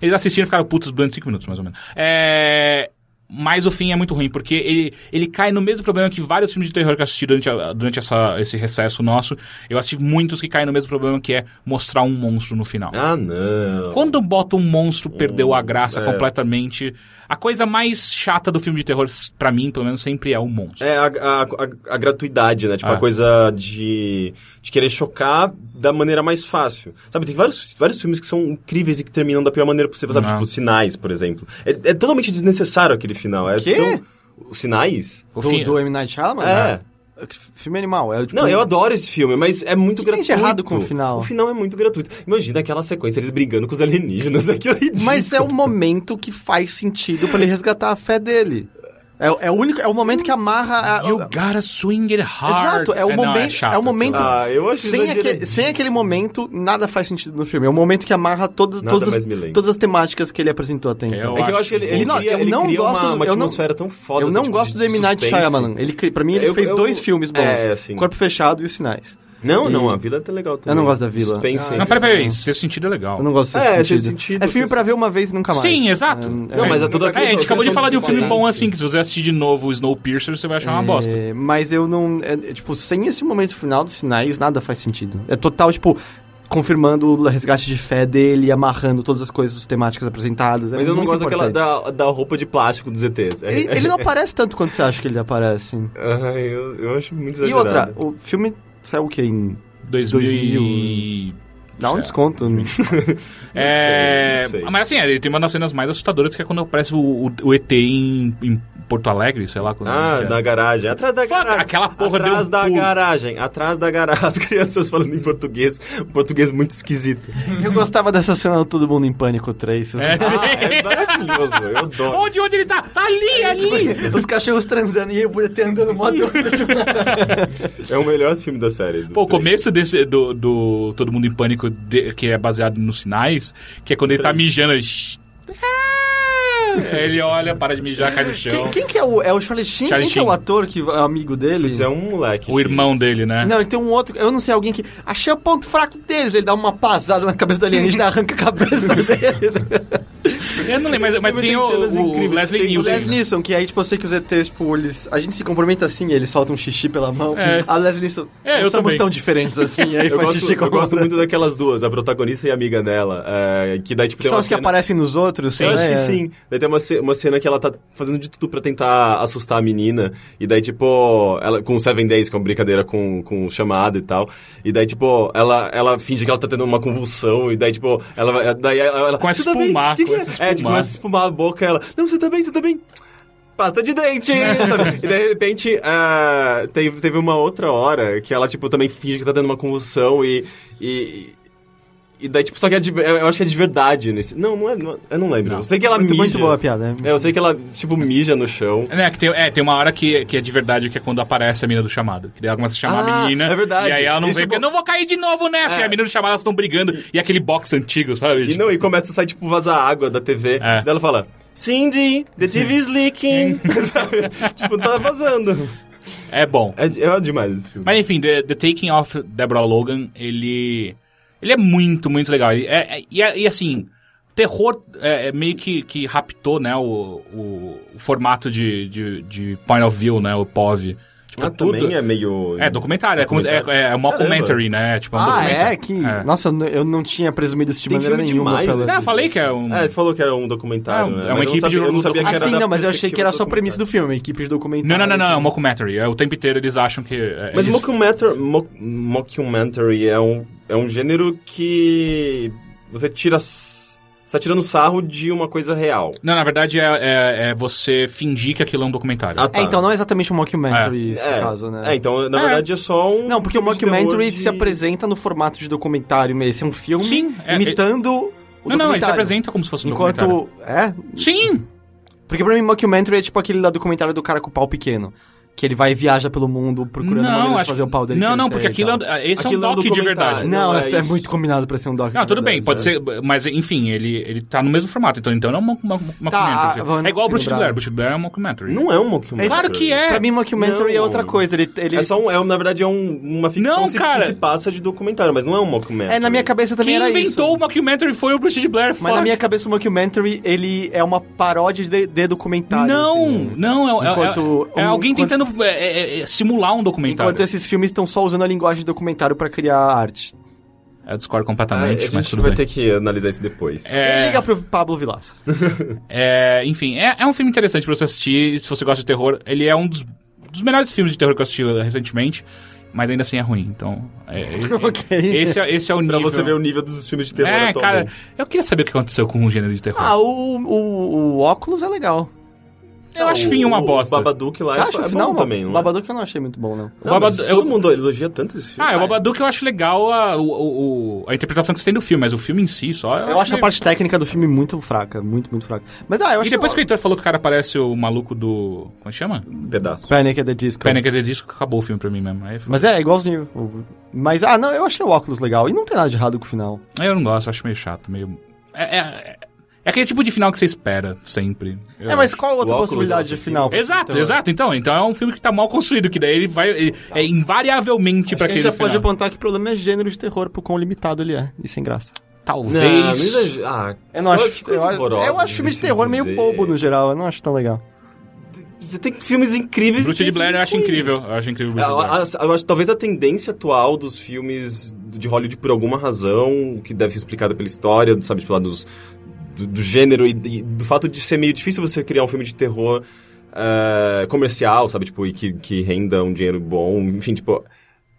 Eles assistiram e ficaram putos durante cinco minutos, mais ou menos. É... Mas o fim é muito ruim, porque ele, ele cai no mesmo problema que vários filmes de terror que eu assisti durante, a- durante essa, esse recesso nosso. Eu assisti muitos que caem no mesmo problema que é mostrar um monstro no final.
Ah, Hum, não.
Quando bota um monstro, perdeu a
é.
graça completamente. A coisa mais chata do filme de terror, s- pra mim, pelo menos, sempre é o monstro.
É a, a, a, a gratuidade, né? Tipo,
Ah.
a coisa de, de querer chocar da maneira mais fácil. Sabe, tem vários, vários filmes que são incríveis e que terminam da pior maneira possível. Sabe,
Ah.
tipo, Sinais, por exemplo. É, é totalmente desnecessário aquele final. É
Quê?
tão- os Sinais?
O
do,
fim-
do M. Night Shyamalan? né?
É.
Que Filme animal. É, tipo,
Não, eu adoro esse filme, mas é muito
O que tem
gratuito.
de errado com o final?
O final é muito gratuito. Imagina aquela sequência, eles brigando com os alienígenas. Aquilo é ridículo.
Mas é o momento que faz sentido pra ele resgatar a fé dele. É, é o único, é o momento que amarra a...
You gotta swing it hard.
Exato, é o
não,
momento-
chato.
é o momento-
Ah, eu acho
sem, aquele, sem aquele momento, nada faz sentido no filme. É o momento que amarra todas,
Nada
todas,
mais
as,
me lembro.
todas as temáticas que ele apresentou até então.
Eu
É que eu acho que ele, ele
Não,
cria,
eu
ele
não
cria
gosto-
uma, uma
eu não-
atmosfera tão foda.
Eu
assim,
não
tipo,
gosto
de
do M. Night
suspense.
Shyamalan. Ele, cri- pra mim, ele
Eu-
fez
eu-
dois filmes bons.
é, assim.
Corpo Fechado e Os Sinais.
Não,
E-
não, a Vila
tá
é legal também.
Eu não gosto da Vila.
Suspense.
Não, peraí, peraí, esse sentido é legal.
Eu não gosto desse
É, esse
sentido.
sentido,
É filme pra ver uma vez e nunca mais.
Sim, exato.
É,
Não, mas é toda
É, a gente acabou de falar de um filme bom
Sim.
assim, que se você assistir de novo o Snowpiercer, você vai achar uma bosta.
É, mas eu não. é, é, tipo, sem esse momento final dos sinais, nada faz sentido. É total, tipo, confirmando o resgate de fé dele, amarrando todas as coisas, as temáticas apresentadas. é
Mas eu não
muito
gosto daquela,
importante.
da, da roupa de plástico dos ETs. É-
Ele, ele não aparece tanto quanto você acha que ele aparece.
Ai, eu, eu acho muito
E
exagerado.
outra, o filme saiu o quê? Em...
2000
um.
e...
2000. Dá um
Certo.
desconto.
É,
não sei.
mas assim, ele tem uma das cenas mais assustadoras que é quando aparece o, o- o ET em, em Porto Alegre, sei lá. Quando
Ah,
que é.
da garagem. Atrás da
Foda,
garagem.
aquela porra
Atrás
deu um
da
pulo.
garagem. Atrás da garagem. As crianças falando em português. Um português muito esquisito.
Eu gostava dessa cena do Todo Mundo em Pânico 3. vocês
É,
não-
Ah, é maravilhoso. Eu adoro.
Onde, onde ele tá? Tá
É,
ali,
tipo,
ali!
Os cachorros transando e eu até andando mó doido.
É o melhor filme da série. do
Pô, o
três.
começo desse, do, do Todo Mundo em Pânico, de- que é baseado nos sinais, que é quando ele tá mijando, ele... "Shh". Ah! Aí ele olha, para de mijar, cai no chão.
Quem, quem que é o. É o Charlie Sheen?
Charlie
quem que é o
Sheen.
ator que é amigo dele?
Esse é um moleque.
O irmão
X.
dele, né?
Não, e tem um outro. Eu não sei, alguém que. Achei o ponto fraco deles. Ele dá uma pasada na cabeça do alienígena e arranca a cabeça dele.
Eu não lembro, mas, mas tem o,
Tipo, cenas
o
incríveis.
Leslie
Tem o
o
Nielsen.
Leslie Nilsson, que aí, tipo, eu sei que os ETs, tipo, eles. A gente se cumprimenta assim, eles soltam um xixi pela mão.
É.
A Leslie Nilsson. não
É, eu
somos
também.
tão diferentes assim, aí
Eu
faz
gosto,
xixi com a
eu gosto
mão.
muito daquelas duas, a protagonista e a amiga dela. é, que daí, tipo,
Que
tem
são
uma
as que
cena-
aparecem nos outros,
Eu
né?
acho que sim. Daí tem uma, ce- uma cena que ela tá fazendo de tudo pra tentar assustar a menina. E daí, tipo, ela, com o Seven Days, que é uma brincadeira com, com o chamado e tal. E daí, tipo, ela, ela finge que ela tá tendo uma convulsão. E daí, tipo, ela vai. Daí ela, ela
Começa a
"Você tá bem?
espumar,
Que que
começa a
É, É,
espumar.
tipo, começa a espumar a boca. Ela, não, você tá bem, você tá bem. Pasta de dente, sabe? E daí, de repente, ah, teve, teve uma outra hora que ela, tipo, também finge que tá tendo uma convulsão e. e e daí, tipo, só que é de, eu acho que é de verdade nesse. Não, não é. não é- eu não lembro.
Não.
Eu sei que ela
Muito,
mija.
muito boa a piada.
É, eu sei que ela, tipo, mija no chão.
É, que tem, é, tem uma hora que, que é de verdade, que é quando aparece a menina do chamado. Que daí ela começa a chamar
Ah,
a menina.
é verdade.
E aí ela não
E,
vê,
tipo,
porque eu não vou cair de novo nessa.
é.
E a menina do chamado, elas estão brigando. E aquele box antigo, sabe?
E
Tipo,
não, e começa a sair, tipo, vazar água da TV.
É.
Daí ela fala, Cindy, the TV's leaking. Sabe? tipo, tá vazando.
É bom.
É, é demais esse filme.
Mas enfim, The, The Taking of Deborah Logan, ele. Ele é muito, muito legal. Ele é- é- e, é- e, assim, terror é, é meio que, que raptou, né, o, o, o formato de, de, de point of view, né? O POV. Tipo,
Ah,
tudo.
também é meio...
É documentário, é, como, é, é, é um mockumentary, né? É Tipo, um
um Ah,
documentário.
é? Que. Nossa, eu n- eu não tinha presumido isso de
Tem
maneira
filme
nenhuma.
demais,
pela-
né?
É, eu falei que é um.
É, você falou que era um documentário,
É,
né?
é
Mas
uma
eu não
equipe de
sabia- eu não sabia que era
Ah, sim,
da
não, mas eu achei que era só a
perspectiva
premissa do filme, equipe de documentário.
Não, não, não, não, é um mockumentary. É, o tempo inteiro eles acham que. é,
Mas
eles-
mockumentar- mock- mockumentary é um, é um gênero que você tira... s- Você tá tirando sarro de uma coisa real.
Não, na verdade é, é, é você fingir que aquilo é um documentário.
Ah,
É, então não é exatamente um mockumentary esse
É,
caso, né?
É, então, na
É.
verdade, é só um...
Não, porque o
filme de
mockumentary
terror
se
de-
apresenta no formato de documentário mesmo. Esse é um filme
Sim, é-
imitando o
não, não, eles
documentário.
apresentam como se fosse um documentário.
Enquanto... É?
Sim!
Porque pra mim, mockumentary é tipo aquele lá documentário do cara com o pau pequeno. Que ele vai e viaja pelo mundo procurando
Não,
maneiras de
acho-
fazer o pau dele.
não, não,
crescer
porque
e
aquilo
tal.
é- esse
Aquilo
é
é
um
um
doc de verdade.
documentário.
Não,
não
é,
é
é
isso.
muito combinado pra ser um doc.
Não, Ah, tudo
verdade,
bem, pode
é.
ser, mas enfim, ele, ele tá no mesmo formato, então, então não é uma, uma, uma
Tá,
documentary.
ah, vamos
é igual o Bruce
lembrar.
Blair, Bruce Blair é um documentary.
Não é um mockumentary.
Claro que é.
Pra mim, mockumentary é
Não.
outra coisa. Ele, ele...
É só um, é, um- na verdade, é um- uma ficção
Não,
se-
cara.
que se passa de documentário, mas não é um mockumentary.
É, na minha cabeça também
Quem
era
inventou
isso.
o mockumentary foi o Bruce de Blair,
Mas
fuck.
na minha cabeça o mockumentary, ele é uma paródia de, de documentário.
Não,
assim, né?
não, é, é-
Enquanto- um
é, é alguém
enquanto-
tentando é, é, é, simular um documentário.
Enquanto esses filmes estão só usando a linguagem de documentário pra criar arte.
Eu discordo
Ah, a
completamente, mas
gente
tudo
vai
bem.
ter que analisar isso depois.
É,
Liga pro Pablo Vilas.
é, enfim, é, é um filme interessante pra você assistir, se você gosta de terror. Ele é um dos, dos melhores filmes de terror que eu assisti uh, recentemente, mas ainda assim é ruim, então... é- é-
Ok.
Esse, é, esse é o nível...
Pra você ver o nível dos filmes de terror
É, cara,
atualmente.
eu queria saber o que aconteceu com o gênero de terror.
tá Ah, o, o, o óculos é legal.
eu acho
O-
fim uma
o
bosta.
Babadook lá
Você
é,
acha
é
o final
bom
bom?
também, não é?
Babadook eu não achei muito bom, não.
Não, mas
Babado- eu-
Todo mundo elogia tanto esse filme.
Ah, é o Babadook eu acho legal a, o- o- o- a interpretação que você tem do filme, mas o filme em si só.
Eu acho a
meio-
parte técnica do filme muito fraca, muito, muito fraca. Mas ah, eu acho
E depois que o Heitor falou que o cara parece o maluco do. Como é chama?
Um pedaço.
Panic at the Disco.
Panic! at the é Disco, acabou o filme pra mim mesmo. Aí,
Mas é, é igualzinho. Mas, ah, não, eu achei o óculos legal. E não tem nada de errado com o final.
eu não gosto, acho meio chato, meio. É, é- é aquele tipo de final que você espera, sempre. Eu
É, mas qual a outra
O óculos
possibilidade
é
de final?
Exato, exato. Então, então é um filme que tá mal construído, que daí ele vai. ele- é invariavelmente pra
A gente
aquele
já
final.
pode apontar Tá. que o problema é gênero de terror, por quão limitado ele é. E sem graça.
Não,
Talvez.
não exagera- Ah,
Eu É, não
olha
acho.
que
Eu,
coisa
acho-
horrorosa
eu acho filme de terror meio
dizer.
bobo né? no geral. Eu não acho tão legal.
Você tem filmes incríveis.
Bruce de Blair eu acho
Tem filmes
incrível.
ruins.
Eu acho incrível o
É,
Bruce de
Eu,
Blair.
acho- eu acho talvez a tendência atual dos filmes de Hollywood por alguma razão, que deve ser explicada pela história, sabe, tipo lá dos, do, do gênero e, e do fato de ser meio difícil você criar um filme de terror eh, comercial, sabe, tipo, e que, que renda um dinheiro bom, enfim, tipo...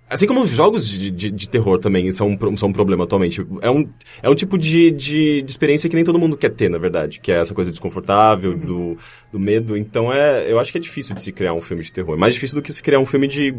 Assim como os jogos de, de, de terror também são um, pro- são um problema atualmente. É um, é um tipo de, de, de experiência que nem todo mundo quer ter, na verdade. Que é essa coisa
Uhum.
desconfortável, do, do medo. Então, é, eu acho que é difícil de se criar um filme de terror. Mais difícil do que se criar um filme de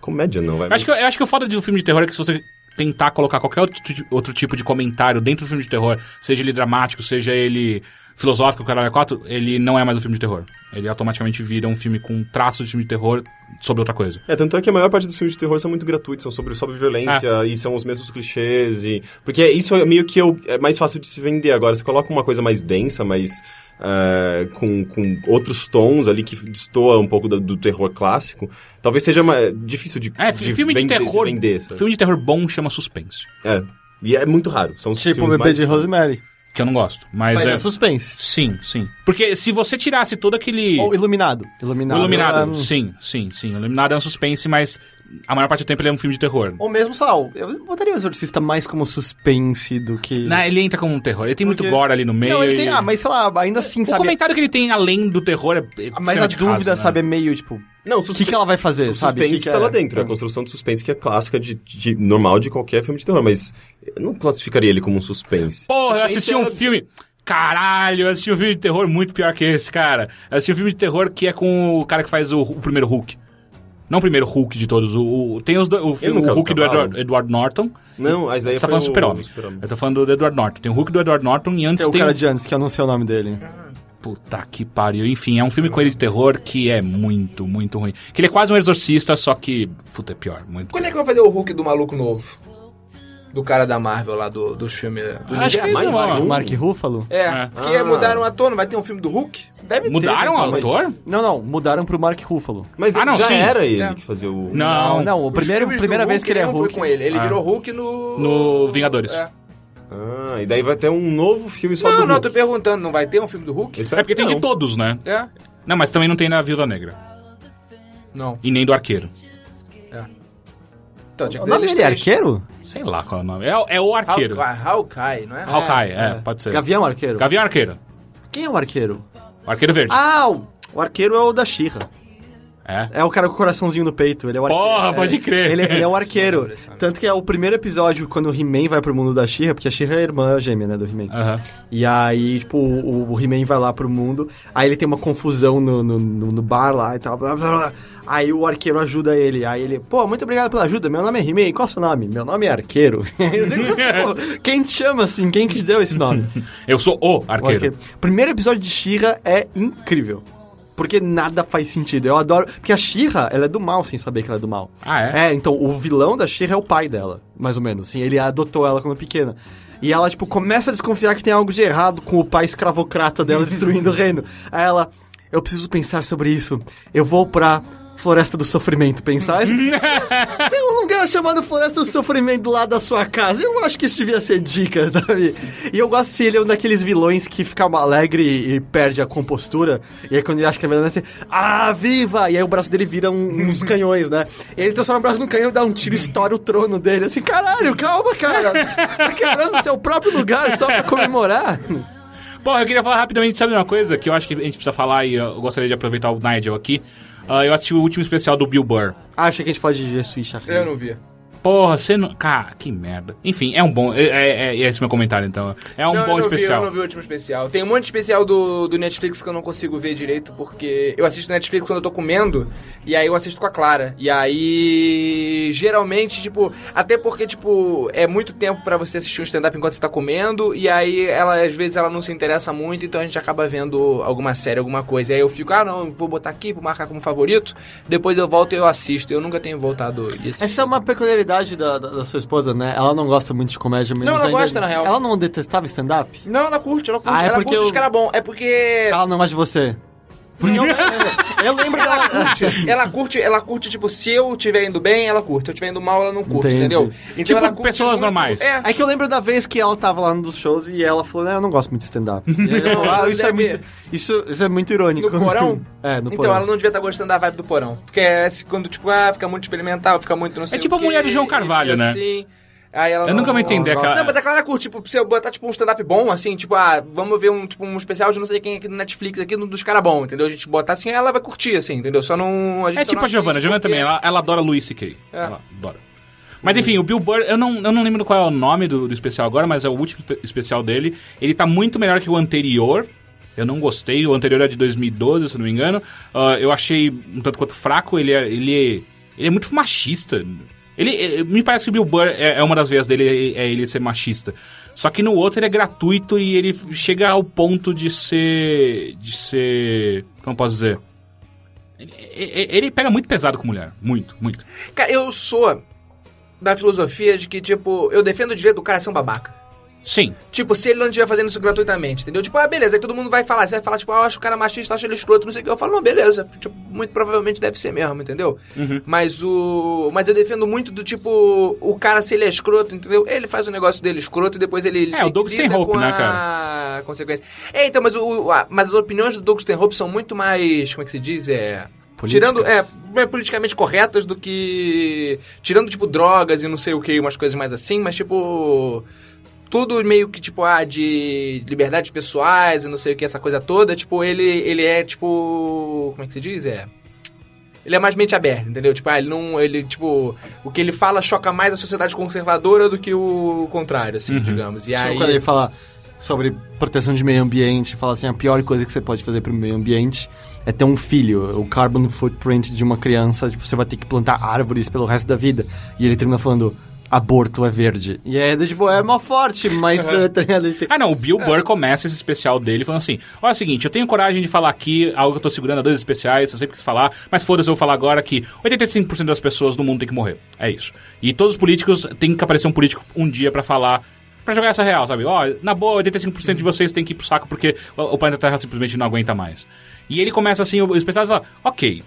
comédia, não vai?
Acho que, eu acho que o foda do filme de terror é que se você tentar colocar qualquer outro, ti- outro tipo de comentário dentro do filme de terror, seja ele dramático, seja ele filosófico, caralho, é quatro, ele não é mais um filme de terror. Ele automaticamente vira um filme com traço de filme de terror sobre outra coisa.
É, tanto é que a maior parte dos filmes de terror são muito gratuitos, são sobre, sobre violência
Ah.
e são os mesmos clichês e... Porque isso é meio que eu- é mais fácil de se vender agora. Você coloca uma coisa mais densa, mais... eh, com, com outros tons ali que destoa um pouco do, do terror clássico. Talvez seja mais difícil de,
É, fi-
de
filme de
vender- se
terror-
vender, sabe?
Filme de terror bom chama suspense,
É. E é muito raro. São os
Tipo o
filmes
bebê
mais...
de Rosemary.
que eu não gosto, mas,
Mas
é...
é suspense.
Sim, sim. Porque se você tirasse todo aquele...
Ou iluminado. Iluminado.
O Iluminado,
é,
sim, sim, sim. O Iluminado é um suspense, mas a maior parte do tempo ele é um filme de terror.
Ou mesmo, sei lá, eu botaria o Exorcista mais como suspense do que.
Na, ele entra como um terror. Ele tem muito
Porque-
gore ali no meio.
Não, ele
e-
tem. Ah, mas sei lá, ainda assim,
O
sabe? ah,
comentário que ele tem além do terror é. é
Mas a
extremamente raso,
dúvida,
né?
sabe, é meio tipo.
Não,
O que, que ela vai fazer,
O
sabe? O
suspense
que que
tá
é?
lá dentro. É a construção de suspense que é clássica de, de- normal de qualquer filme de terror, mas eu não classificaria ele como um suspense.
Porra, eu
Suspense
assisti um
é-
filme. Caralho, eu assisti um filme de terror muito pior que esse, cara. Eu assisti um filme de terror que é com o cara que faz o, o primeiro Hulk. Não o primeiro Hulk de todos. O, o- tem os do, o, filme,
nunca
o Hulk do
acabaram.
Edward, Edward Norton.
Não, mas aí
Você tá
foi
falando
o-
Super-Homem.
Super-Homem.
Eu tô falando do Edward Norton. Tem o Hulk do Edward Norton e antes
Tem o
tem.
cara de antes, que eu não sei o nome dele.
Puta que pariu. Enfim, é um filme com ele de terror que é muito, muito ruim. Que ele é quase um exorcista, só que. Puta, é pior. Muito
Quando é que vai fazer o Hulk do maluco novo? Do cara da Marvel lá, do, dos filmes do
Acho que é
universo?
eles não-
mais um.
Mark Ruffalo?
É,
Ah.
porque mudaram o ator, não vai ter um filme do Hulk?
Deve
Mudaram o
então, mas-
autor?
Não, não, mudaram pro Mark Ruffalo.
Mas
Ah,
ele
não,
já
sim.
era ele
É.
que fazia o...
Não,
Não, não, a
Os
primeira,
filmes do
primeira vez que ele é
não foi
Hulk.
com ele. Ele
Ah.
virou Hulk no...
No Vingadores.
É.
Ah, e daí vai ter um novo filme só do
Não, não,
Hulk.
tô perguntando, não vai ter um filme do
Eu
Hulk?
espero
É porque
que
tem de
não.
todos, né?
É?
Não, mas também não tem na Viúva Negra.
Não.
E nem do Arqueiro.
Então, tinha
O
que
nome
ter
dele é
eles
arqueiro?
Sei lá qual é o nome. É, o- é o
três.
Arqueiro.
Hawkeye, Hawkeye, não é?
Hawkeye, é, pode ser. Gavião,
Gavião Arqueiro?
Arqueiro.
Quem é o arqueiro?
O Arqueiro Verde.
Ah, o, o arqueiro é o da Xirra.
É.
É o cara com o coraçãozinho no peito. Ele é o arqueiro.
Porra, pode
É.
crer.
Ele, ele é o arqueiro. Tanto que é o primeiro episódio quando o He-Man vai pro mundo da Xirra, porque a Xirra é a irmã gêmea, né, do He-Man.
É.
Aham.
E aí, tipo, o, o He-Man vai lá pro mundo, aí ele tem uma confusão no, no, no- no bar lá e tal, blá, blá, blá. Aí o arqueiro ajuda ele, aí ele, pô, muito obrigado pela ajuda, meu nome é He-Man, qual é o seu nome? Meu nome é Arqueiro. é Pô, quem te chama assim? Quem que te deu esse nome?
Eu sou o
O
Arqueiro.
Arqueiro. Primeiro episódio de She-Ra é incrível. Porque nada faz sentido. Eu adoro. Porque a Xirra, ela é do mal sem saber que ela é do mal.
Ah, é?
É, então o vilão da Xirra é o pai dela, mais ou menos. Assim, ele adotou ela quando pequena. E ela, tipo, começa a desconfiar que tem algo de errado com o pai escravocrata dela destruindo o reino. Aí ela, eu preciso pensar sobre isso. Eu vou pra Floresta do Sofrimento pensar. tem um lugar chamado Floresta do Sofrimento lá da sua casa. Eu acho que isso devia ser dica, sabe? E eu gosto se ele é um daqueles vilões que fica alegre e, e perde a compostura. E aí quando ele acha que é verdade, ele assim, ah, viva! E aí o braço dele vira um- uns canhões, né? E ele transforma o braço num canhão, dá um tiro e estoura o trono dele. Assim, caralho, calma, cara! Você tá quebrando seu próprio lugar só pra comemorar.
Bom, eu queria falar rapidamente, sabe uma coisa que eu acho que a gente precisa falar e eu gostaria de aproveitar o Nigel aqui. Ah, eu assisti o último especial do Bill Burr.
Ah, achei que a gente pode de Switch aqui.
Eu não vi.
Porra, você não. Cara, que merda. Enfim, é um bom. É, é, é- esse é meu comentário, então. É um
Não, eu não
bom
vi,
especial.
eu não vi o último especial. Tem um monte de especial do, do Netflix que eu não consigo ver direito, porque eu assisto Netflix quando eu tô comendo, e aí eu assisto com a Clara. E aí, geralmente, tipo, até porque, tipo, é muito tempo pra você assistir um stand-up enquanto você tá comendo, e aí, ela, às vezes, ela não se interessa muito, então a gente acaba vendo alguma série, alguma coisa. E aí eu fico, ah, não, vou botar aqui, vou marcar como favorito, depois eu volto e eu assisto. Eu nunca tenho voltado e assistido.
Essa é uma peculiaridade da, da- da sua esposa, né? Ela não gosta muito de comédia, menos
ela
ainda-
gosta, na real.
Ela não detestava stand-up?
Não, ela curte, ela curte,
Ah, é
ela
porque
curte
eu-
os caras bons. É porque...
Ela não gosta de você. Porque eu lembro, eu lembro
ela é
dela...
curte, ela curte, ela curte, tipo, se eu estiver indo bem, ela curte. Se eu estiver indo mal, ela não curte,
Entendi.
entendeu? Então
Tipo
ela curte
pessoas normais.
É.
É que eu lembro da vez que ela tava lá num dos shows e ela falou, né, eu não gosto muito de stand-up. E aí eu falo, ah, isso é muito, isso, isso é muito irônico.
No porão?
É, no
então,
porão.
ela não devia estar gostando da vibe do porão. Porque é esse- quando, tipo, ah, fica muito experimental, fica muito não sei
tipo
o
a mulher
quê,
do João Carvalho,
e
né?
Assim. Aí ela
Eu nunca vou entender
não,
aquela-
Não, mas a Clara curte, tipo, se eu botar tipo, um stand-up bom, assim, tipo, ah, vamos ver um, tipo, um especial de não sei quem aqui no Netflix, aqui um dos caras bons, entendeu? A gente botar assim, ela vai curtir, assim, entendeu? Só não. A gente
É
só
tipo
não
a Giovanna. A
assiste
Giovanna
porque-
também, ela, ela adora Luis C.K.
É.
Ela adora. Mas enfim, o Bill Burr, eu não, eu não lembro qual é o nome do, do especial agora, mas é o último espe- especial dele. Ele tá muito melhor que o anterior. Eu não gostei, o anterior é de 2012, se eu não me engano. Ah, eu achei um tanto quanto fraco, ele é, ele é, ele é muito machista. Ele, ele- me parece que o Bill Burr é, é uma das veias dele, é, é ele ser machista. Só que no outro ele é gratuito e ele chega ao ponto de ser. de ser. como eu posso dizer? Ele- Ele ele pega muito pesado com mulher. Muito, muito.
Cara, eu sou da filosofia de que, tipo, eu defendo o direito do cara ser um babaca.
Sim.
Tipo, se ele não estiver fazendo isso gratuitamente, entendeu? Tipo, ah, beleza, aí todo mundo vai falar, você vai falar, tipo, ah, eu acho o cara machista, eu acho ele escroto, não sei o que. Eu falo, não, beleza, tipo, muito provavelmente deve ser mesmo, entendeu?
Uhum.
Mas o. Mas eu defendo muito do tipo, o cara, se ele é escroto, entendeu? Ele faz o negócio dele escroto e depois ele.
É, o Doug
lida
Stanhope,
com
né,
a Consequência. É, então, mas, o, o- a- mas as opiniões do Doug Stanhope são muito mais. Como é que se diz? É. Tirando. É, é, politicamente corretas do que. Tirando, tipo, drogas e não sei o que, umas coisas mais assim, mas tipo. Tudo meio que, tipo, ah, de liberdades pessoais e não sei o que, essa coisa toda. Tipo, ele, ele é, tipo. Como é que se diz? É. Ele é mais mente aberta, entendeu? Tipo, ah, ele não. Ele, tipo. O que ele fala choca mais a sociedade conservadora do que o contrário, assim, digamos. E aí.
Quando ele fala sobre proteção de meio ambiente, fala assim, a pior coisa que você pode fazer pro meio ambiente é ter um filho. O carbon footprint de uma criança, tipo, você vai ter que plantar árvores pelo resto da vida. E ele termina falando, aborto é verde. E é, tipo, é mó forte, mas... é, tá ligado? Ele tem-
Ah, não, o Bill Burr começa esse especial dele falando assim: Olha é o seguinte, eu tenho coragem de falar aqui algo que eu tô segurando há dois especiais, eu sempre quis falar, mas foda-se, eu vou falar agora que 85% das pessoas do mundo tem que morrer. É isso. E todos os políticos tem que aparecer um político um dia pra falar. Pra jogar essa real, sabe? Ó, na boa, 85% de vocês tem que ir pro saco porque o o planeta Terra simplesmente não aguenta mais. E ele começa assim, o o especial fala, ok,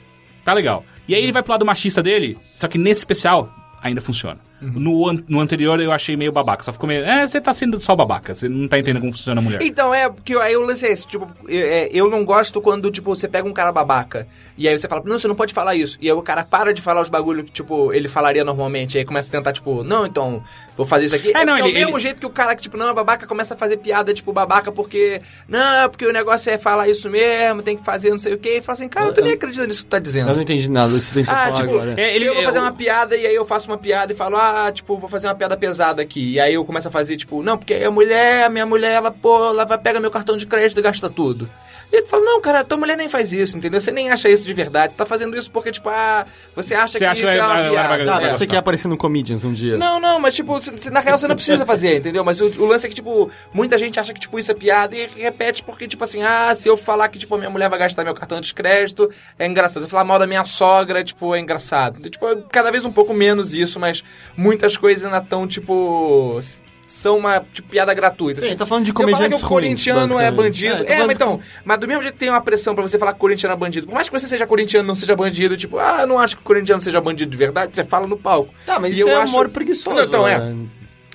tá legal. E aí ele vai pro lado machista dele, só que nesse especial ainda funciona. No, an- no anterior eu achei meio babaca, só ficou meio. É, você tá sendo só babaca, você não tá entendendo como funciona a mulher.
Então, é, porque aí o lance é esse, tipo, eu, é, eu não gosto quando, tipo, você pega um cara babaca, e aí você fala, não, você não pode falar isso, e aí o cara para de falar os bagulho que, tipo, ele falaria normalmente, e aí começa a tentar, tipo, não, então, vou fazer isso aqui.
É, não,
o
ele-
mesmo
ele-
jeito que o cara que, tipo, não é babaca, começa a fazer piada, tipo, babaca, porque, não, porque o negócio é falar isso mesmo, tem que fazer não sei o quê, e fala assim, cara, tu nem acredita nisso que tu tá dizendo.
Eu não entendi nada do que você tentou
Ah,
falar
tipo,
agora.
Tá,
É,
se
ele-
eu vou
é,
fazer
o-
uma piada e aí eu faço uma piada e falo, ah, tipo, vou fazer uma piada pesada aqui. E aí eu é começo a fazer, tipo, não, porque a mulher, a minha mulher, ela, pô, ela vai, pega meu cartão de crédito e gasta tudo. E ele fala, não, cara, tua mulher nem faz isso, entendeu? Você nem acha isso de verdade. Você tá fazendo isso porque, tipo, ah, você acha
Você
que
acha
isso
que
é uma
vai- vai- vai-
piada.
vai-
Cara,
É,
você
tá.
quer aparecer no Comedians um dia.
Não, não, mas tipo, c- c- na real você não precisa fazer, entendeu? Mas o, o lance é que, tipo, muita gente acha que, tipo, isso é piada e repete porque, tipo assim, ah, se eu falar que, tipo, a minha mulher vai gastar meu cartão de crédito, é engraçado. Se eu falar mal da minha sogra, tipo, é engraçado. Então, tipo, é cada vez um pouco menos isso, mas muitas coisas ainda tão, tipo. s- São uma tipo, piada gratuita.
Sim, tá falando de
se eu falar
comediantes
que o
ruins,
corintiano é
basicamente.
bandido.
É, tá
É,
falando
mas então, mas do mesmo jeito tem uma pressão pra você falar que corintiano é bandido. Por mais que você seja corintiano, não seja bandido, tipo, ah, eu não acho que o corintiano seja bandido de verdade, você fala no palco.
Tá, mas
E
isso
eu
é
acho-
humor preguiçoso.
Não, então, é.
né?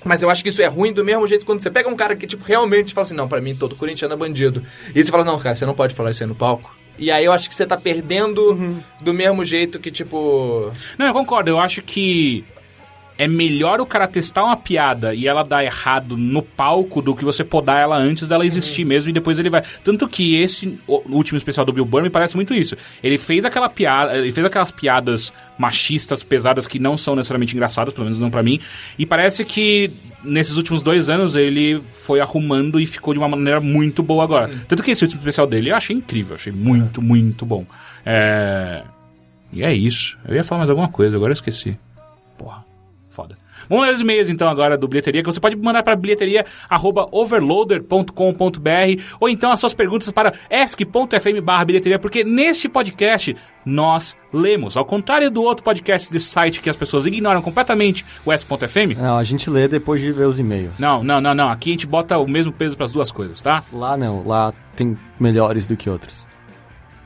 Mas eu acho que isso é ruim do mesmo jeito quando você pega um cara que, tipo, realmente fala assim, não, pra mim todo corintiano é bandido. E você fala, não, cara, você não pode falar isso aí no palco. E aí eu acho que você tá perdendo
Uhum.
do mesmo jeito que, tipo...
Não, eu concordo. Eu acho que é melhor o cara testar uma piada e ela dar errado no palco do que você podar ela antes dela existir mesmo e depois ele vai. Tanto que esse o- o último especial do Bill Burr me parece muito isso. Ele fez aquela piada, ele fez aquelas piadas machistas pesadas que não são necessariamente engraçadas, pelo menos não pra mim. E parece que nesses últimos dois anos ele foi arrumando e ficou de uma maneira muito boa agora. Tanto que esse último especial dele eu achei incrível, achei muito, muito bom. É... E é isso. Eu ia falar mais alguma coisa, agora eu esqueci. Porra, foda. Vamos ler os e-mails então agora do bilheteria, que você pode mandar para bilheteria@overloader.com.br ou então as suas perguntas para ask.fm/bilheteria, porque neste podcast nós lemos, ao contrário do outro podcast desse site que as pessoas ignoram completamente, o ask.fm.
Não, a gente lê depois de ver os e-mails.
Não, não, não, não. Aqui a gente bota o mesmo peso para as duas coisas, tá?
Lá não, lá tem melhores do que outros.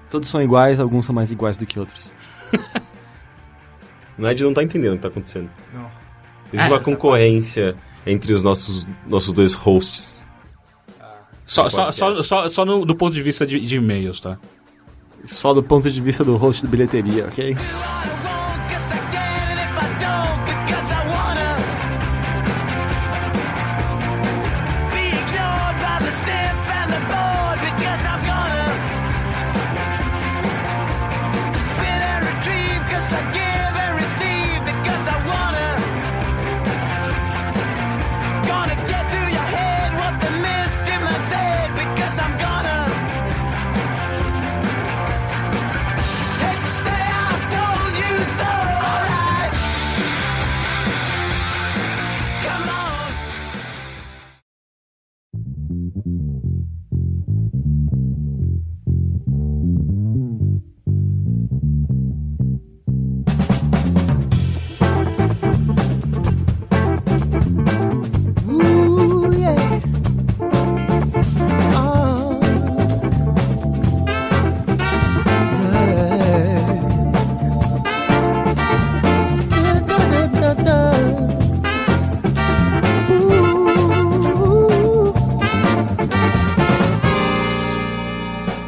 Todos são iguais, alguns são mais iguais do que outros.
O Ned não tá entendendo o que tá acontecendo.
Não.
Existe
É,
uma concorrência entre os nossos, nossos dois hosts.
Só,
Do
só,
podcast.
só, só, só no- do ponto de vista de, de e-mails, tá?
Só do ponto de vista do host do bilheteria, ok?
Because I'm gonna hate to say I told you so, alright? Come on.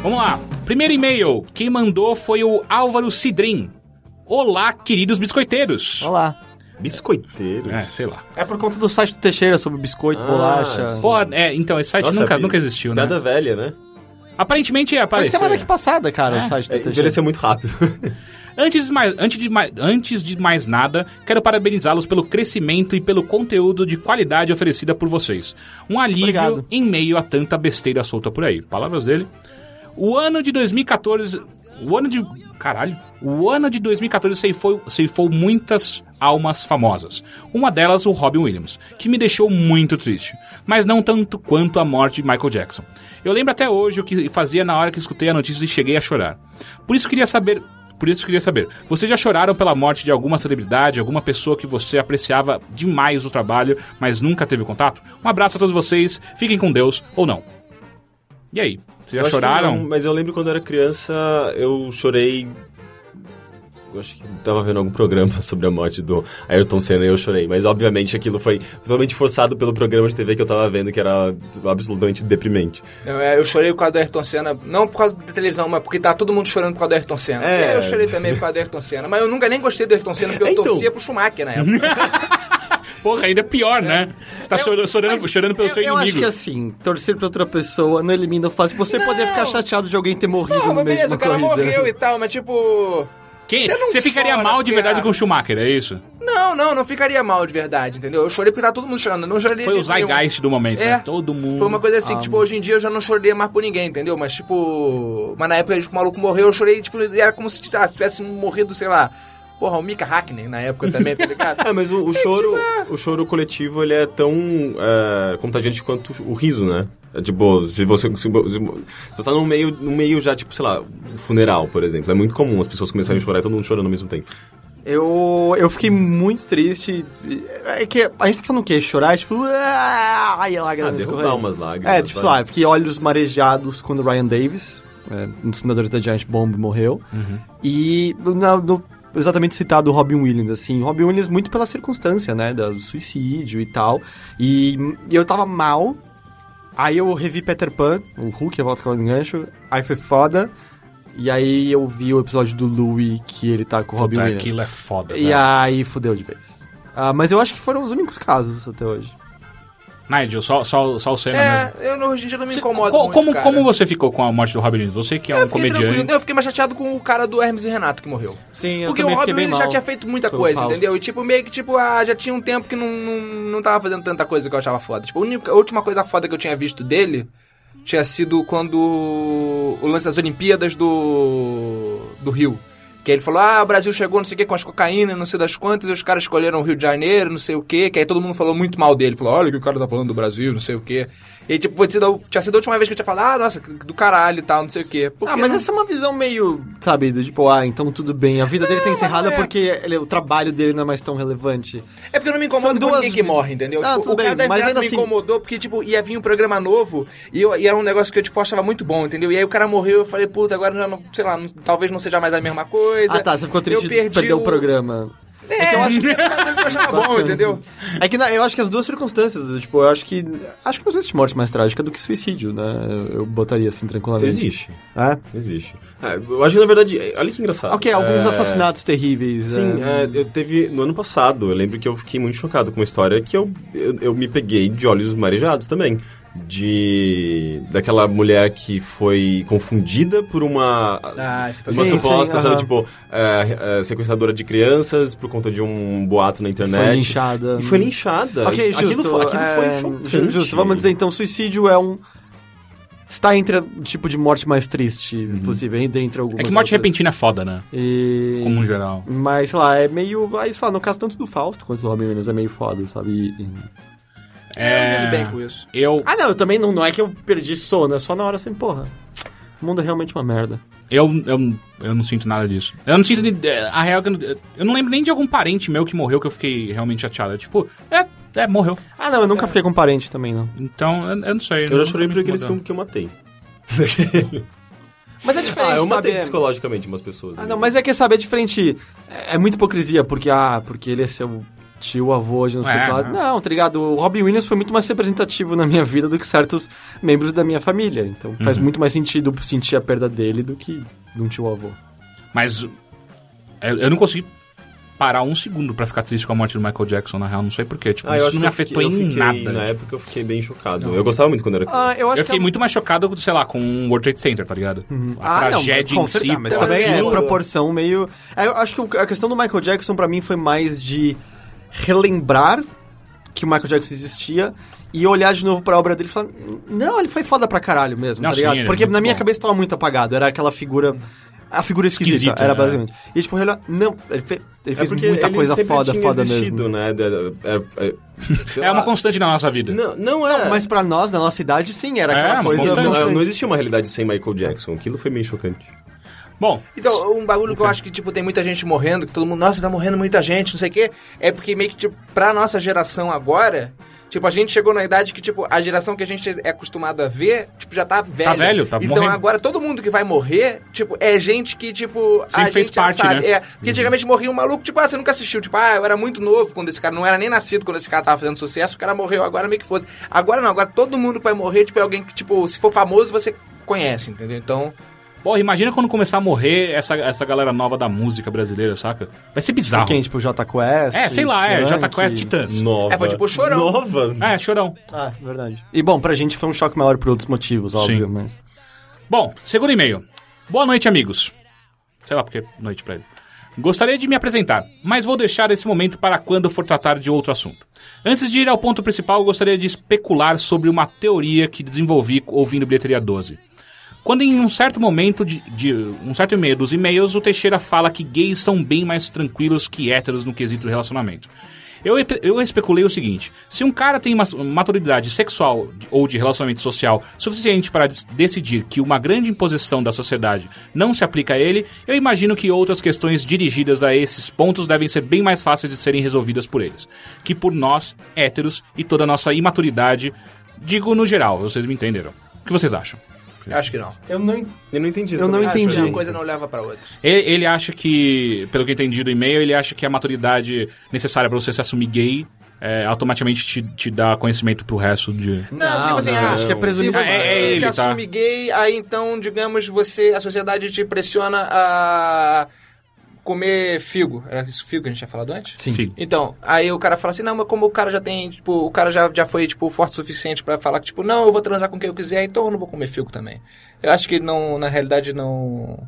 Vamos lá. Primeiro e-mail. Quem mandou foi o Álvaro Cidrim. Olá, queridos biscoiteiros.
Olá.
Biscoiteiro.
É, sei lá.
É por conta do site do Teixeira sobre biscoito,
Ah,
bolacha.
sim.
Pô, é, então, esse site
Nossa,
nunca,
bi-
nunca existiu, né?
Piada velha, né?
Aparentemente é,
Foi
apareceu.
semana que passada, cara, o site do
É,
Teixeira.
envelheceu muito rápido.
Antes de, mais, antes, de mais, antes de mais nada, quero parabenizá-los pelo crescimento e pelo conteúdo de qualidade oferecida por vocês. Um alívio
Obrigado.
em meio a tanta besteira solta por aí. Palavras dele. O ano de 2014. O ano de. Caralho. O ano de 2014 ceifou, ceifou muitas almas famosas. Uma delas, o Robin Williams, que me deixou muito triste. Mas não tanto quanto a morte de Michael Jackson. Eu lembro até hoje o que fazia na hora que escutei a notícia e cheguei a chorar. Por isso queria saber por isso eu queria saber, vocês já choraram pela morte de alguma celebridade, alguma pessoa que você apreciava demais o trabalho, mas nunca teve contato? Um abraço a todos vocês, fiquem com Deus ou não. E aí, vocês
Eu
já
acho que
choraram?
não, mas eu lembro quando eu era criança, eu chorei. Eu acho que tava vendo algum programa sobre a morte do Ayrton Senna e eu chorei. Mas obviamente aquilo foi totalmente forçado pelo programa de TV que eu tava vendo, que era absolutamente deprimente.
Eu, é, eu chorei por causa do Ayrton Senna, não por causa da televisão, mas porque tá todo mundo chorando por causa do Ayrton Senna.
É.
Eu chorei também por causa do Ayrton Senna, mas eu nunca nem gostei do Ayrton Senna, porque eu
Então.
torcia pro Schumacher na época.
Porra, ainda é pior, né? Você tá chorando, chorando, chorando pelo seu
eu acho
inimigo.
que assim, torcer pra outra pessoa não elimina o fato de você poder ficar chateado de alguém ter morrido
Não,
no
Ah, mas
meio
beleza, o
de uma
cara
corrida.
morreu e tal, mas tipo.
Quem,
Você não
você ficaria
chora,
mal de verdade
piada.
com o Schumacher, é isso?
Não, não, não ficaria mal de verdade, entendeu? Eu chorei porque tá todo mundo chorando. Eu não chorei
Foi
de
o zeitgeist do momento,
É.
né? Todo mundo. Ah.
Foi uma coisa assim, que, tipo, hoje em dia eu já não chorei mais por ninguém, entendeu? Mas, tipo. Mas na época que o maluco morreu, eu chorei, tipo, era como se ah, tivesse morrido, sei lá. Porra, o Mika Hackney na época também, tá ligado?
É, mas o, o choro, o choro coletivo, ele é tão é, contagiante quanto o riso, né? É, tipo, se você, se, vo- se vo- se você tá num meio, num meio já, tipo, sei lá, um funeral, por exemplo. É muito comum as pessoas começarem a chorar e todo mundo chorando ao mesmo tempo.
Eu, eu fiquei muito triste. É que a gente tá falando o quê? Chorar? Tipo, ai, a
Ah,
lágrima
derrubar
escorrendo.
umas lágrimas.
É, tipo, sei lá,
sabe?
eu fiquei olhos marejados quando o Ryan Davis, é, um dos fundadores da Giant Bomb, morreu.
Uhum.
E na- no- exatamente citado o Robin Williams, assim. Robin Williams muito pela circunstância, né? Do suicídio e tal. E hum, eu tava mal. Aí eu revi Peter Pan, o Hulk, a volta com o gancho. Aí foi foda. E aí eu vi o episódio do Louie que ele tá com o Robin
Puta,
Williams.
aquilo é foda.
E
velho.
aí fudeu de vez. Ah, mas eu acho que foram os únicos casos até hoje.
Nigel, só, só, só o Senna
é,
mesmo.
eu não- hoje em dia não me
Você-
incomodo.
co-
muito,
como,
cara.
como você ficou com a morte do Robin Williams? Você que é um
Eu fiquei tranquilo.
comediante.
Eu fiquei mais chateado com o cara do Hermes e Renato que morreu.
Sim,
Porque o Robin Williams já tinha feito muita
pelo
coisa,
Fausto.
entendeu? E tipo, meio que tipo, ah, já tinha um tempo que não, não, não tava fazendo tanta coisa que eu achava foda. Tipo, a, única- a última coisa foda que eu tinha visto dele tinha sido quando o lance das Olimpíadas do. do Rio. Que aí ele falou, ah, o Brasil chegou, não sei o que, com as cocaína, não sei das quantas, e os caras escolheram o Rio de Janeiro, não sei o que, que aí todo mundo falou muito mal dele. Falou, olha o que o cara tá falando do Brasil, não sei o que. E tipo, foi sido- tinha sido a última vez que eu tinha falado, ah, nossa, que- do caralho e tal, não sei o que.
Ah, mas essa é uma visão meio, sabe, do tipo, ah, então tudo bem, a vida dele tá encerrada
é.
porque ele- o trabalho dele não é mais tão relevante.
É porque eu não me incomodo
São
com
duas-
ninguém que morre, entendeu?
Ah,
Tipo,
tudo
o cara
bem,
da
mas
Internet
ainda
me
assim-
incomodou porque, tipo, ia vir um programa novo e, eu- e era um negócio que eu, tipo, achava muito bom, entendeu? E aí o cara morreu, eu falei, puta, agora já não, sei lá, não- talvez não seja mais a mesma coisa.
Ah, tá, você ficou triste
é, eu
de
perdi
perder o programa.
É, eu acho que eu achava bom,
Bastante.
entendeu?
É que na- eu acho que as duas circunstâncias, tipo, eu acho que. Acho que não existe morte mais trágica do que suicídio, né? Eu, eu botaria assim tranquilamente.
Existe,
É?
existe. É, eu acho que, na verdade, é- olha que engraçado.
Ok, alguns
É,
assassinatos terríveis.
Sim,
é.
é, eu teve no ano passado, eu lembro que eu fiquei muito chocado com uma história que eu, eu, eu me peguei de olhos marejados também. De. daquela mulher que foi confundida por uma.
Ah, esse foi
uma
Sim,
suposta,
sim,
sabe,
aham.
tipo, é, é, sequestradora de crianças por conta de um boato na internet.
Foi linchada.
E foi linchada.
Ok,
aquilo
justo.
foi, aquilo foi
é,
chocante.
Justo, vamos dizer então, suicídio é um... Está entre o tipo de morte mais triste possível, entre, entre algumas
É que morte
outras.
repentina é foda, né?
E...
Como um geral.
Mas, sei lá, é meio... Aí, sei lá, no caso tanto do Fausto quanto do Robin Williams é meio foda, sabe? E- e-
Eu
É.
entendo bem com isso.
Eu,
Ah, não, eu também não, não é que eu perdi sono, é só na hora assim, porra... O mundo é realmente uma merda.
eu, eu, eu não sinto nada disso. Eu não sinto. de- é, A real é que eu não- eu não lembro nem de algum parente meu que morreu que eu fiquei realmente chateado. É tipo, é, é morreu.
Ah, não, eu nunca fiquei com parente também, não.
Então, eu, eu não sei.
Eu
não-
já chorei
não
por
me
aqueles que eu,
incomodando.
que eu matei.
Mas é diferente,
Ah, eu matei
sabe?
psicologicamente umas pessoas.
Ah,
né?
não, mas é que saber é diferente. É, é muita hipocrisia, porque, ah, porque ele é seu tio, avô, de não sei o
É,
que lá.
né?
Não, tá ligado? O Robin Williams foi muito mais representativo na minha vida do que certos membros da minha família. Então faz
Uhum.
muito mais sentido sentir a perda dele do que de um tio avô.
Mas é, eu não consegui parar um segundo pra ficar triste com a morte do Michael Jackson, na real. Não sei porquê. Tipo,
Ah, eu
isso
acho
não
que
me
eu fiquei-
afetou
eu
em
fiquei-
nada.
Na época eu fiquei bem chocado. Eu gostava muito quando era criança.
eu
Eu é fiquei muito mais chocado, sei lá, com o World Trade Center, tá ligado?
Uhum.
A
Ah, não,
tragédia
com
em si.
certeza, mas
tá-
pô,
também é
aquilo-
proporção meio... É, Eu acho que o- a questão do Michael Jackson pra mim foi mais de relembrar que o Michael Jackson existia e olhar de novo pra obra dele e falar, não, ele foi foda pra caralho mesmo,
Não,
tá
sim,
ligado?
ele é
Porque
muito
na minha
bom.
cabeça tava muito apagado, era aquela figura... A figura esquisita,
Esquisita,
era
né?
basicamente. E tipo, olhar, não, ele fe- ele fez,
É porque
muita
ele
coisa
sempre
foda,
tinha
foda
existido,
mesmo.
Né? Da- da- é- é- sei
É uma
lá.
constante na nossa vida.
Não, não é.
Mas pra nós, na nossa idade, sim, era
É,
aquela
mas
coisa...
constante.
não,
constante.
não existia uma realidade sem Michael Jackson. Aquilo foi meio chocante.
Bom,
Então, um bagulho que eu acho que, tipo, tem muita gente morrendo, que todo mundo, nossa, tá morrendo muita gente, não sei o quê. É porque meio que, tipo, pra nossa geração agora, tipo, a gente chegou na idade que, tipo, a geração que a gente é acostumado a ver, tipo, já tá velha.
velho, tá
Então
morrendo.
agora todo mundo que vai morrer, tipo, é gente que, tipo,
Sempre
a
fez
gente já
parte,
sabe.
né?
É, porque antigamente morria um maluco, tipo, ah, você nunca assistiu. Tipo, ah, eu era muito novo quando esse cara, não era nem nascido quando esse cara tava fazendo sucesso, o cara morreu agora meio que fosse. Agora não, agora todo mundo que vai morrer, tipo, é alguém que, tipo, se for famoso, você conhece, entendeu? Então...
porra, imagina quando começar a morrer essa, essa galera nova da música brasileira, saca? Vai ser bizarro.
Quem, tipo, Jota Quest...
É, sei lá, é, Jota
Skank.
Quest Titãs.
Nova.
É, foi tipo Chorão.
Nova?
É, chorão.
Ah, verdade. E bom, pra gente foi um choque maior por outros motivos, óbvio,
Sim.
mas.
Bom, segundo e-mail. Boa noite, amigos. Sei lá porque noite pra ele. Gostaria de me apresentar, mas vou deixar esse momento para quando for tratar de outro assunto. Antes de ir ao ponto principal, gostaria de especular sobre uma teoria que desenvolvi ouvindo Bilheteria 12 quando em um certo momento de, de um certo e-mail dos e-mails, o Teixeira fala que gays são bem mais tranquilos que héteros no quesito relacionamento. Eu, ep- eu especulei o seguinte: se um cara tem uma maturidade sexual ou de relacionamento social suficiente para des- decidir que uma grande imposição da sociedade não se aplica a ele, eu imagino que outras questões dirigidas a esses pontos devem ser bem mais fáceis de serem resolvidas por eles, que por nós, héteros, e toda a nossa imaturidade, digo no geral, vocês me entenderam. O que vocês acham?
Acho que não.
Eu não,
Eu não entendi isso
eu não
também.
Ah,
Acho que
entendi.
uma coisa não leva pra outra.
Ele, ele acha que, pelo que eu entendi do e-mail, ele acha que a maturidade necessária pra você se assumir gay é, automaticamente te, te dá conhecimento pro resto de.
Não, tipo assim, ah,
acho que é presumido.
Se você
É, é ele,
se
tá?
assume gay, aí então, digamos, você, a sociedade te pressiona a comer figo. Era isso figo que a gente tinha falado antes?
Sim.
Figo.
Então, aí o cara fala assim, não, mas como o cara já tem, tipo, o cara já, já foi, tipo, forte o suficiente pra falar que, tipo, não, eu vou transar com quem eu quiser, então eu não vou comer figo também. Eu acho que não, na realidade, não...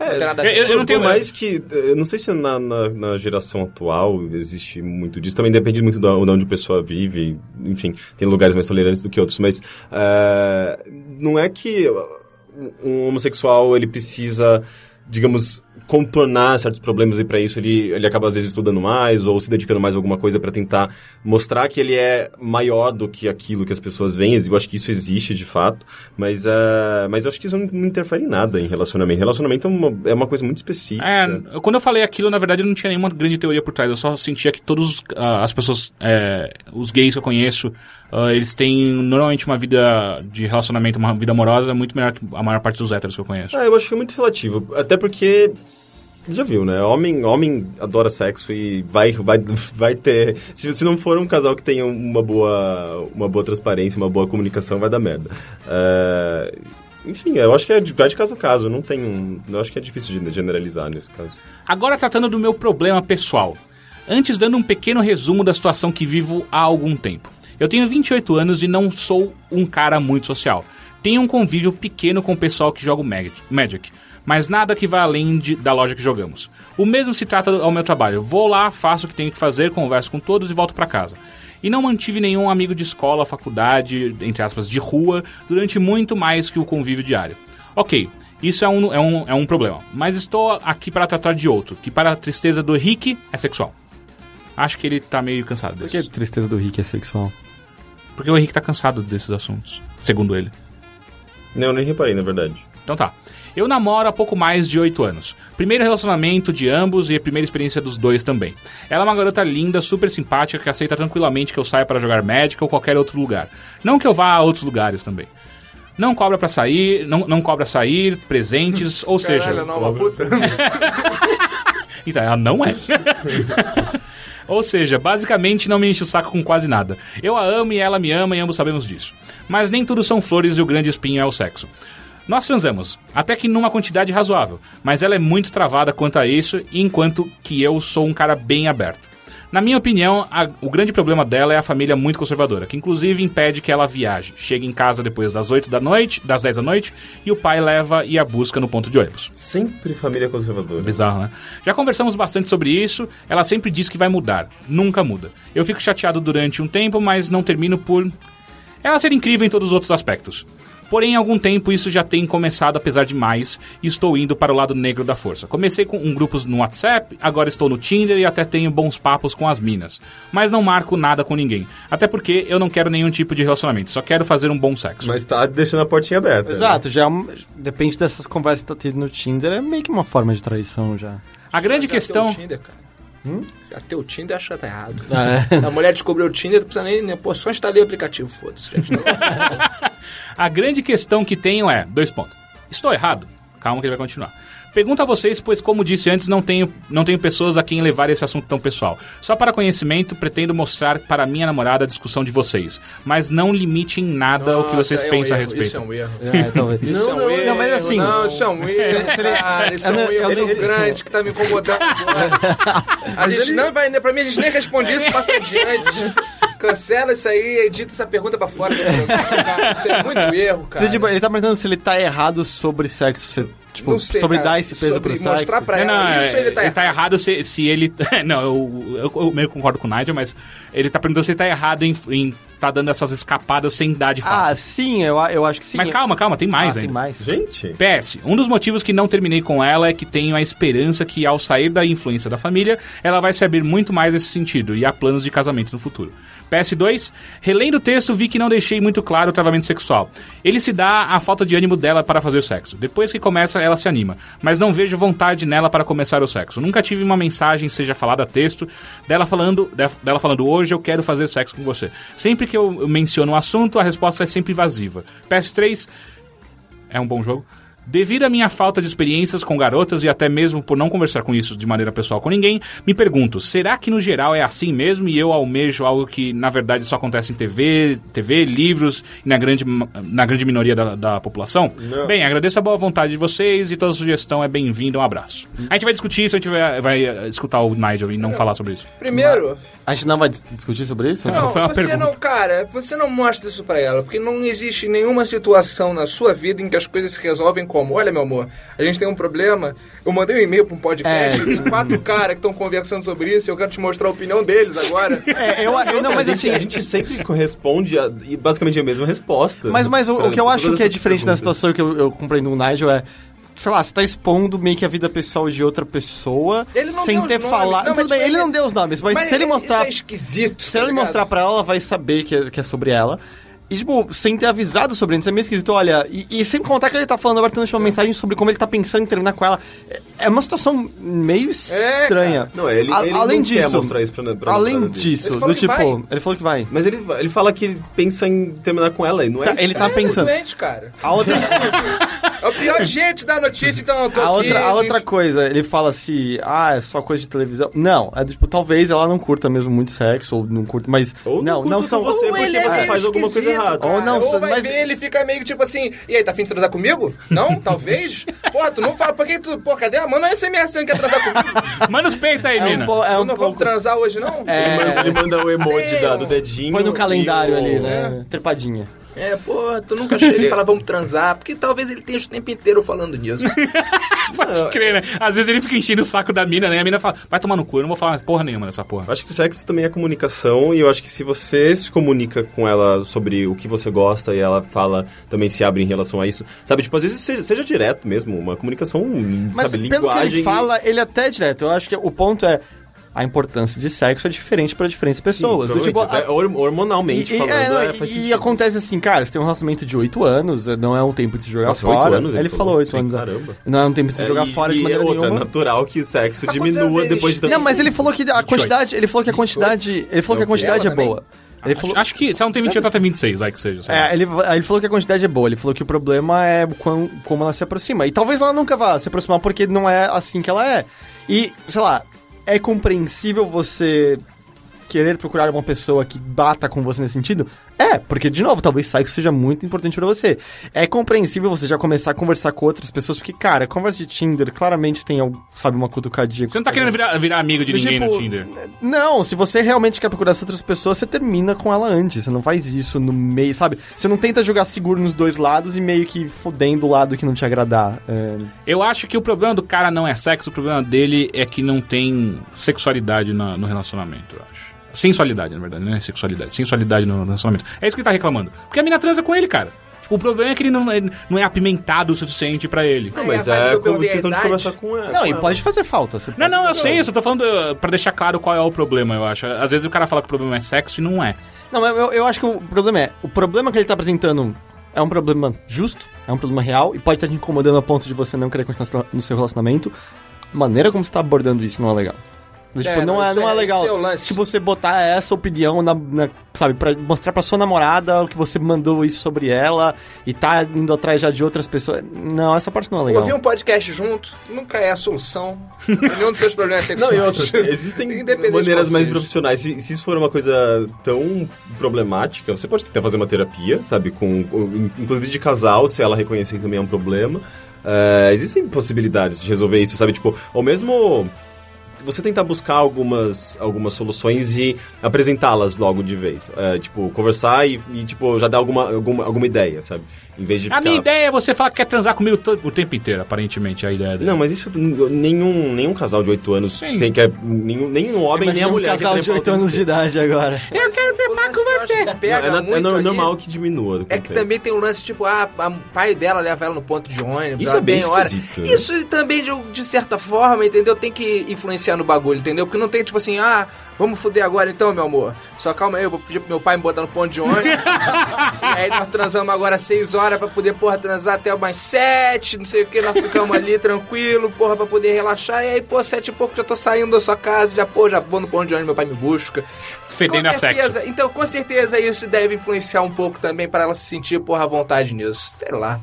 não tem nada a ver.
eu- eu não
Por
tenho-
mais que. Eu não sei se na, na, na geração atual existe muito disso. Também depende muito da, de onde a pessoa vive. Enfim, tem lugares mais tolerantes do que outros. Mas ah, não é que um homossexual ele precisa, digamos, contornar certos problemas e para isso ele, ele acaba às vezes estudando mais ou se dedicando mais a alguma coisa para tentar mostrar que ele é maior do que aquilo que as pessoas veem. Eu acho que isso existe de fato, mas, ah, mas eu acho que isso não, não interfere em nada em relacionamento. Relacionamento é uma, é uma coisa muito específica.
É, quando eu falei aquilo, na verdade, eu não tinha nenhuma grande teoria por trás. Eu só sentia que todas as pessoas, é, os gays que eu conheço, ah, eles têm normalmente uma vida de relacionamento, uma vida amorosa muito melhor que a maior parte dos héteros que eu conheço.
Ah, eu acho que é muito relativo. Até porque. Já viu, né? Homem, homem adora sexo e vai, vai, vai ter. Se, se não for um casal que tenha uma boa, uma boa transparência, uma boa comunicação, vai dar merda. Ah, enfim, eu acho que é de, vai de caso a caso. Não tem um. Eu acho que é difícil de generalizar nesse caso.
Agora tratando do meu problema pessoal. Antes dando um pequeno resumo da situação que vivo há algum tempo. Eu tenho 28 anos e não sou um cara muito social. Tenho um convívio pequeno com o pessoal que joga o Mag- Magic, mas nada que vá além de- da loja que jogamos. O mesmo se trata ao meu trabalho. Vou lá, faço o que tenho que fazer, converso com todos e volto pra casa. E não mantive nenhum amigo de escola, faculdade, entre aspas, de rua, durante muito mais que o convívio diário. Ok, isso é um, é um, é um problema. Mas estou aqui para tratar de outro, que para a tristeza do Rick é sexual. Acho que ele tá meio cansado
Por que a
disso.
tristeza do Rick é sexual?
Porque o Rick tá cansado desses assuntos, segundo ele.
Não, eu nem reparei, na verdade.
Então tá. Eu namoro há pouco mais de 8 anos. Primeiro relacionamento de ambos e a primeira experiência dos dois também. Ela é uma garota linda, super simpática, que aceita tranquilamente que eu saia para jogar médica ou qualquer outro lugar. Não que eu vá a outros lugares também. Não cobra para sair, não, não cobra sair, presentes, ou seja,
Caralho, não, uma puta.
Então, ela não é. Ou seja, basicamente não me enche o saco com quase nada. Eu a amo e ela me ama e ambos sabemos disso. Mas nem tudo são flores e o grande espinho é o sexo. Nós transamos, até que numa quantidade razoável, mas ela é muito travada quanto a isso, enquanto que eu sou um cara bem aberto. Na minha opinião, a- o grande problema dela é a família muito conservadora, que inclusive impede que ela viaje. Chega em casa depois das 8 da noite, das 10 da noite, e o pai leva e a busca no ponto de ônibus.
Sempre família conservadora.
Bizarro, né? Já conversamos bastante sobre isso. Ela sempre diz que vai mudar. Nunca muda. Eu fico chateado durante um tempo, mas não termino por ela ser incrível em todos os outros aspectos. Porém, há algum tempo isso já tem começado a pesar demais e estou indo para o lado negro da força. Comecei com um grupos no WhatsApp, agora estou no Tinder e até tenho bons papos com as minas. Mas não marco nada com ninguém. Até porque eu não quero nenhum tipo de relacionamento, só quero fazer um bom sexo.
Mas tá deixando a portinha aberta. né?
Exato, já é um- depende dessas conversas que tá tendo no Tinder, é meio que uma forma de traição já.
a grande
Já
questão.
tem o Tinder, cara.
Hum?
Já tem o Tinder, acho que tá errado.
Ah,
é?
A mulher descobriu o Tinder, não precisa nem... nem pô, só instalei o aplicativo, foda-se. gente.
Então A grande questão que tenho é, dois pontos. Estou errado? Calma que ele vai continuar. Pergunto a vocês, pois como disse antes, não tenho, não tenho pessoas a quem levar esse assunto tão pessoal. Só para conhecimento, pretendo mostrar para minha namorada a discussão de vocês. Mas não limite em nada o que vocês
Nossa, é um
pensam a
erro,
respeito.
Isso é um erro.
é, talvez.
Isso é um erro.
não, mas assim-
Não, isso é um erro, cara. Isso é
eu
um
não- eu
erro
não-
muito grande que tá me incomodando agora. A gente não vai... né, Pra mim, a gente nem responde isso, passa adiante. Cancela isso aí, edita essa pergunta pra fora. do programa, cara. Isso é muito erro, cara.
Ele, tipo, ele tá perguntando se ele tá errado sobre sexo ser
Tipo,
não sei,
sobre
cara,
dar esse peso
sobre
pro
mostrar
sexo.
pra ela isso, ele tá errado.
é, errado se, se ele. tá, não, eu, eu, eu meio concordo com o Nigel, mas ele tá perguntando se ele tá errado em, em tá dando essas escapadas sem dar de fato.
Ah, sim, eu, a- eu acho que
Ah,
sim.
mas calma, calma, tem mais
Ah, tem
ainda.
mais.
Gente.
PS, um dos motivos que não terminei com ela é que tenho a esperança que, ao sair da influência da família, ela vai se abrir muito mais nesse sentido e há planos de casamento no futuro. PS2, relendo o texto, vi que não deixei muito claro o travamento sexual. Ele se dá à falta de ânimo dela para fazer o sexo. Depois que começa, ela se anima, mas não vejo vontade nela para começar o sexo. Nunca tive uma mensagem, seja falada texto, dela falando, de- dela falando hoje eu quero fazer sexo com você. Sempre que eu menciono o assunto, a resposta é sempre invasiva. PS3, é um bom jogo. Devido à minha falta de experiências com garotas e até mesmo por não conversar com isso de maneira pessoal com ninguém, me pergunto, será que no geral é assim mesmo e eu almejo algo que na verdade só acontece em TV, TV livros e na grande, ma- na grande minoria da, da população? Bem, agradeço a boa vontade de vocês e toda sugestão é bem-vinda, um abraço. A gente vai discutir isso, a gente vai, vai eh, escutar o Nigel e não falar sobre isso.
Primeiro,
A gente não vai dis- discutir sobre isso?
não,
foi uma
você
pergunta.
não, cara, você não mostra isso pra ela, porque não existe nenhuma situação na sua vida em que as coisas se resolvem como, olha, meu amor, a gente tem um problema, eu mandei um e-mail pra um podcast,
É.
tem quatro caras que estão conversando sobre isso, e eu quero te mostrar a opinião deles agora.
É, eu, eu, não, mas
a, gente,
assim,
a gente sempre corresponde a, e basicamente a mesma resposta.
Mas, mas o,
Pra
o que eu acho
todas
que é
essas
diferente da
perguntas.
situação que eu, eu comprei no Nigel é. Sei lá, você tá expondo meio que a vida pessoal de outra pessoa
Ele não
sem
deu
ter
os nomes.
falado.
Não, mas,
Tudo bem,
tipo,
ele
ele-
não deu os nomes, mas, se ele
isso
mostrar.
é esquisito.
se ele
tá ligado?
mostrar pra ela, ela vai saber que é, que é sobre ela. E, tipo, sem ter avisado sobre isso, é meio esquisito. Olha, e, e sem contar que ele tá falando agora, tá
É.
deixando uma mensagem sobre como ele tá pensando em terminar com ela. É- É uma situação meio
É,
estranha.
Não, ele,
A-
ele
além
não
disso,
quer mostrar isso pra, pra namorada
Além
dele.
disso,
Ele
do
falou que
tipo,
vai.
ele falou que vai.
Mas ele, ele fala que ele pensa em terminar com ela e não é
Tá,
isso,
ele tá
cara.
pensando.
Doente, cara.
A outra,
É o pior gente da notícia, então eu tô
a
aqui,
outra, a
gente.
outra coisa, ele fala assim, ah, é só coisa de televisão. Não, é tipo, talvez ela não curta mesmo muito sexo, ou não curta, mas.
Ou
não, não
curto
são.
você
Ou
porque
ele é
você
meio
faz alguma coisa
esquisito,
errada.
cara.
Ou não,
Ou vai
mas-
ver, ele fica meio tipo assim, e aí, tá afim de transar comigo? Não? Talvez? Porra, tu não fala, por que tu, pô, cadê? a- Manda um SMS que quer transar comigo.
Manda os peitos aí,
É um,
mina.
po- é
Não,
um
não vamos
pouco.
transar hoje, não?
Ele
É.
manda- Ele manda o emoji da, do dedinho.
Põe no calendário
e o-
ali, né? Trepadinha.
É, porra, tu nunca achei ele falar vamos transar, porque talvez ele tenha o tempo inteiro falando nisso.
Pode crer, né? Às vezes ele fica enchendo o saco da mina, né? A mina fala, vai tomar no cu, eu não vou falar mais porra nenhuma dessa porra.
Eu acho que sexo também é comunicação, e eu acho que se você se comunica com ela sobre o que você gosta e ela fala, também se abre em relação a isso. Sabe, tipo, às vezes seja, seja direto mesmo, uma comunicação,
Mas
sabe,
pelo que
linguagem.
ele fala, ele até é direto. Eu acho que o ponto é a importância de sexo é diferente para diferentes pessoas. Do tipo,
Provavelmente,
a-
até hor- hormonalmente
e, e-
falando,
é, não,
é,
e-
faz
e
sentido.
acontece assim, cara, você tem um relacionamento de 8 anos, não é um tempo de se jogar
Nossa, oito
fora.
anos, ele
ele, falou
falou.
8 anos.
Caramba.
Não é um tempo de se
É,
jogar
e-
fora de
e é
maneira
outra, é
nenhuma.
natural que o sexo
Mas quantos anos
diminua
eles
depois de tanto
Não, mas ele falou que a quantidade, ele falou que a quantidade, ele falou que a quantidade é
Ela também?
boa. Ele falou,
Acho que se ela não tem 28, ela tem 26, vai que seja. sei lá.
É, ele, ele falou que a quantidade é boa, ele falou que o problema é o quão- como ela se aproxima. E talvez ela nunca vá se aproximar porque não é assim que ela é. E, sei lá, é compreensível você querer procurar uma pessoa que bata com você nesse sentido? É, porque, de novo, talvez sexo seja muito importante pra você. É compreensível você já começar a conversar com outras pessoas, porque, cara, conversa de Tinder claramente tem, algum- sabe, uma cutucadinha.
Você não tá querendo virar, virar amigo de
Do
ninguém
tipo,
no Tinder.
Não, se você realmente quer procurar essas outras pessoas, você termina com ela antes. Você não faz isso no meio, sabe? Você não tenta jogar seguro nos dois lados e meio que fodendo o lado que não te agradar. É,
Eu acho que o problema do cara não é sexo, o problema dele é que não tem sexualidade na- no relacionamento, eu acho. Sensualidade, na verdade, não é sexualidade. Sensualidade no relacionamento. É isso que ele tá reclamando. Porque a mina transa com ele, cara. Tipo, o problema é que ele não, ele não é apimentado o suficiente pra ele.
Não, mas
Aí a vibe
é
do
como
Gabriel
questão de
Idade.
conversar com ela.
Não,
com
e
ela.
pode fazer falta. Você
Não,
pode-
não, eu sei, eu só tô falando uh, pra deixar claro qual é o problema, eu acho. Às vezes o cara fala que o problema é sexo e não é.
Não, eu- eu, eu acho que o problema é... O problema que ele tá apresentando é um problema justo, é um problema real e pode estar te incomodando a ponto de você não querer continuar no seu relacionamento. A maneira como você tá abordando isso não é legal. Tipo,
É,
não, é,
isso
não é
é-
legal.
esse é o lance.
Tipo, você botar essa opinião na, na- sabe, para mostrar pra sua namorada o que você mandou isso sobre ela e tá indo atrás já de outras pessoas. Não, essa parte não é legal.
Ouvir um podcast junto nunca é a solução. pra Nenhum dos seus problemas
Não,
sexuais.
e outra, existem
Independente de
maneiras mais
vocês.
profissionais. Se, se isso for uma coisa tão problemática, você pode tentar fazer uma terapia, sabe? Com, com- inclusive de casal, se ela reconhecer que também Eh, é um problema. É, existem possibilidades de resolver isso, sabe? Tipo, ou mesmo você tentar buscar algumas, algumas soluções e apresentá-las logo de vez. É, tipo, conversar e, e, tipo, já dar alguma, alguma, alguma ideia, sabe? Em vez de
A
ficar...
minha ideia é você falar que quer transar comigo to- o tempo inteiro, aparentemente, a ideia dele.
Não, mas isso n- nenhum, nenhum casal de 8 anos
Sim.
tem que. é, Nenhum, nenhum homem nem a
um
mulher.
casal
quer
de 8
trepar o
anos de
tempo
idade agora.
Eu quero trepar com você.
inteiro.
Pega
É, na- é
muito
no-
ali.
normal que diminua.
É que também tem um lance, tipo, ah, a- o pai dela leva ela no ponto de ônibus.
Isso
ela
é bem
tem hora.
esquisito, né?
Isso também, de, de certa forma, entendeu? Tem que influenciar no bagulho, entendeu? Porque não tem, tipo assim, ah, vamos foder agora então, meu amor. Só calma aí, eu vou pedir pro meu pai me botar no ponto de ônibus. e aí nós transamos agora às 6 horas pra poder, porra, transar até umas 7, não sei o que. Nós ficamos ali tranquilo, porra, pra poder relaxar. E aí, pô, sete e pouco já tô saindo da sua casa, já, pô, já vou no ponto de ônibus, meu pai me busca.
Fedendo
Com
a sexo.
certeza. Então, com certeza, isso deve influenciar um pouco também pra ela se sentir, porra, à vontade nisso. Sei lá.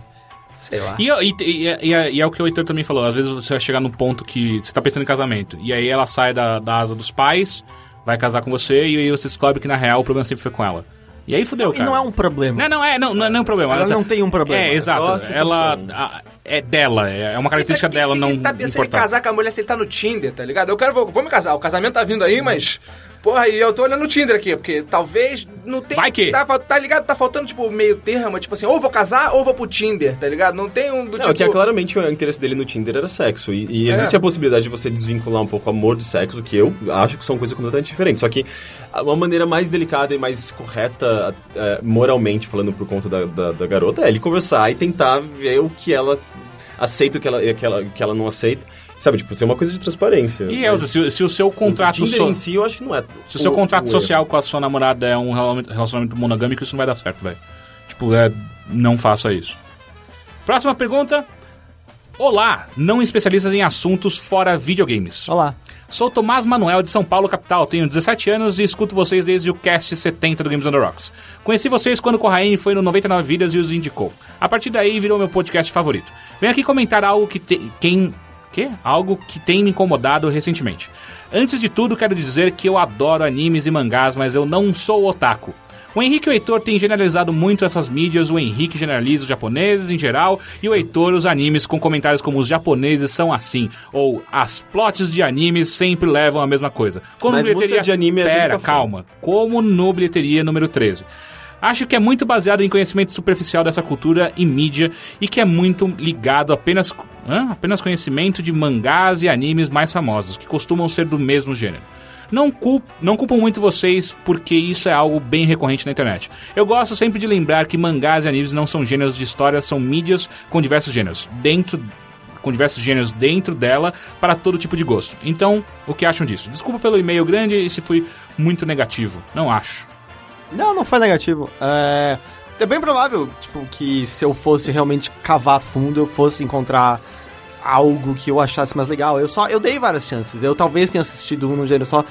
Sei lá.
E, eu- e- e- e- e é- e é o que o Heitor também falou, às vezes você vai chegar num ponto que você tá pensando em casamento, e aí ela sai da, da asa dos pais, vai casar com você, e aí você descobre que na real o problema sempre foi com ela. E aí fudeu,
E
cara.
não é um problema.
Não, não é, não, não é nenhum problema.
Ela não tem um problema.
É,
É
só
exato.
a situação.
Ela a- é dela, é é uma característica
Tem
dela
que-
não
Ele tá pensando em
importar.
casar com a mulher se ele tá no Tinder, tá ligado? Eu quero, vou, vou me casar. O casamento tá vindo aí, mas. Porra, e eu tô olhando o Tinder aqui, porque talvez não tem.
Vai que-
Tá, fa- tá ligado? Tá faltando, tipo, meio termo, tipo assim, ou vou casar ou vou pro Tinder, tá ligado? Não tem um do
Não,
tipo.
que é claramente o interesse dele no Tinder era sexo. E, e existe
É.
a possibilidade de você desvincular um pouco o amor do sexo, que eu acho que são coisas completamente diferentes. Só que a- uma maneira mais delicada e mais correta, é, moralmente falando por conta da, da- da garota, é ele conversar e tentar ver o que ela aceita, o que ela, e o que ela, o que ela não aceita. Sabe, tipo, ser uma coisa de transparência. Mas
E
é
Elza, se, se o seu contrato
o Tinder
so-
em si, eu acho que não é.
se o seu
o-
contrato
o erro.
social com a sua namorada é um relacionamento- relacionamento monogâmico, isso não vai dar certo, velho. Tipo, é, não faça isso. Próxima pergunta. Olá, não especialistas em assuntos fora videogames.
Olha lá.
Sou Tomás Manuel de São Paulo, capital. Tenho 17 anos e escuto vocês desde o cast 70 do Games on the Rocks. Conheci vocês quando o Corraine foi no 99 Vidas e os indicou. A partir daí virou meu podcast favorito. Venho aqui comentar algo que tem. Quem. Quê? Algo que tem me incomodado recentemente. Antes de tudo, quero dizer que eu adoro animes e mangás, mas eu não sou otaku. O Henrique e o Heitor têm generalizado muito essas mídias. O Henrique generaliza os japoneses em geral e o Heitor os animes com comentários como os japoneses são assim ou as plots de animes sempre levam a mesma coisa. Como
Mas música de anime é
Pera,
sempre pra
calma. Como no bilheteria número 13. Acho que é muito baseado em conhecimento superficial dessa cultura e mídia e que é muito ligado apenas hã? apenas conhecimento de mangás e animes mais famosos que costumam ser do mesmo gênero. Não, cul não culpo muito vocês, porque isso é algo bem recorrente na internet. Eu gosto sempre de lembrar que mangás e animes não são gêneros de história, são mídias com diversos gêneros dentro com diversos gêneros dentro dela para todo tipo de gosto. Então, o que acham disso? Desculpa pelo e-mail grande e se fui muito negativo. Não acho.
Não, não foi negativo. É, é bem provável, tipo, que se eu fosse realmente cavar fundo, eu fosse encontrar algo que eu achasse mais legal. Eu só, eu dei várias chances. Eu talvez tenha assistido um no gênero só.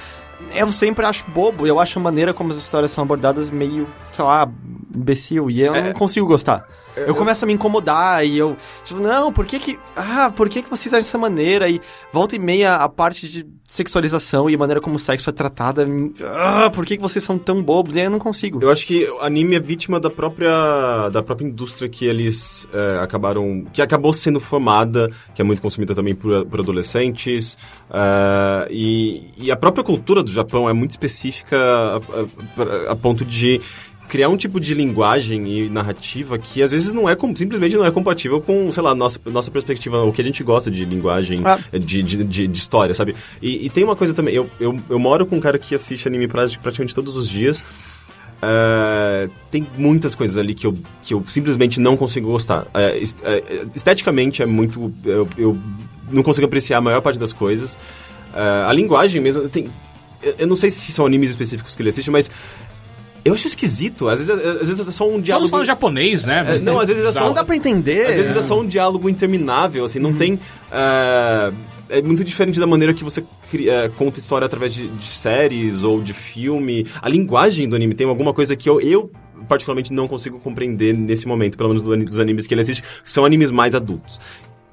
Eu sempre acho bobo, eu acho a maneira como as histórias são abordadas meio, sei lá, imbecil, e eu não consigo gostar. Eu começo a me incomodar e eu. Tipo, não, por que que. Ah, por que que vocês agem dessa maneira? E volta e meia a parte de sexualização e a maneira como o sexo é tratada. me- Ah, por que que vocês são tão bobos? E aí eu não consigo.
Eu acho que o anime é vítima da própria, da própria indústria que eles é, acabaram. que acabou sendo formada, que é muito consumida também por, por adolescentes. é, e, e a própria cultura do Japão é muito específica a, a- a ponto de criar um tipo de linguagem e narrativa que às vezes não é com- simplesmente não é compatível com, sei lá, nossa, nossa perspectiva, o que a gente gosta de linguagem,
Ah.
de, de, de- de história, sabe? E, e tem uma coisa também, eu, eu, eu moro com um cara que assiste anime pra- praticamente todos os dias. É, tem muitas coisas ali que eu, que eu simplesmente não consigo gostar. É, est- é, esteticamente é muito. Eu, eu não consigo apreciar a maior parte das coisas. É, a linguagem mesmo. Tem, eu, eu não sei se são animes específicos que ele assiste, mas. Eu acho esquisito. Às vezes, às vezes é só um diálogo.
Estamos falando japonês, né?
É, não, às vezes é só
Bizarro.
um
Não dá pra entender.
Às vezes é só um diálogo interminável, assim, não tem. ah, é muito diferente da maneira que você cri- eh, conta história através de, de séries ou de filme. A linguagem do anime tem alguma coisa que eu, eu particularmente não consigo compreender nesse momento, pelo menos do ani- dos animes que ele assiste, que são animes mais adultos.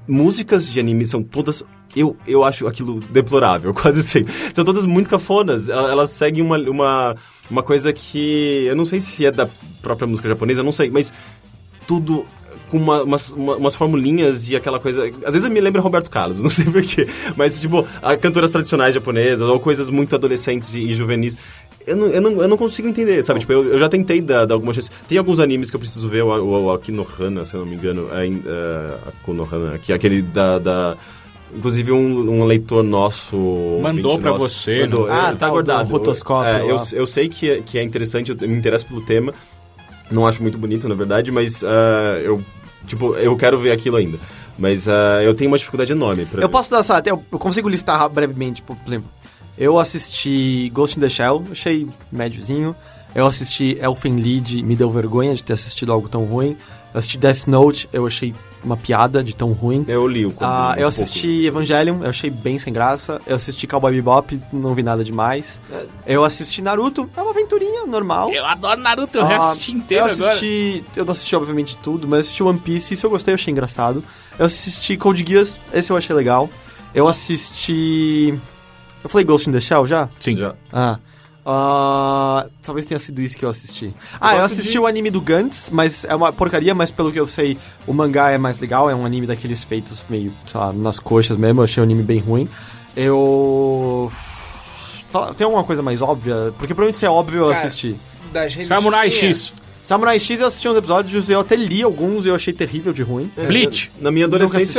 Músicas de anime são todas. Eu, eu acho aquilo deplorável, quase sempre. São todas muito cafonas. Ela- Elas seguem uma, uma, uma coisa que. Eu não sei se é da própria música japonesa, eu não sei, mas tudo com uma- umas, uma- umas formulinhas e aquela coisa. Às vezes eu me lembro Roberto Carlos, não sei porquê. Mas, tipo, a cantoras tradicionais japonesas ou coisas muito adolescentes e, e juvenis. Eu não, eu, não, eu não consigo entender, sabe? Tipo, eu, eu já tentei dar, dar algumas chances. Tem alguns animes que eu preciso ver, o, o, o Akinohana, se eu não me engano. É, em- é, Akinohana, que é aquele da. da- inclusive, um, um leitor nosso.
Mandou
ouvinte
pra
nosso,
você, né?
Mandou,
Ah,
ah,
tá,
tá
o
guardado.
do rotoscópio
É, eu,
lá.
eu sei que é, que é interessante, eu me interesso pelo tema. Não acho muito bonito, na verdade, mas ah, eu, tipo, eu quero ver aquilo ainda. Mas ah, eu tenho uma dificuldade enorme pra
Eu posso dar essa. até Eu eu consigo listar ra- brevemente, tipo, por exemplo. Eu assisti Ghost in the Shell, achei médiozinho. Eu assisti Elfen Lied, me deu vergonha de ter assistido algo tão ruim. Eu assisti Death Note, eu achei uma piada de tão ruim.
Eu li o conto,
Ah, eu
um pouco.
assisti Evangelion, eu achei bem sem graça. Eu assisti Cowboy Bebop, não vi nada demais.
É.
Eu assisti Naruto, é uma aventurinha normal.
Eu adoro Naruto, eu
Ah,
já assisti inteiro
eu
agora.
assisti, Eu não assisti, obviamente, tudo, mas assisti One Piece. e Se eu gostei, eu achei engraçado. Eu assisti Code Geass, esse eu achei legal. Eu assisti... Eu falei Ghost in the Shell já?
Sim.
Já.
Ah. Ah, talvez tenha sido isso que eu assisti. Ah, eu, assisti o anime do Gantz, mas é uma porcaria, mas pelo que eu sei, o mangá é mais legal, é um anime daqueles feitos meio, sei lá, nas coxas mesmo, eu achei o anime bem ruim. Eu. Fala- Tem alguma coisa mais óbvia? Porque provavelmente se é óbvio eu
Cara,
assisti.
Das
Samurai
revistinhas.
X.
Samurai X eu assisti uns episódios, eu até li alguns e eu achei terrível de ruim.
Bleach.
Na minha adolescência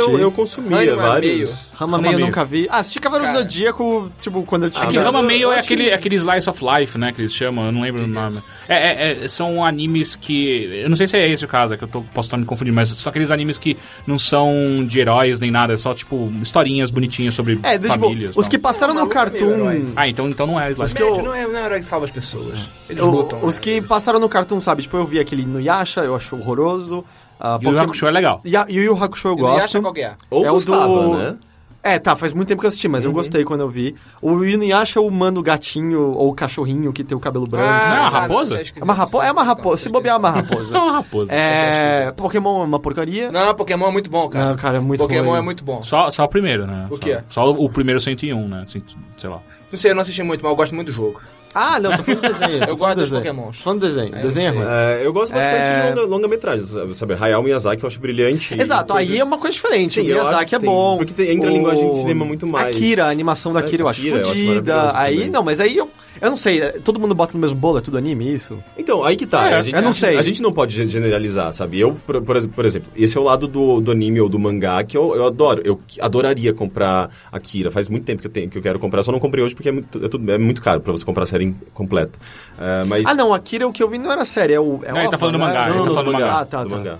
Nunca
eu,
assisti. É
eu consumia
Ranma meio.
vários.
Rama
Meio.
Meio eu nunca vi. Ah, assisti Cavaleiros do
Cara.
Zodíaco, tipo, quando eu tinha.
É que
mas
Rama
eu- eu
Meio é
acho
aquele, aquele Slice of Life, né? Que eles chamam, eu não lembro o nome. É, é, é, são animes que. Eu não sei se é esse o caso, é que eu tô, posso estar me confundindo, mas são aqueles animes que não são de heróis nem nada, é só tipo historinhas bonitinhas sobre
É, do, tipo,
famílias. e
os
tal.
que passaram
Não,
no
maluco é meio herói.
Cartoon.
Ah, então, então não é Slice of
Médio
eu-
não, é, não é herói que salva as pessoas. Eles
Eu-
lutam.
os
né?
que passaram no cartão, sabe? Tipo, eu vi aquele no Yasha, eu acho horroroso. Uh,
Life. E o Hakusho é legal.
Yu Yu Hakusho eu
Ele acha
gosto.
qual que é.
Ou
É o
gostava,
do-
né?
É, tá, faz muito tempo que eu assisti, mas eu gostei quando eu vi. O Inuyasha é o mano gatinho ou cachorrinho que tem o cabelo branco.
é uma
cara,
raposa?
Ah, tá, isso Então,
é uma raposa? É uma raposa. Se bobear, é uma raposa.
É uma raposa.
é... Pokémon é uma porcaria.
Não, Pokémon é muito bom, cara.
Não, cara, é muito
Pokémon
ruim.
é muito bom.
Só, só o primeiro, né?
O
só,
quê?
Só o primeiro 101, né? Cin- Sei lá.
Não sei, eu não assisti muito, mas eu gosto muito do jogo.
Ah, não, tô falando do desenho. tô falando
Eu gosto
do
dos
desenho.
Pokémons.
Tô falando do desenho.
eu
desenho é
sei.
ruim.
É, eu gosto bastante
É.
de longa- longa-metragens, sabe? Hayao Miyazaki eu acho brilhante.
Exato,
Coisas-
aí é uma coisa diferente.
Sim,
o
eu acho
Miyazaki
que
é
tem,
bom.
porque tem- entra a linguagem de cinema muito mais. É,
Akira, a animação da Akira eu acho
Akira, eu acho
fodida.
maravilhoso
Aí,
também.
não, mas aí eu. Eu não sei, é, todo mundo bota no mesmo bolo, é tudo anime, isso?
Então, aí que tá.
É,
a gente,
eu não
a-
sei.
A gente não pode ge- generalizar, sabe? Eu, por, por ex- por exemplo, esse é o lado do, do anime ou do mangá que eu, eu adoro. Eu adoraria comprar Akira. Faz muito tempo que eu, tenho, que eu quero comprar. Só não comprei hoje porque é muito, é tudo- é muito caro pra você comprar a série in- completa. É, mas...
Ah, não, Akira o que eu vi não era série, é o. É
Não, ele tá
OVA,
falando do
né?
mangá,
Não,
ele
não,
tá
não,
falando do
mangá.
mangá.
Ah, tá,
do
tá.
mangá.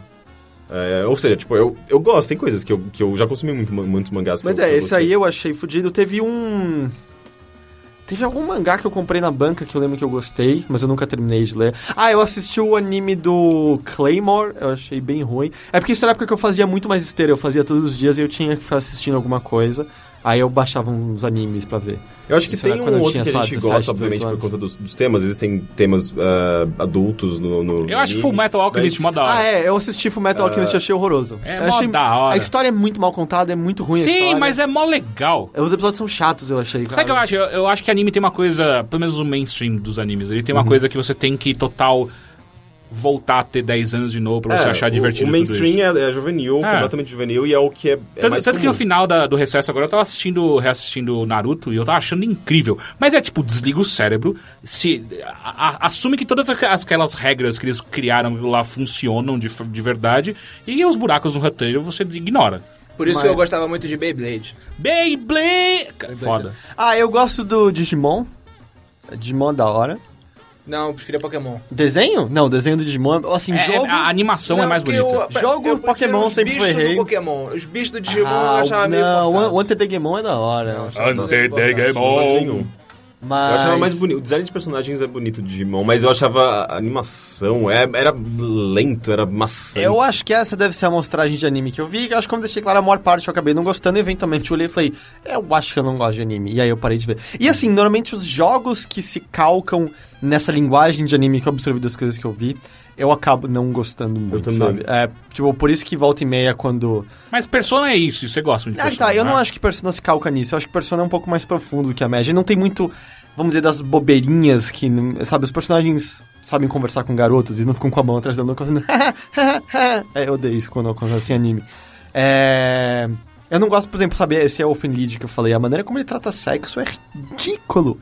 É, ou seja, tipo, eu, eu gosto. Tem coisas que eu, que eu já consumi muito, mu- muitos mangás. que
Mas
eu- que
é,
eu
esse aí eu achei fudido. Teve um. Teve algum mangá que eu comprei na banca que eu lembro que eu gostei, mas eu nunca terminei de ler. Ah, eu assisti o anime do Claymore, eu achei bem ruim. É porque isso era a época que eu fazia muito mais esteira, eu fazia todos os dias e eu tinha que ficar assistindo alguma coisa. Aí eu baixava uns animes pra ver.
Eu acho que
Isso
tem
era
um
quando eu
outro
tinha,
que
sei
a
lá,
gente
17,
gosta, obviamente,
18
por
anos.
conta dos, dos temas. Existem temas ah, adultos no, no
Eu acho
anime,
Full Metal Alchemist
mas-
mó da hora.
Ah, é, eu assisti Fullmetal Alchemist e achei horroroso.
É
Eu
mó
achei-
da hora.
A história é muito mal contada, é muito ruim a
Sim,
história.
mas é mó legal.
Os episódios são chatos, eu achei.
Sabe o que eu
cara.
acho? Eu, eu acho que anime tem uma coisa, pelo menos o mainstream dos animes, ele tem
Uhum.
uma coisa que você tem que total voltar a ter 10 anos de novo pra você
É,
achar
o-
divertido
O
tudo isso.
mainstream é, é juvenil,
É.
completamente juvenil, e é o que é, é
Tanto,
mais
tanto que no
comum.
final da- do recesso agora eu tava assistindo, reassistindo Naruto e eu tava achando incrível. Mas é tipo, desliga o cérebro, se a- a- assume que todas aqu- aquelas regras que eles criaram lá funcionam de, f- de verdade e os buracos no roteiro você ignora.
Por isso eu gostava muito de Beyblade.
Beyblade! Cara, Foda.
Ah, eu gosto do Digimon. Digimon é da hora.
Não, eu preferia Pokémon.
Desenho? Não, desenho do Digimon. Assim,
É,
jogo.
é, a
Então
animação é mais bonita.
Jogo Pokémon sempre foi
Os bichos
rei.
do Pokémon. Os bichos do Digimon eu
Ah,
achava meio
não,
forçado.
o o Antedegemon é da hora.
Não,
eu acho.
achava meio forçado.
Eu não acho É, nenhum.
Mas...
Eu achava mais bonito. O design de personagens é bonito de Digimon, mas eu achava a animação. é- era lento, era maçante.
Eu acho que essa deve ser a amostragem de anime que eu vi. que Eu acho que como eu deixei claro a maior parte, eu acabei não gostando. Eventualmente eu olhei e falei, eu acho que eu não gosto de anime. E aí eu parei de ver. E assim, normalmente os jogos que se calcam nessa linguagem de anime que eu absorvi das coisas que eu vi, eu acabo não gostando muito,
também.
sabe? É, tipo, por isso que volta e meia quando...
Mas Persona é isso, você gosta muito de
Ah,
Persona.
tá. Eu
né?
não acho que Persona se calca nisso. Eu acho que Persona é um pouco mais profundo que a média. Não tem muito, vamos dizer, das bobeirinhas que, não- sabe, os personagens sabem conversar com garotas e não ficam com a mão atrás da nuca fazendo. é, eu odeio isso quando acontece em anime. É. Eu não gosto, por exemplo, saber, esse é o Open Lead que eu falei, a maneira como ele trata sexo é ridículo,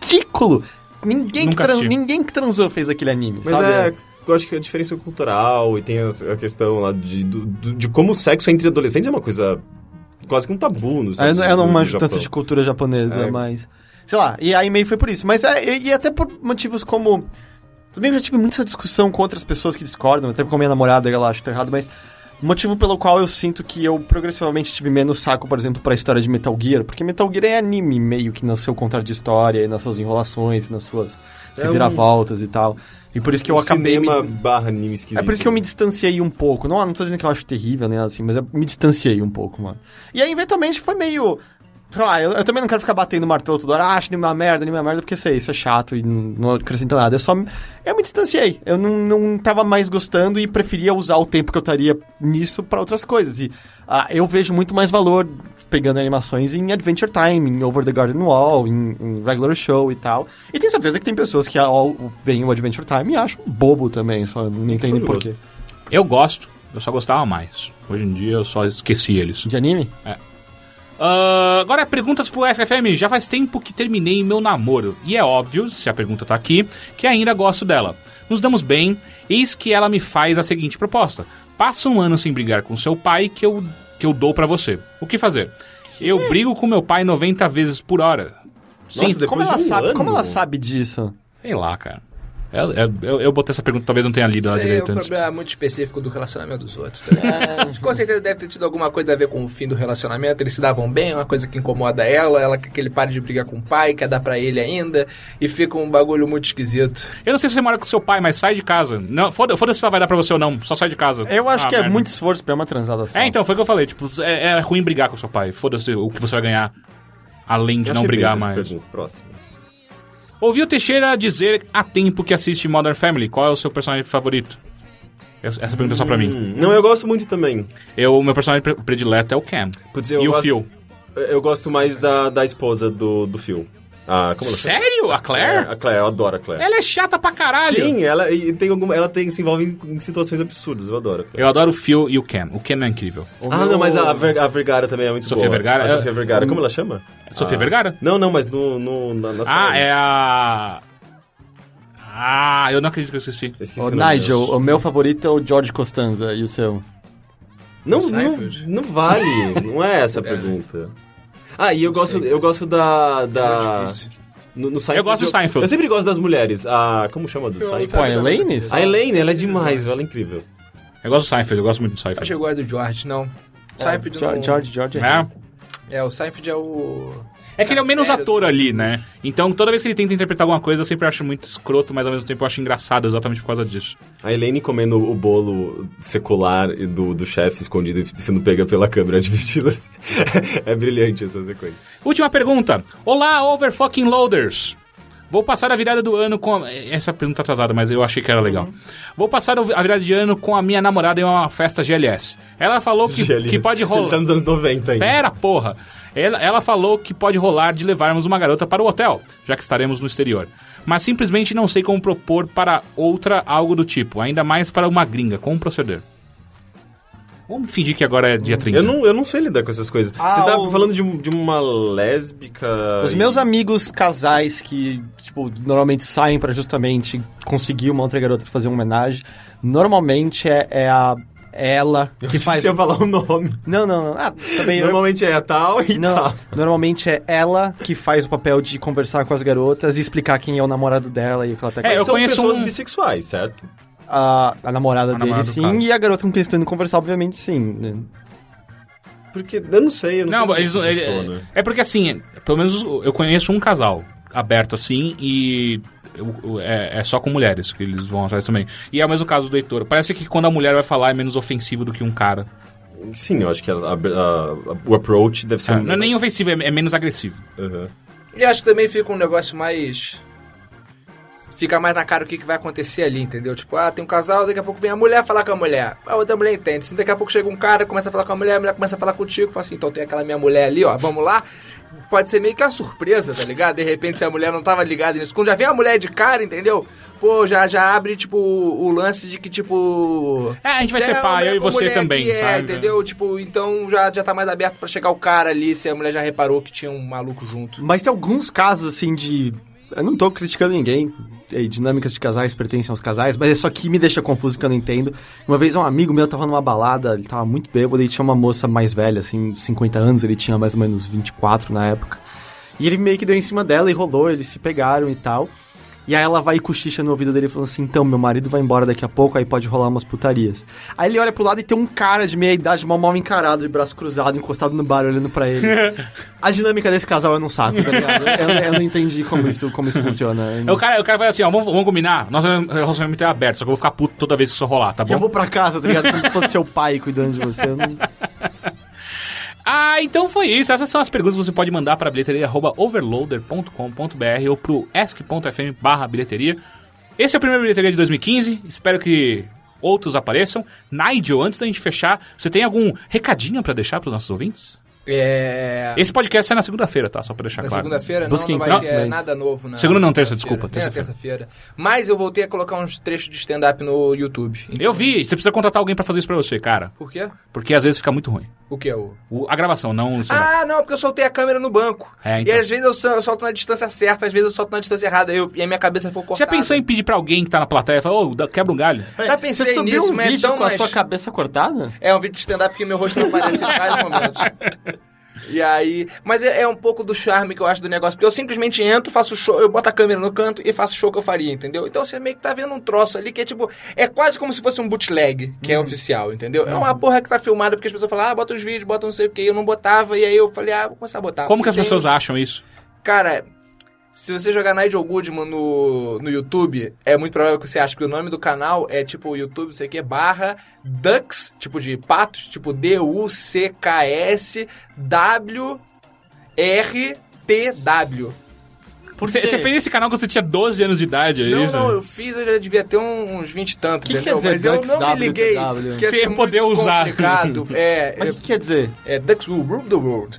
ridículo. Ninguém, que,
Nunca
tran-
assisti.
ninguém que transou fez aquele anime,
Mas
sabe?
é, eu acho que a diferença cultural e tem as- a, questão lá de, do- do- de como o sexo entre adolescentes é uma coisa quase que um tabu no
É, Eu, não- eu não manjo tanto
tanto
de cultura japonesa,
É.
mas. Sei lá, e aí meio foi por isso. Mas é, e, e até por motivos como. Tudo bem que eu já tive muita discussão com outras pessoas que discordam, até com a minha namorada, ela acha que tá errado, mas. Motivo pelo qual eu sinto que eu progressivamente tive menos saco, por exemplo, pra história de Metal Gear, porque Metal Gear é anime meio que no seu contar de história, e nas suas enrolações, nas suas
É um-
reviravoltas e tal. E por isso que eu acabei. me-
Cinema barra anime esquisito.
é por isso que eu me distanciei um pouco. Não, não tô dizendo que eu acho terrível, nem nada assim, mas eu me distanciei um pouco, mano. E aí, eventualmente, foi meio. Sei lá, eu, eu também não quero ficar batendo martelo toda hora, ah, acho nenhuma merda, nenhuma merda, porque sei, isso é chato e não, não acrescenta nada. Eu só. me- Eu me distanciei. Eu não, não tava mais gostando e preferia usar o tempo que eu estaria nisso pra outras coisas. E ah, eu vejo muito mais valor pegando animações em Adventure Time, em Over the Garden Wall, em, em Regular Show e tal. E tenho certeza que tem pessoas que ao- veem o Adventure Time e acham bobo também, só não entendem
sobre
porquê.
Eu gosto, eu só gostava mais. Hoje em dia eu só esqueci eles.
De anime?
Ah, agora, perguntas pro SFM. Já faz tempo que terminei meu namoro. E é óbvio, se a pergunta tá aqui, que ainda gosto dela. Nos damos bem, eis que ela me faz a seguinte proposta: Passa um ano sem brigar com seu pai que eu, que eu dou pra você. O que fazer? Eu brigo com meu pai 90 vezes por hora. Sim,
depois
como ela,
de um
sabe, como
ano?
ela sabe disso?
sei lá, cara. Eu, eu, eu- eu botei essa pergunta, talvez não tenha lido ela
Isso aí é um
direito antes.
problema muito específico do relacionamento dos outros. tá
É,
ligado? com certeza deve ter tido alguma coisa a ver com o fim do relacionamento. Eles se davam bem, é uma coisa que incomoda ela. Ela quer que ele pare de brigar com o pai, quer dar pra ele ainda. E fica um bagulho muito esquisito.
Eu não sei se você mora com seu pai, mas sai de casa. Não, foda- Foda-se se ela vai dar pra você ou não, só sai de casa.
Eu acho
Ah,
que é
merda.
muito esforço pra uma transada só.
É, então, foi o que eu falei. Tipo, é, é ruim brigar com seu pai. Foda-se o que você vai ganhar. Além de
Eu
não
achei
brigar
bem essa
mais.
pergunta, próximo.
Ouvi o Teixeira dizer há tempo que assiste Modern Family. Qual é o seu personagem favorito? Essa essa pergunta é só pra mim.
Hum, Não, eu gosto muito também.
Eu, o meu personagem pre- predileto é o Cam.
Putz, eu
e o
gosto-
Phil.
Eu gosto mais da, da esposa do, do Phil. Ah, como ela chama?
Sério? A
É,
Claire?
a Claire, eu adoro a Claire.
Ela é chata pra caralho.
Sim, ela, e tem alguma, ela tem, se envolve em, em situações absurdas, eu adoro. a Claire.
Eu adoro o Phil e o Cam. O Cam é incrível.
Ah, não, mas a, Ver- a Vergara também é muito
Sofia
boa.
Vergara?
A Sofia
É-
Vergara, como ela chama?
É Sofia
Ah.
Vergara?
Não, não, mas no, no- na, na
Ah,
série.
é a... Ah, eu não acredito que eu esqueci.
Eu esqueci
Ô,
o nome
Nigel,
dela.
o meu favorito é o George Costanza e o seu.
Não,
O
não,
Seinfeld.
não vale. não é essa a pergunta. Ah, e eu gosto, eu gosto da.
Ah.
da
É difícil.
no, no Seinfeld,
Eu gosto do Seinfeld.
Eu, sempre gosto das mulheres. A, como chama do Seinfeld?
Qual, a é Elaine?
A Elaine, ela é demais, ela é incrível.
Eu gosto do Seinfeld, eu gosto muito do
Acho que
Seinfeld.
eu gosto do George, não. Seinfeld
É, George,
não...
George, George.
É.
É, o Seinfeld é o...
É que ele é o menos
Sério?
ator ali, né? Então, toda vez que ele tenta interpretar alguma coisa, eu sempre acho muito escroto, mas ao mesmo tempo eu acho engraçado exatamente por causa disso.
A Elaine comendo o bolo secular e do, do chefe escondido e sendo pega pela câmera de vestido. assim. é brilhante essa sequência.
Última pergunta. Olá, overfucking loaders. Vou passar a virada do ano com... a- Essa pergunta tá atrasada, mas eu achei que era legal. Vou passar a virada de ano com a minha namorada em uma festa GLS. Ela falou que,
GLS.
que pode
Ele tá
rolar...
nos anos 90 ainda.
Pera, porra! Ela, ela falou que pode rolar de levarmos uma garota para o hotel, já que estaremos no exterior. Mas simplesmente não sei como propor para outra algo do tipo, ainda mais para uma gringa. Como proceder? Vamos fingir que agora é dia 30.
Eu não, eu não sei lidar com essas coisas.
Ah,
Você tá
o-
falando de, um- de uma lésbica.
Os
e-
meus amigos casais que, tipo, normalmente saem pra justamente conseguir uma outra garota pra fazer uma homenagem, normalmente é, é a é ela
Eu
que
achei
faz.
Você ia falar o nome.
Não, não, não. Ah, também eu-
Normalmente é tal e
Não,
tal.
normalmente é ela que faz o papel de conversar com as garotas e explicar quem é o namorado dela e o que ela tá
É, eu
São
conheço
pessoas
um-
bissexuais, certo?
a, a namorada
A
dele,
namorada do
sim,
cara.
e a garota com quem estão indo conversar, obviamente, sim. né?
Porque eu não sei, eu não,
Não,
sei.
mas
como
eles-
isso
ele-
funciona.
é porque assim, pelo menos eu conheço um casal aberto assim e eu- eu- é, é só com mulheres que eles vão atrás também. E é o mesmo caso do Heitor. Parece que quando a mulher vai falar é menos ofensivo do que um cara.
Sim, eu acho que a- a- a- o approach deve ser. um
Ah, Não é nem ofensivo, é, é menos agressivo.
Uhum.
E acho que também fica um negócio mais fica mais na cara o que, que vai acontecer ali, entendeu? Tipo, ah, tem um casal, daqui a pouco vem a mulher falar com a mulher. A outra mulher entende. Assim, daqui a pouco chega um cara, começa a falar com a mulher, a mulher começa a falar contigo, fala assim, então tem aquela minha mulher ali, ó, vamos lá. Pode ser meio que uma surpresa, tá ligado? De repente, se a mulher não tava ligada nisso. Quando já vem a mulher de cara, entendeu? Pô, já, já abre, tipo, o lance de que, tipo.
É, a gente vai
tem
trepar,
uma mulher
eu e
com
você
mulher
também,
que é,
sabe?
entendeu? Tipo, então já, já tá mais aberto pra chegar o cara ali, se a mulher já reparou que tinha um maluco junto.
Mas tem alguns casos, assim, de. Eu não tô criticando ninguém. eh, Dinâmicas de casais pertencem aos casais, mas é só que me deixa confuso porque eu não entendo. Uma vez um amigo meu tava numa balada, ele tava muito bêbado, e tinha uma moça mais velha, assim, 50 anos, ele tinha mais ou menos 24 na época. E ele meio que deu em cima dela e rolou, eles se pegaram e tal. E aí ela vai e cochicha no ouvido dele falando assim: então, meu marido vai embora daqui a pouco, aí pode rolar umas putarias. Aí ele olha pro lado e tem um cara de meia idade, mal mal encarado, de braço cruzado, encostado no bar, olhando pra ele. A dinâmica desse casal eu não saco, tá ligado? Eu, eu não entendi como isso, como isso funciona. Eu,
O cara, o cara vai assim, ó, vamos, vamos combinar. Nosso relacionamento é aberto, só que eu vou ficar puto toda vez que isso rolar, tá
eu
bom?
vou pra casa, tá ligado? Como se fosse seu pai cuidando de você. eu não-
Ah, então foi isso. Essas são as perguntas que você pode mandar para bilheteria.overloader.com.br ou pro ask.fm barra bilheteria. Esse é o primeiro bilheteria de 2015. Espero que outros apareçam. Nigel, antes da gente fechar, você tem algum recadinho para deixar para os nossos ouvintes?
É.
Esse podcast sai na segunda-feira, tá? Só pra deixar
Na
claro.
segunda-feira não,
Busquem
não vai ter
conhecimento.
nada novo. Na
Segunda não,
segunda-feira.
terça, desculpa,
Nem na
terça-feira.
terça-feira. Mas eu voltei a colocar uns trechos de stand-up no YouTube.
Eu vi, você precisa contratar alguém para fazer isso pra você, cara.
Por quê?
Porque às vezes fica muito ruim.
O que é o...
O- a gravação, não o cenário.
Ah, não, porque eu soltei a câmera no banco.
É, então.
E às vezes eu, sol- eu solto na distância certa, às vezes eu solto na distância errada eu, e a minha cabeça ficou
Você já
cortada.
pensou em pedir pra alguém que tá na plateia e falar, ô, dá- quebra um galho?
Já pensei
você subiu
nisso,
um
mas é
vídeo
tão
com a
mais-
sua cabeça cortada?
É um vídeo de stand-up que meu rosto não aparece em vários momentos. E aí... Mas é, é um pouco do charme que eu acho do negócio. Porque eu simplesmente entro, faço show, eu boto a câmera no canto e faço o show que eu faria, entendeu? Então você meio que tá vendo um troço ali que é tipo... É quase como se fosse um bootleg, que
Uhum.
é oficial, entendeu? É uma porra que tá filmada porque as pessoas falam, ah, bota os vídeos, bota não sei o que. Eu não botava e aí eu falei, ah, vou começar a botar.
Como que as
E tem
pessoas
uns-
acham isso?
Cara, se você jogar Nigel Goodman no, no YouTube, é muito provável que você ache, porque o nome do canal é tipo YouTube, isso aqui é barra Ducks, tipo de patos, tipo D-U-C-K-S W R T-W.
Você você fez esse canal quando você tinha 12 anos de idade, é
Não,
isso?
não, eu fiz, eu já devia ter uns 20 e tantos,
Que que
entendeu?
quer
Mas
dizer
eu
Ducks,
não me
W,
liguei.
W?
que ia
Você ia
ser
poder
muito
usar.
Complicado. É,
Mas o que quer dizer?
É Ducks Will Rule the World.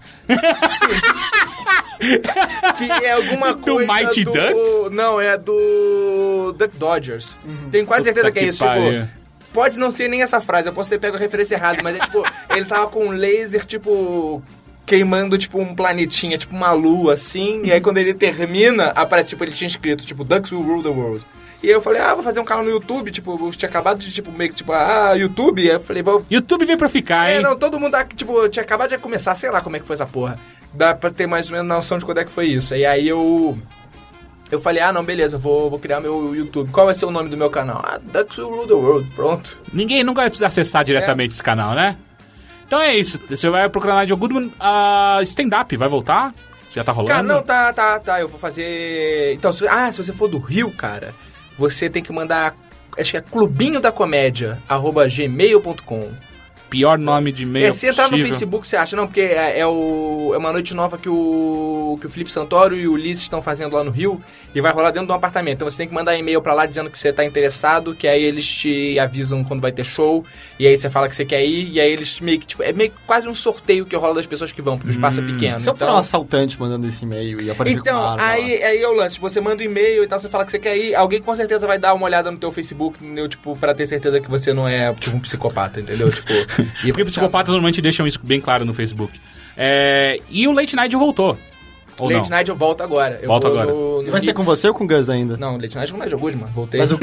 que é alguma
Do
coisa
Mighty
do...
Ducks? Uhum.
Não, é do Duck Dodgers. Tenho quase certeza
Puta
que,
que
é isso.
pariu.
Tipo, pode não ser nem essa frase, eu posso ter pego a referência errada, mas é tipo... ele tava com um laser, tipo... Queimando, tipo, um planetinha, tipo uma lua, assim. E aí, quando ele termina, aparece, tipo, ele tinha escrito, tipo, Ducks Will Rule the World. E aí eu falei, ah, vou fazer um canal no YouTube, tipo, eu tinha acabado de, tipo, meio que, tipo, ah, YouTube. Aí eu falei, vou
YouTube veio pra ficar,
é,
hein?
não, todo mundo, tá, tipo, eu tinha acabado de começar, sei lá como é que foi essa porra. Dá pra ter mais ou menos noção de quando é que foi isso. E aí eu. Eu falei, ah, não, beleza, vou, vou criar meu YouTube. Qual vai ser o nome do meu canal? Ah, Ducks Who Rule the World, pronto.
Ninguém nunca vai precisar acessar
É.
diretamente esse canal, né? Então é isso. Você vai procurar Nigel Goodman. Ah, Stand-up vai voltar? Já tá rolando?
Cara, não, tá, tá, tá, eu vou fazer. Então, se- ah, se você for do Rio, cara, você tem que mandar. Acho que é clubinho da comédia, arroba gmail.com.
Pior nome de e-mail
É, se entrar no
possível.
Facebook, você acha, não, porque é, é o, é uma noite nova que o, que o Felipe Santoro e o Ulisses estão fazendo lá no Rio e vai rolar dentro de um apartamento. Então você tem que mandar e-mail pra lá dizendo que você tá interessado, que aí eles te avisam quando vai ter show, e aí você fala que você quer ir, e aí eles meio que, tipo, é meio que quase um sorteio que rola das pessoas que vão, porque o espaço é pequeno.
Se eu for um
então...
assaltante mandando esse e-mail e aparecer com uma
Então,
arma lá.
aí, aí é o lance. Você manda um e-mail e tal, você fala que você quer ir. Alguém com certeza vai dar uma olhada no teu Facebook, entendeu? Tipo, pra ter certeza que você não é, tipo, um psicopata, entendeu? Tipo... e-
Porque psicopatas normalmente deixam isso bem claro no Facebook. É, e o Late Night voltou. Ou
Late
não?
Night eu volto agora. Eu
Volta
vou
agora.
no- no
Vai ser
Mix.
com você ou com o Gus ainda?
Não, Late Night não é jogo hoje, mano. Voltei.
Mas o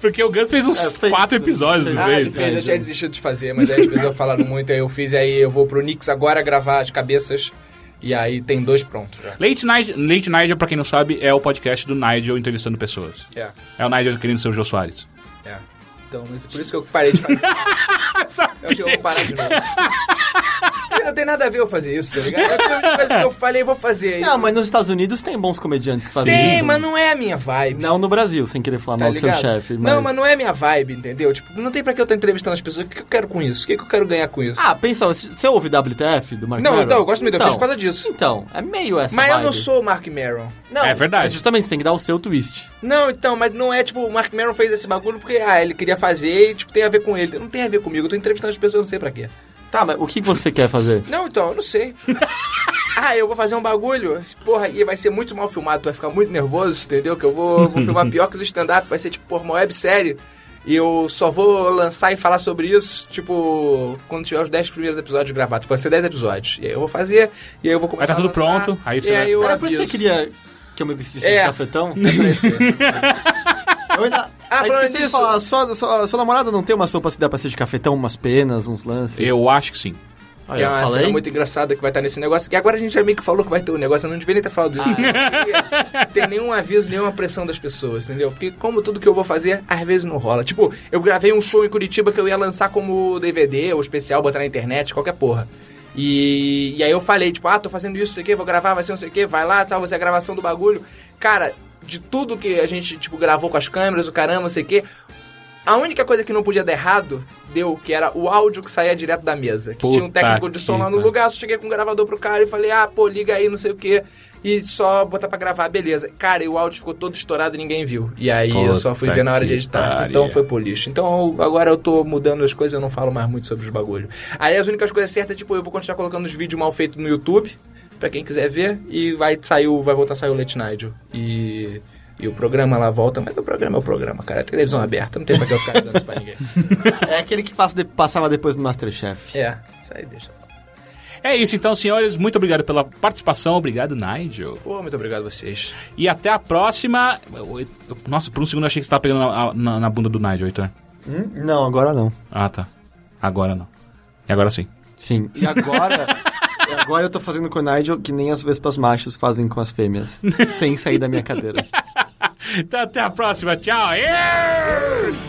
Porque o Gus fez uns
É, fez-
quatro episódios
fez-
do
Ah, ele
dele.
fez, eu tinha desistido de fazer, mas aí as pessoas falaram muito, aí eu fiz, aí eu vou pro Knicks agora gravar as cabeças, e aí tem dois prontos já.
Late Night, Late Night, pra quem não sabe, é o podcast do Nigel entrevistando pessoas.
É,
É o Nigel querendo ser o Jô Soares.
é. Então, mas é por isso que eu parei de fazer. eu acho que eu vou parar de novo. E não tem nada a ver eu fazer isso, tá ligado? É uma coisa que eu falei, vou fazer.
Não, mas nos Estados Unidos tem bons comediantes que fazem
Tem,
isso. né?
mas não é a minha vibe.
Não no Brasil, sem querer falar
tá
mal do seu
ligado?
chefe.
Não, mas não é minha vibe, entendeu? Tipo, não tem pra que eu estar entrevistando as pessoas. O que eu quero com isso? O que eu quero ganhar com isso?
Ah, pensa, você ouve WTF do Mark
não,
Maron?
então, eu gosto muito, eu fiz por causa disso.
Então, é meio essa
Mas eu não
vibe.
sou o Mark Maron.
Não,
É verdade.
Mas justamente, você tem que dar o seu twist.
Não, então, mas não é tipo, o Mark Maron fez esse bagulho porque, ah, ele queria fazer e, tipo, tem a ver com ele. Não tem a ver comigo, eu tô entrevistando as pessoas, não sei pra quê.
Tá, mas o que você quer fazer?
Não, então, eu não sei. ah, eu vou fazer um bagulho, porra, e vai ser muito mal filmado, tu vai ficar muito nervoso, entendeu? Que eu vou, vou filmar pior que os stand-up, vai ser, tipo, porra, uma websérie. E eu só vou lançar e falar sobre isso, tipo, quando tiver os 10 primeiros episódios gravados. Vai ser 10 episódios. E aí eu vou fazer, e aí eu vou começar
tá tudo
a lançar,
pronto, aí você
e
vai-
aí eu
Era por isso que
aviso.
você queria que eu me vestisse
É.
de cafetão? Eu ainda...
Ah,
Ah,
falando
falando
nisso-
Falar, sua, sua, sua namorada não tem uma sopa se dá pra ser de cafetão, umas penas, uns lances?
Eu acho que sim.
Que
Olha,
é
eu
uma
falei.
cena muito engraçada que vai estar nesse negócio. Que agora a gente já meio que falou que vai ter um negócio, eu não devia nem ter falado disso.
Ah, é.
Não tem nenhum aviso, nenhuma pressão das pessoas, entendeu? Porque como tudo que eu vou fazer, às vezes não rola. Tipo, eu gravei um show em Curitiba que eu ia lançar como DVD ou especial, botar na internet, qualquer porra. E, e aí eu falei, tipo, ah, tô fazendo isso, não sei o que, vou gravar, vai ser não sei o que, vai lá, tal, vai ser a gravação do bagulho. Cara, de tudo que a gente, tipo, gravou com as câmeras, o caramba, não sei o que, a única coisa que não podia dar errado deu, que era o áudio que saía direto da mesa. Que
Puta
tinha um técnico de som lá no
que
lugar, eu só cheguei com o gravador pro cara e falei, ah, pô, liga aí, não sei o quê. E só botar pra gravar, beleza. Cara, e o áudio ficou todo estourado e ninguém viu. E aí eu só fui
Puta
ver na hora de
que
editar.
pariu.
Então foi pro lixo. Então eu- agora eu tô mudando as coisas, eu não falo mais muito sobre os bagulhos. Aí as únicas coisas certas, tipo, eu vou continuar colocando os vídeos mal feitos no YouTube, pra quem quiser ver, e vai sair, o- vai voltar a sair o Late Night. E. E o programa lá volta, mas o programa é o programa, cara. É televisão aberta, não tem pra que eu ficar avisando isso pra ninguém.
É aquele que passa de- passava depois do Masterchef.
É, isso aí deixa.
É isso então, senhores. Muito obrigado pela participação. Obrigado, Nigel.
Pô, muito obrigado a vocês.
E até a próxima. Eu- eu- Nossa, por um segundo eu achei que você tava pegando na, na- na bunda do Nigel, Heitor.
Hum, Não, agora não.
Ah, tá. Agora não. E agora sim.
Sim. E agora... e agora eu tô fazendo com o Nigel que nem as vespas machos fazem com as fêmeas. sem sair da minha cadeira.
Então até a próxima. Tchau. Yeah!
Então é é então é um um